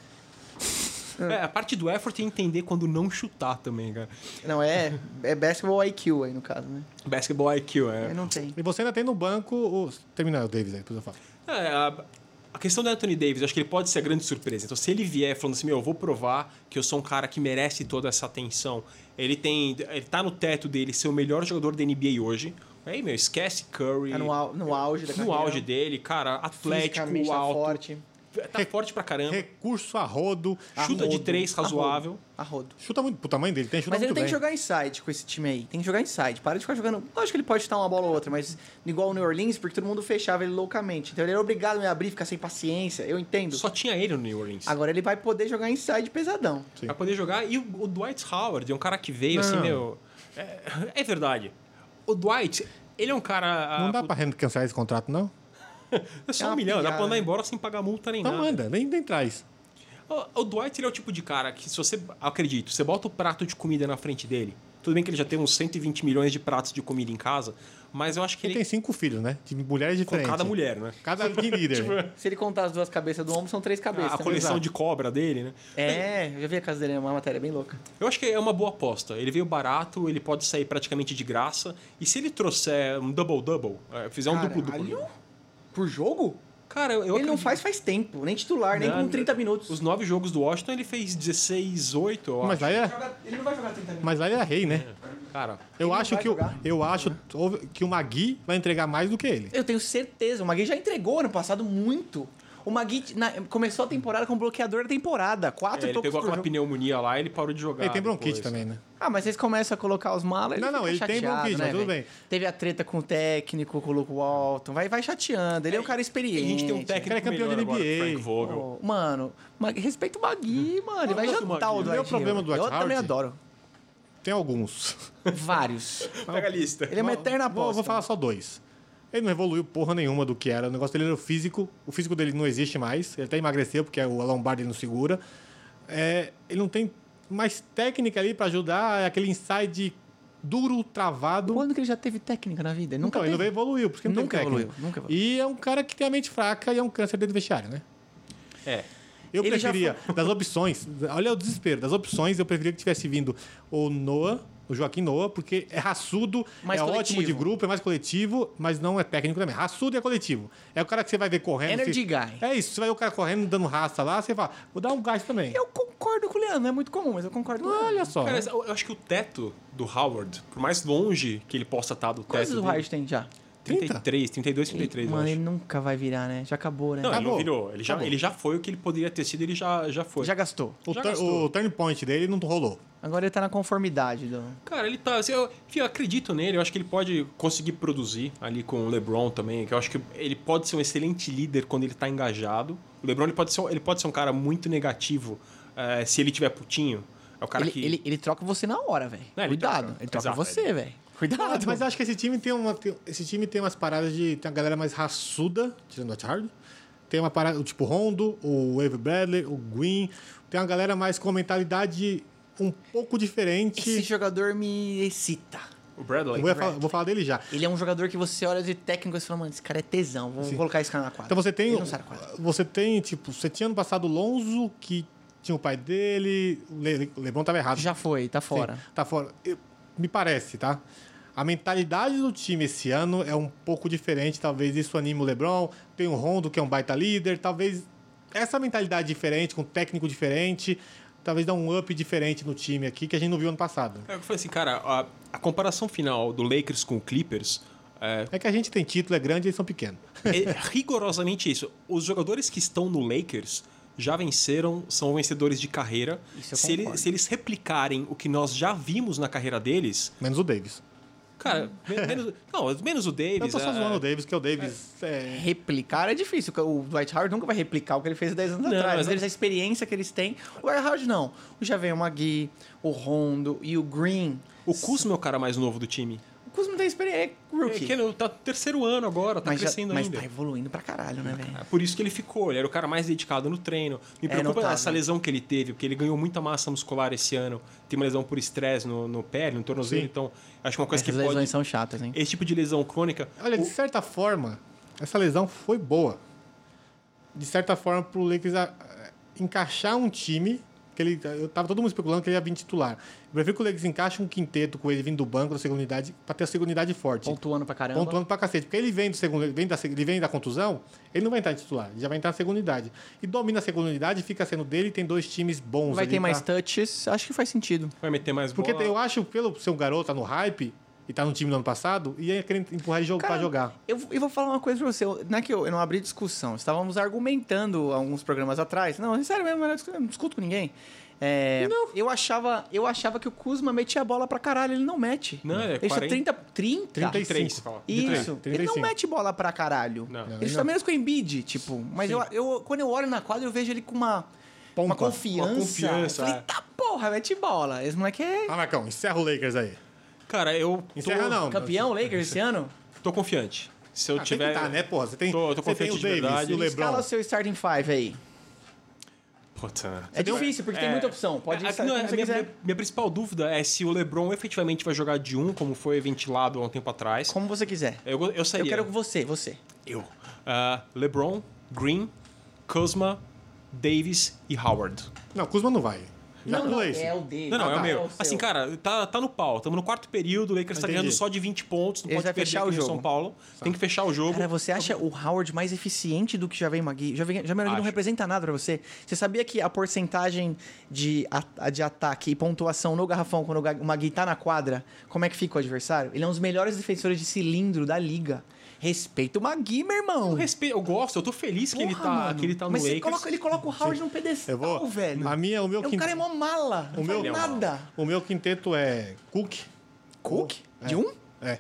É, a parte do effort é entender quando não chutar também, cara. Não, é, é basketball IQ aí, no caso, né? Basketball IQ, Eu é. não tenho. E você ainda tem no banco o... Terminar o Davis aí, depois eu falo. É, a, a questão do Anthony Davis, eu acho que ele pode ser a grande surpresa. Então, se ele vier falando assim, meu, eu vou provar que eu sou um cara que merece toda essa atenção, ele tem. Ele tá no teto dele ser o melhor jogador da NBA hoje. Aí, meu, esquece Curry. Tá no, au- no auge da no carreira. auge dele, cara, atlético, Fisicamente tá alto. forte. Tá forte pra caramba. Recurso a rodo. Chuta de Arrodo. três razoável. Arrodo. Chuta muito. Pro tamanho dele, tem chuta Mas ele muito tem bem. que jogar inside com esse time aí. Tem que jogar inside. Para de ficar jogando. Lógico que ele pode chutar uma bola ou outra, mas igual o New Orleans, porque todo mundo fechava ele loucamente. Então ele era obrigado a me abrir, ficar sem paciência. Eu entendo. Só tinha ele no New Orleans. Agora ele vai poder jogar inside pesadão. Sim. Pra poder jogar. E o o Dwight Howard é um cara que veio, assim, Não. meu. É, é verdade. O Dwight, ele é um cara. Não ah, dá pô, pra re- cancelar esse contrato, não? É é só um uma milhão, dá piada. pra andar embora sem pagar multa nem né? Então nada. manda, nem, nem traz. O, o Dwight, ele é o tipo de cara que, se você. Acredito, você bota o prato de comida na frente dele. Tudo bem que ele já tem uns 120 milhões de pratos de comida em casa, mas eu acho que Ele ele. tem cinco filhos, né? De mulheres com diferentes. cada mulher, Tipo, né? Cada team leader. Se ele contar as duas cabeças do ombro, são três cabeças. Ah, A né? coleção de cobra dele, né? É, eu já vi a casa dele, é uma matéria bem louca. Eu acho que é uma boa aposta. Ele veio barato, ele pode sair praticamente de graça. E se ele trouxer um double-double, eh, fizer um Caralho? duplo-duplo. Por jogo? Cara, eu ele não acredito. faz faz tempo, nem titular, nem Não, com 30 minutos. Os nove jogos do Washington, ele fez 16, 8, eu Mas acho. lá é... Ele não vai jogar 30 minutos. Mas lá ele é rei, né? Cara, Eu acho, vai que o, jogar. eu acho que o Magui vai entregar mais do que ele. Eu tenho certeza, o Magui já entregou ano passado muito. O Magui na- começou a temporada com bloqueador da temporada, quatro é, ele tocos pegou por aquela jogo. pneumonia lá ele parou de jogar. ele tem bronquite depois. também, né? Ah, mas vocês começam a colocar os malas, ele Não, não, fica ele tem chateado, bronquite, né, mas tudo velho? bem. Teve a treta com o técnico, com o Luke Walton, vai, vai chateando. Ele é, um cara E experiente. a gente tem um Cara, é técnico campeão melhor da agora, NBA. Frank Vogel. Pô, Mano, Mag- respeita o Magui, Hum. mano. Ele vai Qual que é o jantar Magui? o O Dwight. meu problema do Howard. Eu Dwight também Howard? adoro. Tem alguns. Vários. Pega a lista. Ele é uma eterna Vou, aposta. vou falar só dois. Ele não evoluiu porra nenhuma do que era. O negócio dele era o físico. O físico dele não existe mais. Ele até emagreceu, porque o lombar dele não segura. É, ele não tem mais técnica ali pra ajudar. É aquele inside duro, travado. Quando que ele já teve técnica na vida? Ele nunca um Então, ele não teve. evoluiu, porque não Nunca tem técnica. evoluiu, nunca evoluiu. E é um cara que tem a mente fraca e é um câncer dentro do vestiário, né? É. Eu Ele já preferia, das opções, olha o desespero, das opções, eu preferia que tivesse vindo o Noah, o Joaquim Noah, porque é raçudo, Mais é coletivo. ótimo de grupo, é mais coletivo, mas não é técnico também. Raçudo é coletivo. É o cara que você vai ver correndo. Energy você- guy. É isso, você vai ver o cara correndo, dando raça lá, você fala, vou dar um gás também. Eu concordo com o Leandro, não é muito comum, mas eu concordo com o Leandro. Olha só. Cara, eu eu acho que o teto do Howard, por mais longe que ele possa estar do Quantos teto o dele, Howard tem já? 33, 32, 33, eu Mano, acho. ele nunca vai virar, né? Já acabou, né? Não, ele não Acabou. virou. Ele já, Acabou. ele já foi o que ele poderia ter sido, ele já, já foi. Já gastou. o, já tur- gastou. o turn point dele não rolou. Agora ele tá na conformidade do. Cara, ele tá. assim, eu, enfim, eu acredito nele, eu acho que ele pode conseguir produzir ali com o LeBron também, que eu acho que ele pode ser um excelente líder quando ele tá engajado. O LeBron ele pode ser, um- ele pode ser um cara muito negativo eh, se ele tiver putinho. É o cara Ele, que. ele, ele troca você na hora, velho. É, ele Cuidado, troca. ele troca Exato, você, ele- velho. Cuidado. Mas acho que esse time tem uma. tem- esse time tem umas paradas de. Tem uma galera mais raçuda, tirando o Hard. Tem uma parada, o tipo Rondo, o Avery Bradley, o Green. Tem uma galera mais com uma mentalidade um pouco Esse diferente. jogador me excita. O Bradley. Eu ia falar- vou falar dele já. Ele é um jogador que você olha de técnico e você fala, mano, esse cara é tesão, vamos colocar esse cara na quadra. Então você tem. Ele não é. sai da quadra. Você tem, tipo, você tinha no passado o Lonzo, que tinha o pai dele. O Le- o Lebron tava errado. Já foi, tá Sim, fora. tá fora. Eu- me parece, tá? A mentalidade do time esse ano é um pouco diferente. Talvez isso anime o LeBron. Tem o Rondo, que é um baita líder. Talvez essa mentalidade diferente, com um técnico diferente, talvez dá um up diferente no time aqui, que a gente não viu ano passado. Eu falei assim, cara, a, a comparação final do Lakers com o Clippers é, É que a gente tem título, é grande e eles são pequenos. é rigorosamente isso. Os jogadores que estão no Lakers já venceram, são vencedores de carreira. Isso eu se, ele- concordo. se eles replicarem o que nós já vimos na carreira deles, Menos o Davis. cara, men- menos, não, menos o Davis. Eu tô só é- zoando o Davis, que o Davis é, Replicar é difícil. O Dwight Howard nunca vai replicar o que ele fez 10 anos Não, atrás. mas- Mas... Eles, a experiência que eles têm. O Dwight Howard não. O Javier Magui, o Rondo e o Green. O Kuzma é o cara mais novo do time. O Kuzma não tem experiência, é É, rookie. que ele tá no terceiro ano agora, tá mas, já- crescendo mas ainda. tá evoluindo pra caralho, né, velho? É por isso que ele ficou, ele era o cara mais dedicado no treino. Me É preocupa notável. essa lesão que ele teve, porque ele ganhou muita massa muscular esse ano. Tem uma lesão por estresse no, no pele, no tornozelo, Sim. então acho que uma coisa Essas que lesões pode. são chatas, hein? Esse tipo de lesão crônica. Olha, de certa forma, essa lesão foi boa. De certa forma, pro Lakers a- a- encaixar um time que ele eu tava todo mundo especulando que ele ia vir titular. Eu prefiro que o Lakers encaixe um quinteto com ele vindo do banco da segunda unidade para ter a segunda unidade forte. Pontuando pra caramba. Pontuando pra cacete, porque ele vem do segundo, ele vem da, ele vem da contusão, ele não vai entrar em titular, ele já vai entrar na segunda unidade. E domina a segunda unidade, fica sendo dele, tem dois times bons Vai ali ter pra- mais touches. Acho que faz sentido. Vai meter mais Porque bola. eu acho pelo ser um garoto tá no hype e tá no time do ano passado, e ia querer empurrar ele jogo Cara, para jogar. Eu, eu vou falar uma coisa pra você. Eu- Não é que eu, eu não abri discussão. Estávamos argumentando alguns programas atrás. Não, é sério mesmo, eu não discuto, eu não discuto com ninguém. É, Eu, achava, eu achava que o Kuzma metia a bola pra caralho. Ele não mete. Não, é ele deixa 40, 30, 30? 35. fala. Tá. De três, Isso. Ele não 35. mete bola pra caralho. Não. Ele está menos com o Embiid, tipo. Mas eu, eu- quando eu olho na quadra, eu vejo ele com uma... Uma Pompa. confiança. Uma confiança, Eu falei, é. tá porra, mete bola. Esse moleque é Ah, Marcão, encerra o Lakers aí. Cara, eu tô, Encerra não. campeão Lakers esse ano. tô confiante. Se eu Ah, tiver. Tem que tá, né, porra? Você tem, Tô- tô você tem confiante o de Davis, verdade. o LeBron. Escala seu starting five aí. Puta. né? É difícil, porque tem muita opção. Pode um- É, estar não, como é, você minha, quiser. minha- minha principal dúvida é se o LeBron efetivamente vai jogar de um, como foi ventilado há um tempo atrás. Como você quiser. Eu, go- eu Eu sairia. quero você, você. Eu. Ah, LeBron, Green, Kuzma, Davis e Howard. Não, Kuzma não vai. Já pulei isso. é o dele. Não, não, é o meu. seu. Assim, cara, tá, tá no pau. Tamo no quarto período, o Lakers tá Entendi. ganhando só de 20 pontos, não Ele pode vai perder fechar o aqui no jogo. São Paulo. Tem que fechar o jogo. Cara, você acha o Howard mais eficiente do que já vem Magui? Já vem, já vem Magui não Acho. representa nada pra você. Você sabia que a porcentagem de, a- de ataque e pontuação no garrafão quando o Ga- o Magui tá na quadra, como é que fica o adversário? Ele é um dos melhores defensores de cilindro da liga. Respeita o Magui, meu irmão. Eu, respeito, eu gosto, eu tô feliz que, ele Porra, tá, mano. que ele tá no Mas você Lakers. coloca, ele coloca o Howard num pedestal, Eu vou- velho. a minha- o meu é um quinto- cara é mó mala. Não O faz meu- nada. O meu quinteto é Cook. Cook? De um? É.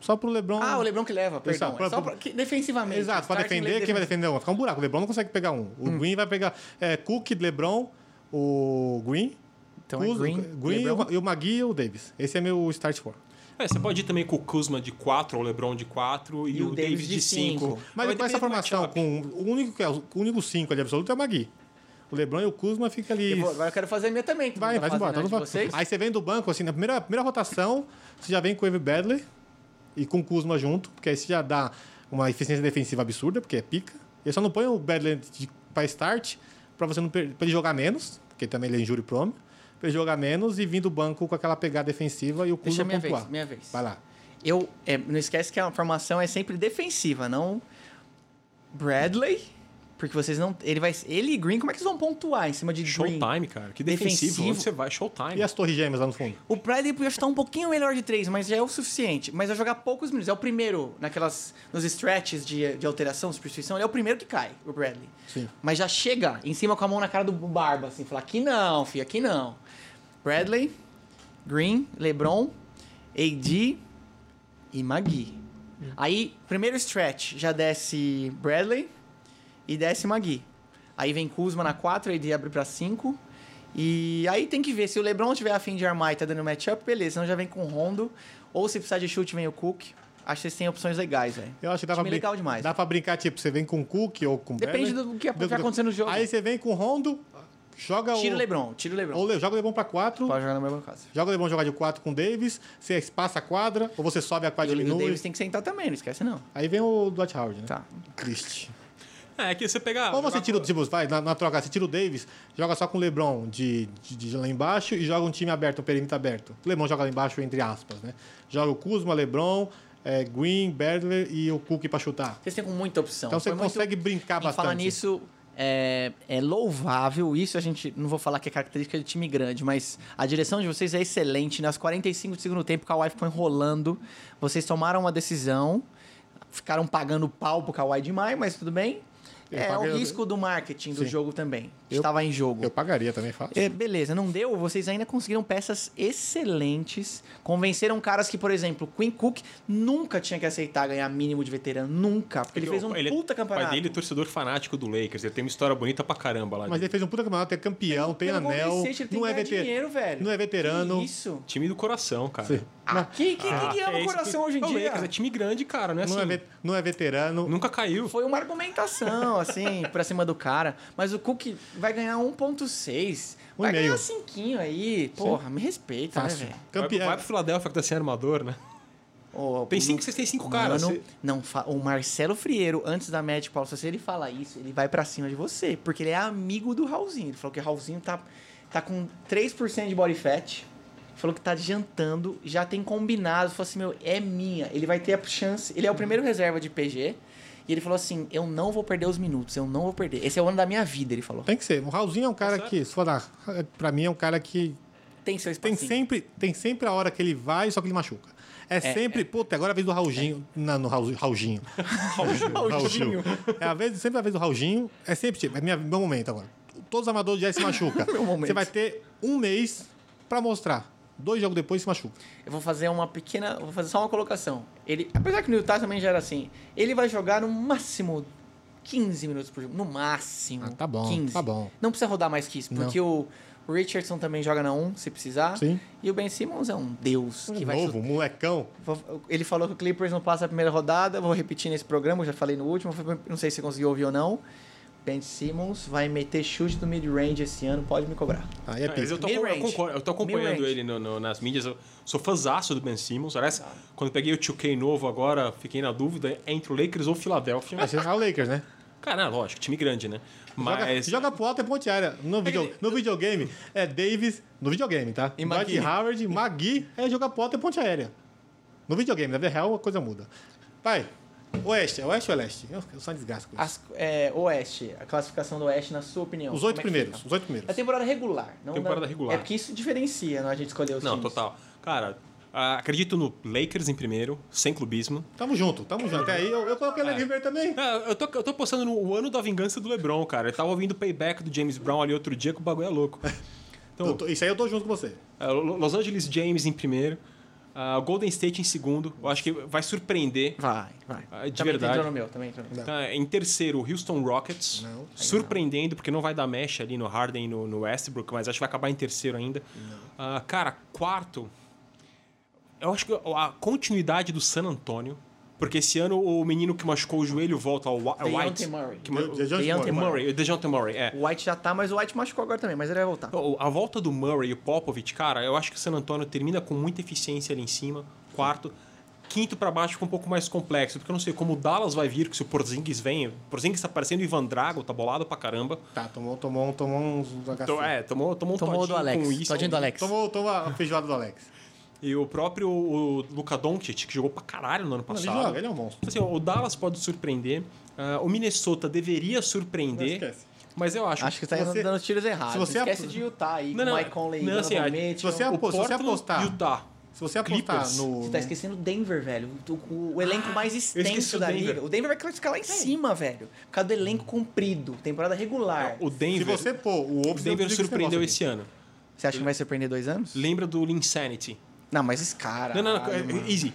Só pro LeBron. Ah, o Lebron que leva, perdão. Exato, pra- é tá, só pra- que- defensivamente. Exato, pra Starting defender, left quem vai defense. defender? Vai ficar um buraco. O LeBron não consegue pegar um. Hum. O Green vai pegar. É, Cook, LeBron, o Green. Então é Green, e, o, LeBron. Então e o Magui e o Davis. Esse é meu start for. É, você pode ir também com o Kuzma de 4, o LeBron de 4 e, E o o, Davis Davis de de 5. cinco. Mas com essa um formação, com o único, que é, o único cinco ali absoluto é o Magui. O LeBron e o Kuzma fica ali. Eu vou- agora eu quero fazer a minha também. que Vai, não tá vai fazendo embora. a Todo de mundo... vocês. Aí você vem do banco, assim, na primeira, primeira rotação, você já vem com o Avery Bradley e com o Kuzma junto, porque aí você já dá uma eficiência defensiva absurda, porque é pica. Eu só não põe o Bradley de, pra start, pra você não per- pra ele jogar menos, porque também ele é injúrio prome, pra ele jogar menos e vir do banco com aquela pegada defensiva e o Kuzma Deixa a minha pontuar. vez, minha vez. Vai lá. Eu, é, não esquece que a formação é sempre defensiva, não Bradley, porque vocês não... Ele, vai, ele e Green, como é que vocês vão pontuar em cima de Green? Showtime, cara. Que defensivo. Defensivo. Onde você vai? Showtime. E as torres gêmeas lá no fundo? O Bradley podia chutar um pouquinho melhor de três, mas já é o suficiente. Mas vai jogar poucos minutos. É o primeiro, naquelas, nos stretches de, de alteração, substituição, ele é o primeiro que cai, o Bradley. Sim. Mas já chega em cima com a mão na cara do Barba, assim, falar, aqui não, filho, aqui não. Bradley, Green, LeBron, AD e Magui. Aí, primeiro stretch, já desce Bradley e desce Magui. Aí vem Kuzma na 4, AD abre pra 5. E aí tem que ver, se o LeBron tiver afim de armar e tá dando matchup, beleza, senão já vem com o Rondo. Ou se precisar de chute, vem o Cook. Acho que vocês têm opções legais, velho. Eu acho que dá pra, Time brin- legal demais. dá pra brincar, tipo, você vem com Cook ou com Depende Beverly. do que vai acontecer no jogo. Aí você vem com Rondo, joga Tira o o... LeBron, tira o LeBron. Ou Le- joga o Lebron pra 4, Pode jogar na mesma casa. joga o Lebron jogar de 4 com o Davis, você passa a quadra, ou você sobe a E quadra o e o diminui. Davis tem que sentar também, não esquece não. Aí vem o Dwight Howard, né? Tá. Triste. É, é que você pega. Ou você jogar tira, o- com- tipo, vai, na, na troca, você tira o Davis, joga só com o Lebron de, de, de lá embaixo e joga um time aberto, um perímetro aberto. O Lebron joga lá embaixo, entre aspas, né? Joga o Kuzma, Lebron, eh, Green, Berdler e o Cook pra chutar. Vocês têm com muita opção. Então você Foi muito- consegue brincar E falar bastante. nisso, é, é louvável. Isso a gente não vou falar que é característica de time grande, mas a direção de vocês é excelente. Nas 45 do segundo tempo, o Kawhi ficou enrolando. Vocês tomaram uma decisão, ficaram pagando pau pro Kawhi demais, mas tudo bem. Eu é paguei- o risco do marketing do Sim. jogo também. Eu- Estava em jogo. Eu pagaria também, fácil. É, beleza, não deu, vocês ainda conseguiram peças excelentes. Convenceram caras que, por exemplo, Quinn Cook nunca tinha que aceitar ganhar mínimo de veterano. Nunca. Porque ele Porque fez o- um ele- puta O campeonato. pai dele é torcedor fanático do Lakers. Ele tem uma história bonita pra caramba lá. Mas ele fez um puta campeonato, é campeão, tem Pelo Golden anel, State, ele tem não que é, ganhar veter- dinheiro, velho. não é veterano. Que isso? Time do coração, cara. Sim. Ah, quem, quem, quem ama o é isso coração que- hoje em o dia? Lakers é time grande, cara. Não é não, assim. é ve- não é veterano. Nunca caiu. Foi uma argumentação, assim, pra cima do cara. Mas o Cook vai ganhar 1.6. Um Vai e meio. ganhar 5 aí. Porra, me respeita, Fácil. né, velho? Campeão. Vai, vai pro Philadelphia que tá sem armador, né? Ô, Tem cinco, vocês têm cinco caras. Mano, Você- não, fa- o Marcelo Frieiro, antes da Magic Pausa, se ele fala isso, ele vai pra cima de você. Porque ele é amigo do Raulzinho. Ele falou que o Raulzinho tá, tá com 3% de body fat. Falou que tá jantando, já tem combinado. Falou assim, meu, é minha. Ele vai ter a chance. Ele é o primeiro reserva de PG. E ele falou assim, eu não vou perder os minutos, eu não vou perder. Esse é o ano da minha vida, ele falou. Tem que ser. O Raulzinho é Tá um cara que, se for dar, pra mim é um cara que Tem seu tem espacinho. sempre, tem sempre a hora que ele vai, só que ele machuca. É, sempre, puta, agora é a vez do Raulzinho. Não, no Raul, Raulzinho. Raulzinho. É a vez, sempre a vez do Raulzinho. É sempre tipo, é minha, meu momento agora. Todos os amadores já se machucam. Meu momento. Você vai ter um mês pra mostrar. Dois jogos depois se machuca. Eu vou fazer uma pequena. Vou fazer só uma colocação. Ele, apesar que no Utah também já era assim, ele vai jogar no máximo 15 minutos por jogo. No máximo. Ah, tá bom, tá bom. Não precisa rodar mais que isso, porque o. Richardson também joga na 1, se precisar. Sim. E o Ben Simmons é um deus que Um vai novo, um molecão. Vou- Ele falou que o Clippers não passa a primeira rodada. Vou repetir nesse programa, eu já falei no último. foi- Não sei se você conseguiu ouvir ou não. Ben Simmons vai meter chute do mid-range esse ano, pode me cobrar. Aí é Mas pica. eu tô, Mid-range. eu concordo, eu tô acompanhando Mid-range. ele no- no- nas mídias. Eu sou fãzaço do Ben Simmons. Aliás, quando peguei o 2K novo agora, fiquei na dúvida entre o Lakers ou o Philadelphia. Mas você é o Lakers, né? Cara, lógico, time grande, né? Joga, Mas. joga pro alto é ponte área. No, video- no videogame, é Davis. No videogame, tá? E Dwight Magui. Howard, Magui é jogar pro alto é ponte aérea. No videogame, na vida real, a coisa muda. Vai. Oeste, é oeste ou é leste? Eu, eu sou uma desgraça com isso. As- é, Oeste, a classificação do Oeste, na sua opinião. Os como oito é que primeiros. fica? Os oito primeiros. A temporada regular. Não Temporada da- regular. É porque isso diferencia, não a gente escolher os Não, times. total. Cara, ah, acredito no Lakers em primeiro, sem clubismo. Tamo junto, tamo junto. Até aí eu, eu coloquei o Larry River também. Ah, Eu tô, eu tô postando no ano da vingança do LeBron, cara. Eu tava ouvindo o payback do James Brown ali outro dia que o bagulho é louco. Então, Eu tô- isso aí eu tô junto com você. ah, Lo- Los Angeles James em primeiro, ah, Golden State em segundo. Eu acho que vai surpreender. Vai, vai. Ah, de também verdade. entrou no meu, também entrou no meu. Tá, em terceiro, o Houston Rockets. Não, aí surpreendendo, porque não vai dar mecha ali no Harden e no, no Westbrook, mas acho que vai acabar em terceiro ainda. Ah, cara, quarto. Eu acho que a continuidade do San Antônio. Porque esse ano o menino que machucou É o joelho volta ao Wa- Dejounte White. Murray. Que ma- De- Dejounte Dejounte Murray. Murray. O Dejounte Murray, é. O White já tá, mas o White machucou agora também, mas ele vai voltar. O- A volta do Murray e o Popovich, cara, eu acho que o San Antonio termina com muita eficiência ali em cima. Quarto. Quinto pra baixo fica um pouco mais complexo, porque eu não sei como o Dallas vai vir, que se o Porzingis vem. O Porzingis tá parecendo o Ivan Drago, tá bolado pra caramba. Tá, tomou, tomou, tomou uns HC. Então, é, tomou, tomou um Tomou o do todinho com Alex. isso. Todinho do Alex. Tomou, tomou a feijoada do Alex. E o próprio o Luka Doncic, que jogou pra caralho no ano Não, ele passado. joga, ele é um monstro. Assim, o Dallas pode surpreender, ah, o Minnesota deveria surpreender, Não esquece. mas eu acho, Acho que tá você- dando tiros errados. se você Esquece apo- de Utah aí, Não, com não, o Mike Conley, não, assim, Donovan a- Mitchell. se você apo- o se você Portland apostar- e Utah. Se você apostar Clippers. no. Você tá esquecendo o Denver, velho. O, o Ah, elenco mais esqueci extenso o da Denver. liga. O Denver vai classificar É. lá em cima, velho. Por causa do elenco comprido, temporada regular. É, O Denver, Se você pôr o o Obst, Denver surpreendeu esse ano. Você acha que vai surpreender dois anos? Lembra do Insanity? Não, mas esse cara. Não, não, não, ai, é- mano. easy.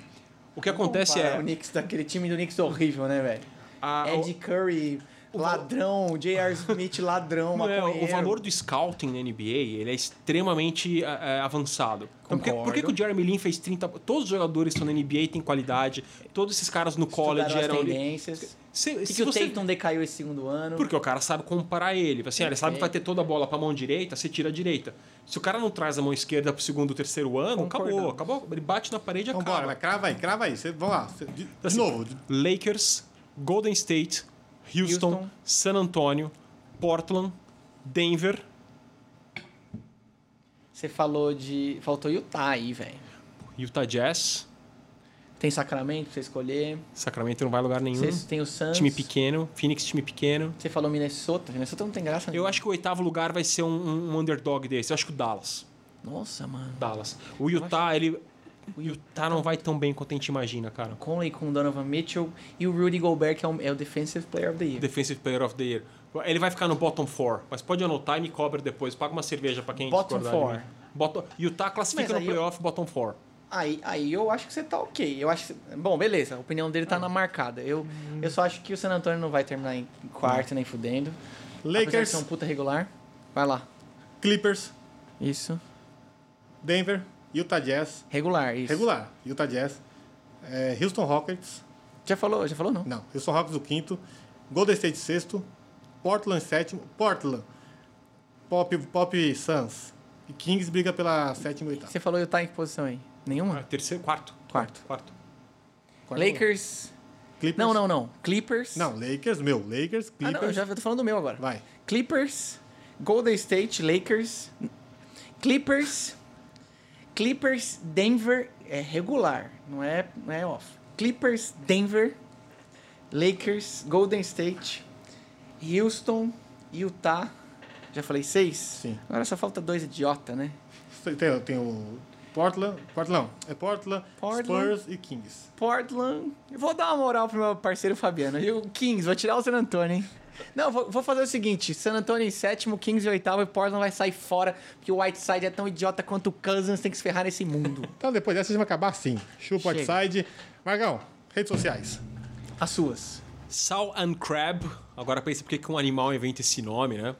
O que acontece Compara é... tá- O Knicks, daquele time do Knicks horrível, né, velho? a- Ed Curry, Ladrão, J.R. Smith, ladrão, Não, é, maconheiro. o valor do scouting na NBA ele é extremamente é, é, avançado. Então, por que- por que, que o Jeremy Lin fez 30. Todos os jogadores que estão na NBA têm qualidade, todos esses caras no Estudaram college as eram. tendências. Se- Por que, se que o você- Tatum decaiu esse segundo ano? Porque o cara sabe comparar ele. Assim, ele É. sabe que vai ter toda a bola pra mão direita, você tira a direita. Se o cara não traz a mão esquerda pro segundo, terceiro ano, acabou, Concordamos. acabou. Ele bate na parede e Vambora, acaba. Então vai, crava aí, crava aí. Cê, vamos lá. Cê, de, de Assim, novo. de- Lakers, Golden State, Houston, Houston. San Antonio, Portland, Denver. Você falou de. Faltou Utah aí, velho. Utah Jazz, Tem Sacramento pra você escolher. Sacramento não vai a lugar nenhum. Você tem o Suns. Uhum. Time pequeno, Phoenix time pequeno. Você falou Minnesota. Minnesota não tem graça Eu nenhuma. acho que o oitavo lugar vai ser um, um- um underdog desse. Eu acho que o Dallas. Nossa, mano. Dallas. O Utah, ele. O Utah não vai tão bem quanto a gente imagina, cara. Conley com o Donovan Mitchell e o Rudy Gobert, que é o, é o Defensive Player of the Year. Defensive Player of the Year. Ele vai ficar no bottom four, mas pode anotar e me cobra depois. Paga uma cerveja pra quem Bottom discordar de four. mim. Bottom, Utah classifica Mas no aí eu- playoff bottom four. Aí, aí eu acho que você tá ok. Eu acho que- Bom, beleza. A opinião dele tá na marcada. Eu, eu só acho que o San Antonio não vai terminar em quarto nem fudendo. Apesar de Lakers, ser um puta regular. Vai lá. Clippers, Isso. Denver, Utah Jazz. Regular, isso. Regular, Utah Jazz. é, Houston Rockets. Já falou? Já falou não? Não, Houston Rockets o quinto. Golden State sexto. Portland sétimo. Portland. Pop, Pop Suns. E Kings briga pela sétima e oitava. Você falou Utah em que posição aí? Nenhuma? Ah, terceiro, quarto. Quarto. Quarto. Quarto Lakers. Clippers. Não, não, não. Clippers. Não, Lakers, meu. Lakers, Ah, Clippers. não, eu já eu tô falando do meu agora. Vai. Clippers, Golden State, Lakers, Clippers, Clippers, Denver é regular, não é, não é off. Clippers, Denver, Lakers, Golden State, Houston, Utah. Já falei seis? Sim. Agora só falta dois idiota, né? Tem, tem o Portland. Portland, não. É Portland, Portland. Spurs e Kings. Portland. Eu vou dar uma moral pro meu parceiro Fabiano. E o Kings, vou tirar o San Antonio, hein? Não, vou, vou fazer o seguinte: San Antonio em sétimo, Kings em oitavo, e Portland vai sair fora, porque o Whiteside é tão idiota quanto o Cousins tem que se ferrar nesse mundo. Então depois dessa vocês vão acabar assim. Chupa Chega. outside. Margão, redes sociais. As suas. Sal and Crab. Agora pensa por que que um animal inventa esse nome, né?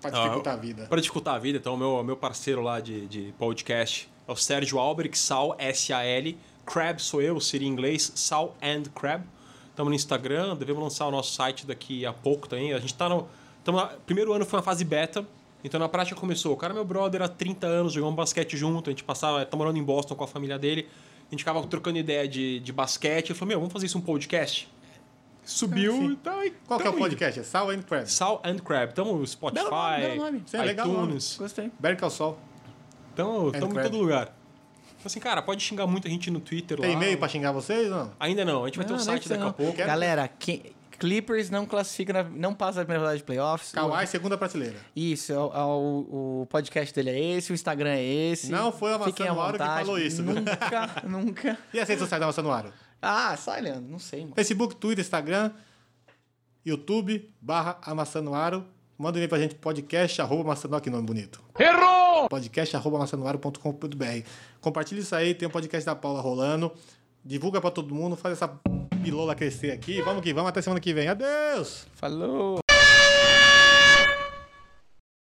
Pra dificultar a vida. Pra dificultar a vida, então, meu, meu parceiro lá de, de podcast é o Sérgio Albrecht, Sal, S-A-L. Crab sou eu, seria em inglês, Sal and Crab. Estamos no Instagram, devemos lançar o nosso site daqui a pouco também. A gente tá no. Tamo na, primeiro ano foi uma fase beta, então na prática começou. O cara é meu brother há 30 anos, jogamos basquete junto, a gente passava, tá morando em Boston com a família dele. A gente ficava trocando ideia de, de basquete. Ele falou: Meu, vamos fazer isso um podcast? Subiu e tá aí. Ah, Qual que é o tamo indo. podcast? É Sal and Crab. Sal and Crab. Tamo no Spotify, Belo nome, belo nome. Sim, é legal o nome. iTunes. Gostei. Berca ao Sol. Então, estamos em Crab. todo lugar. Então, assim, cara, pode xingar muita gente no Twitter lá. Tem e-mail pra xingar vocês? Não. Ainda não, a gente vai ter um Não, site não é daqui isso, a não. pouco. Galera, que- Clippers não classifica, na- não passa na primeira rodada de playoffs. Kawhi, segunda prateleira. Isso, é o, é o- o podcast dele é esse, o Instagram é esse. Não foi o Amassando Fiquem à Mauro que vontade. falou isso. Nunca, nunca. E as redes sociais da Massa no Aro? Ah, sai, Leandro, não sei, mano. Facebook, Twitter, Instagram, YouTube, barra Amassanuaro. Manda um e-mail pra gente, podcast, arroba Amassanoaro, que nome bonito. Errou! Podcast, arroba amassanuaro.com.br. Compartilha isso aí, tem o podcast da Paula rolando. Divulga pra todo mundo, faz essa pilola crescer aqui. Vamos que vamos, até semana que vem. Adeus! Falou.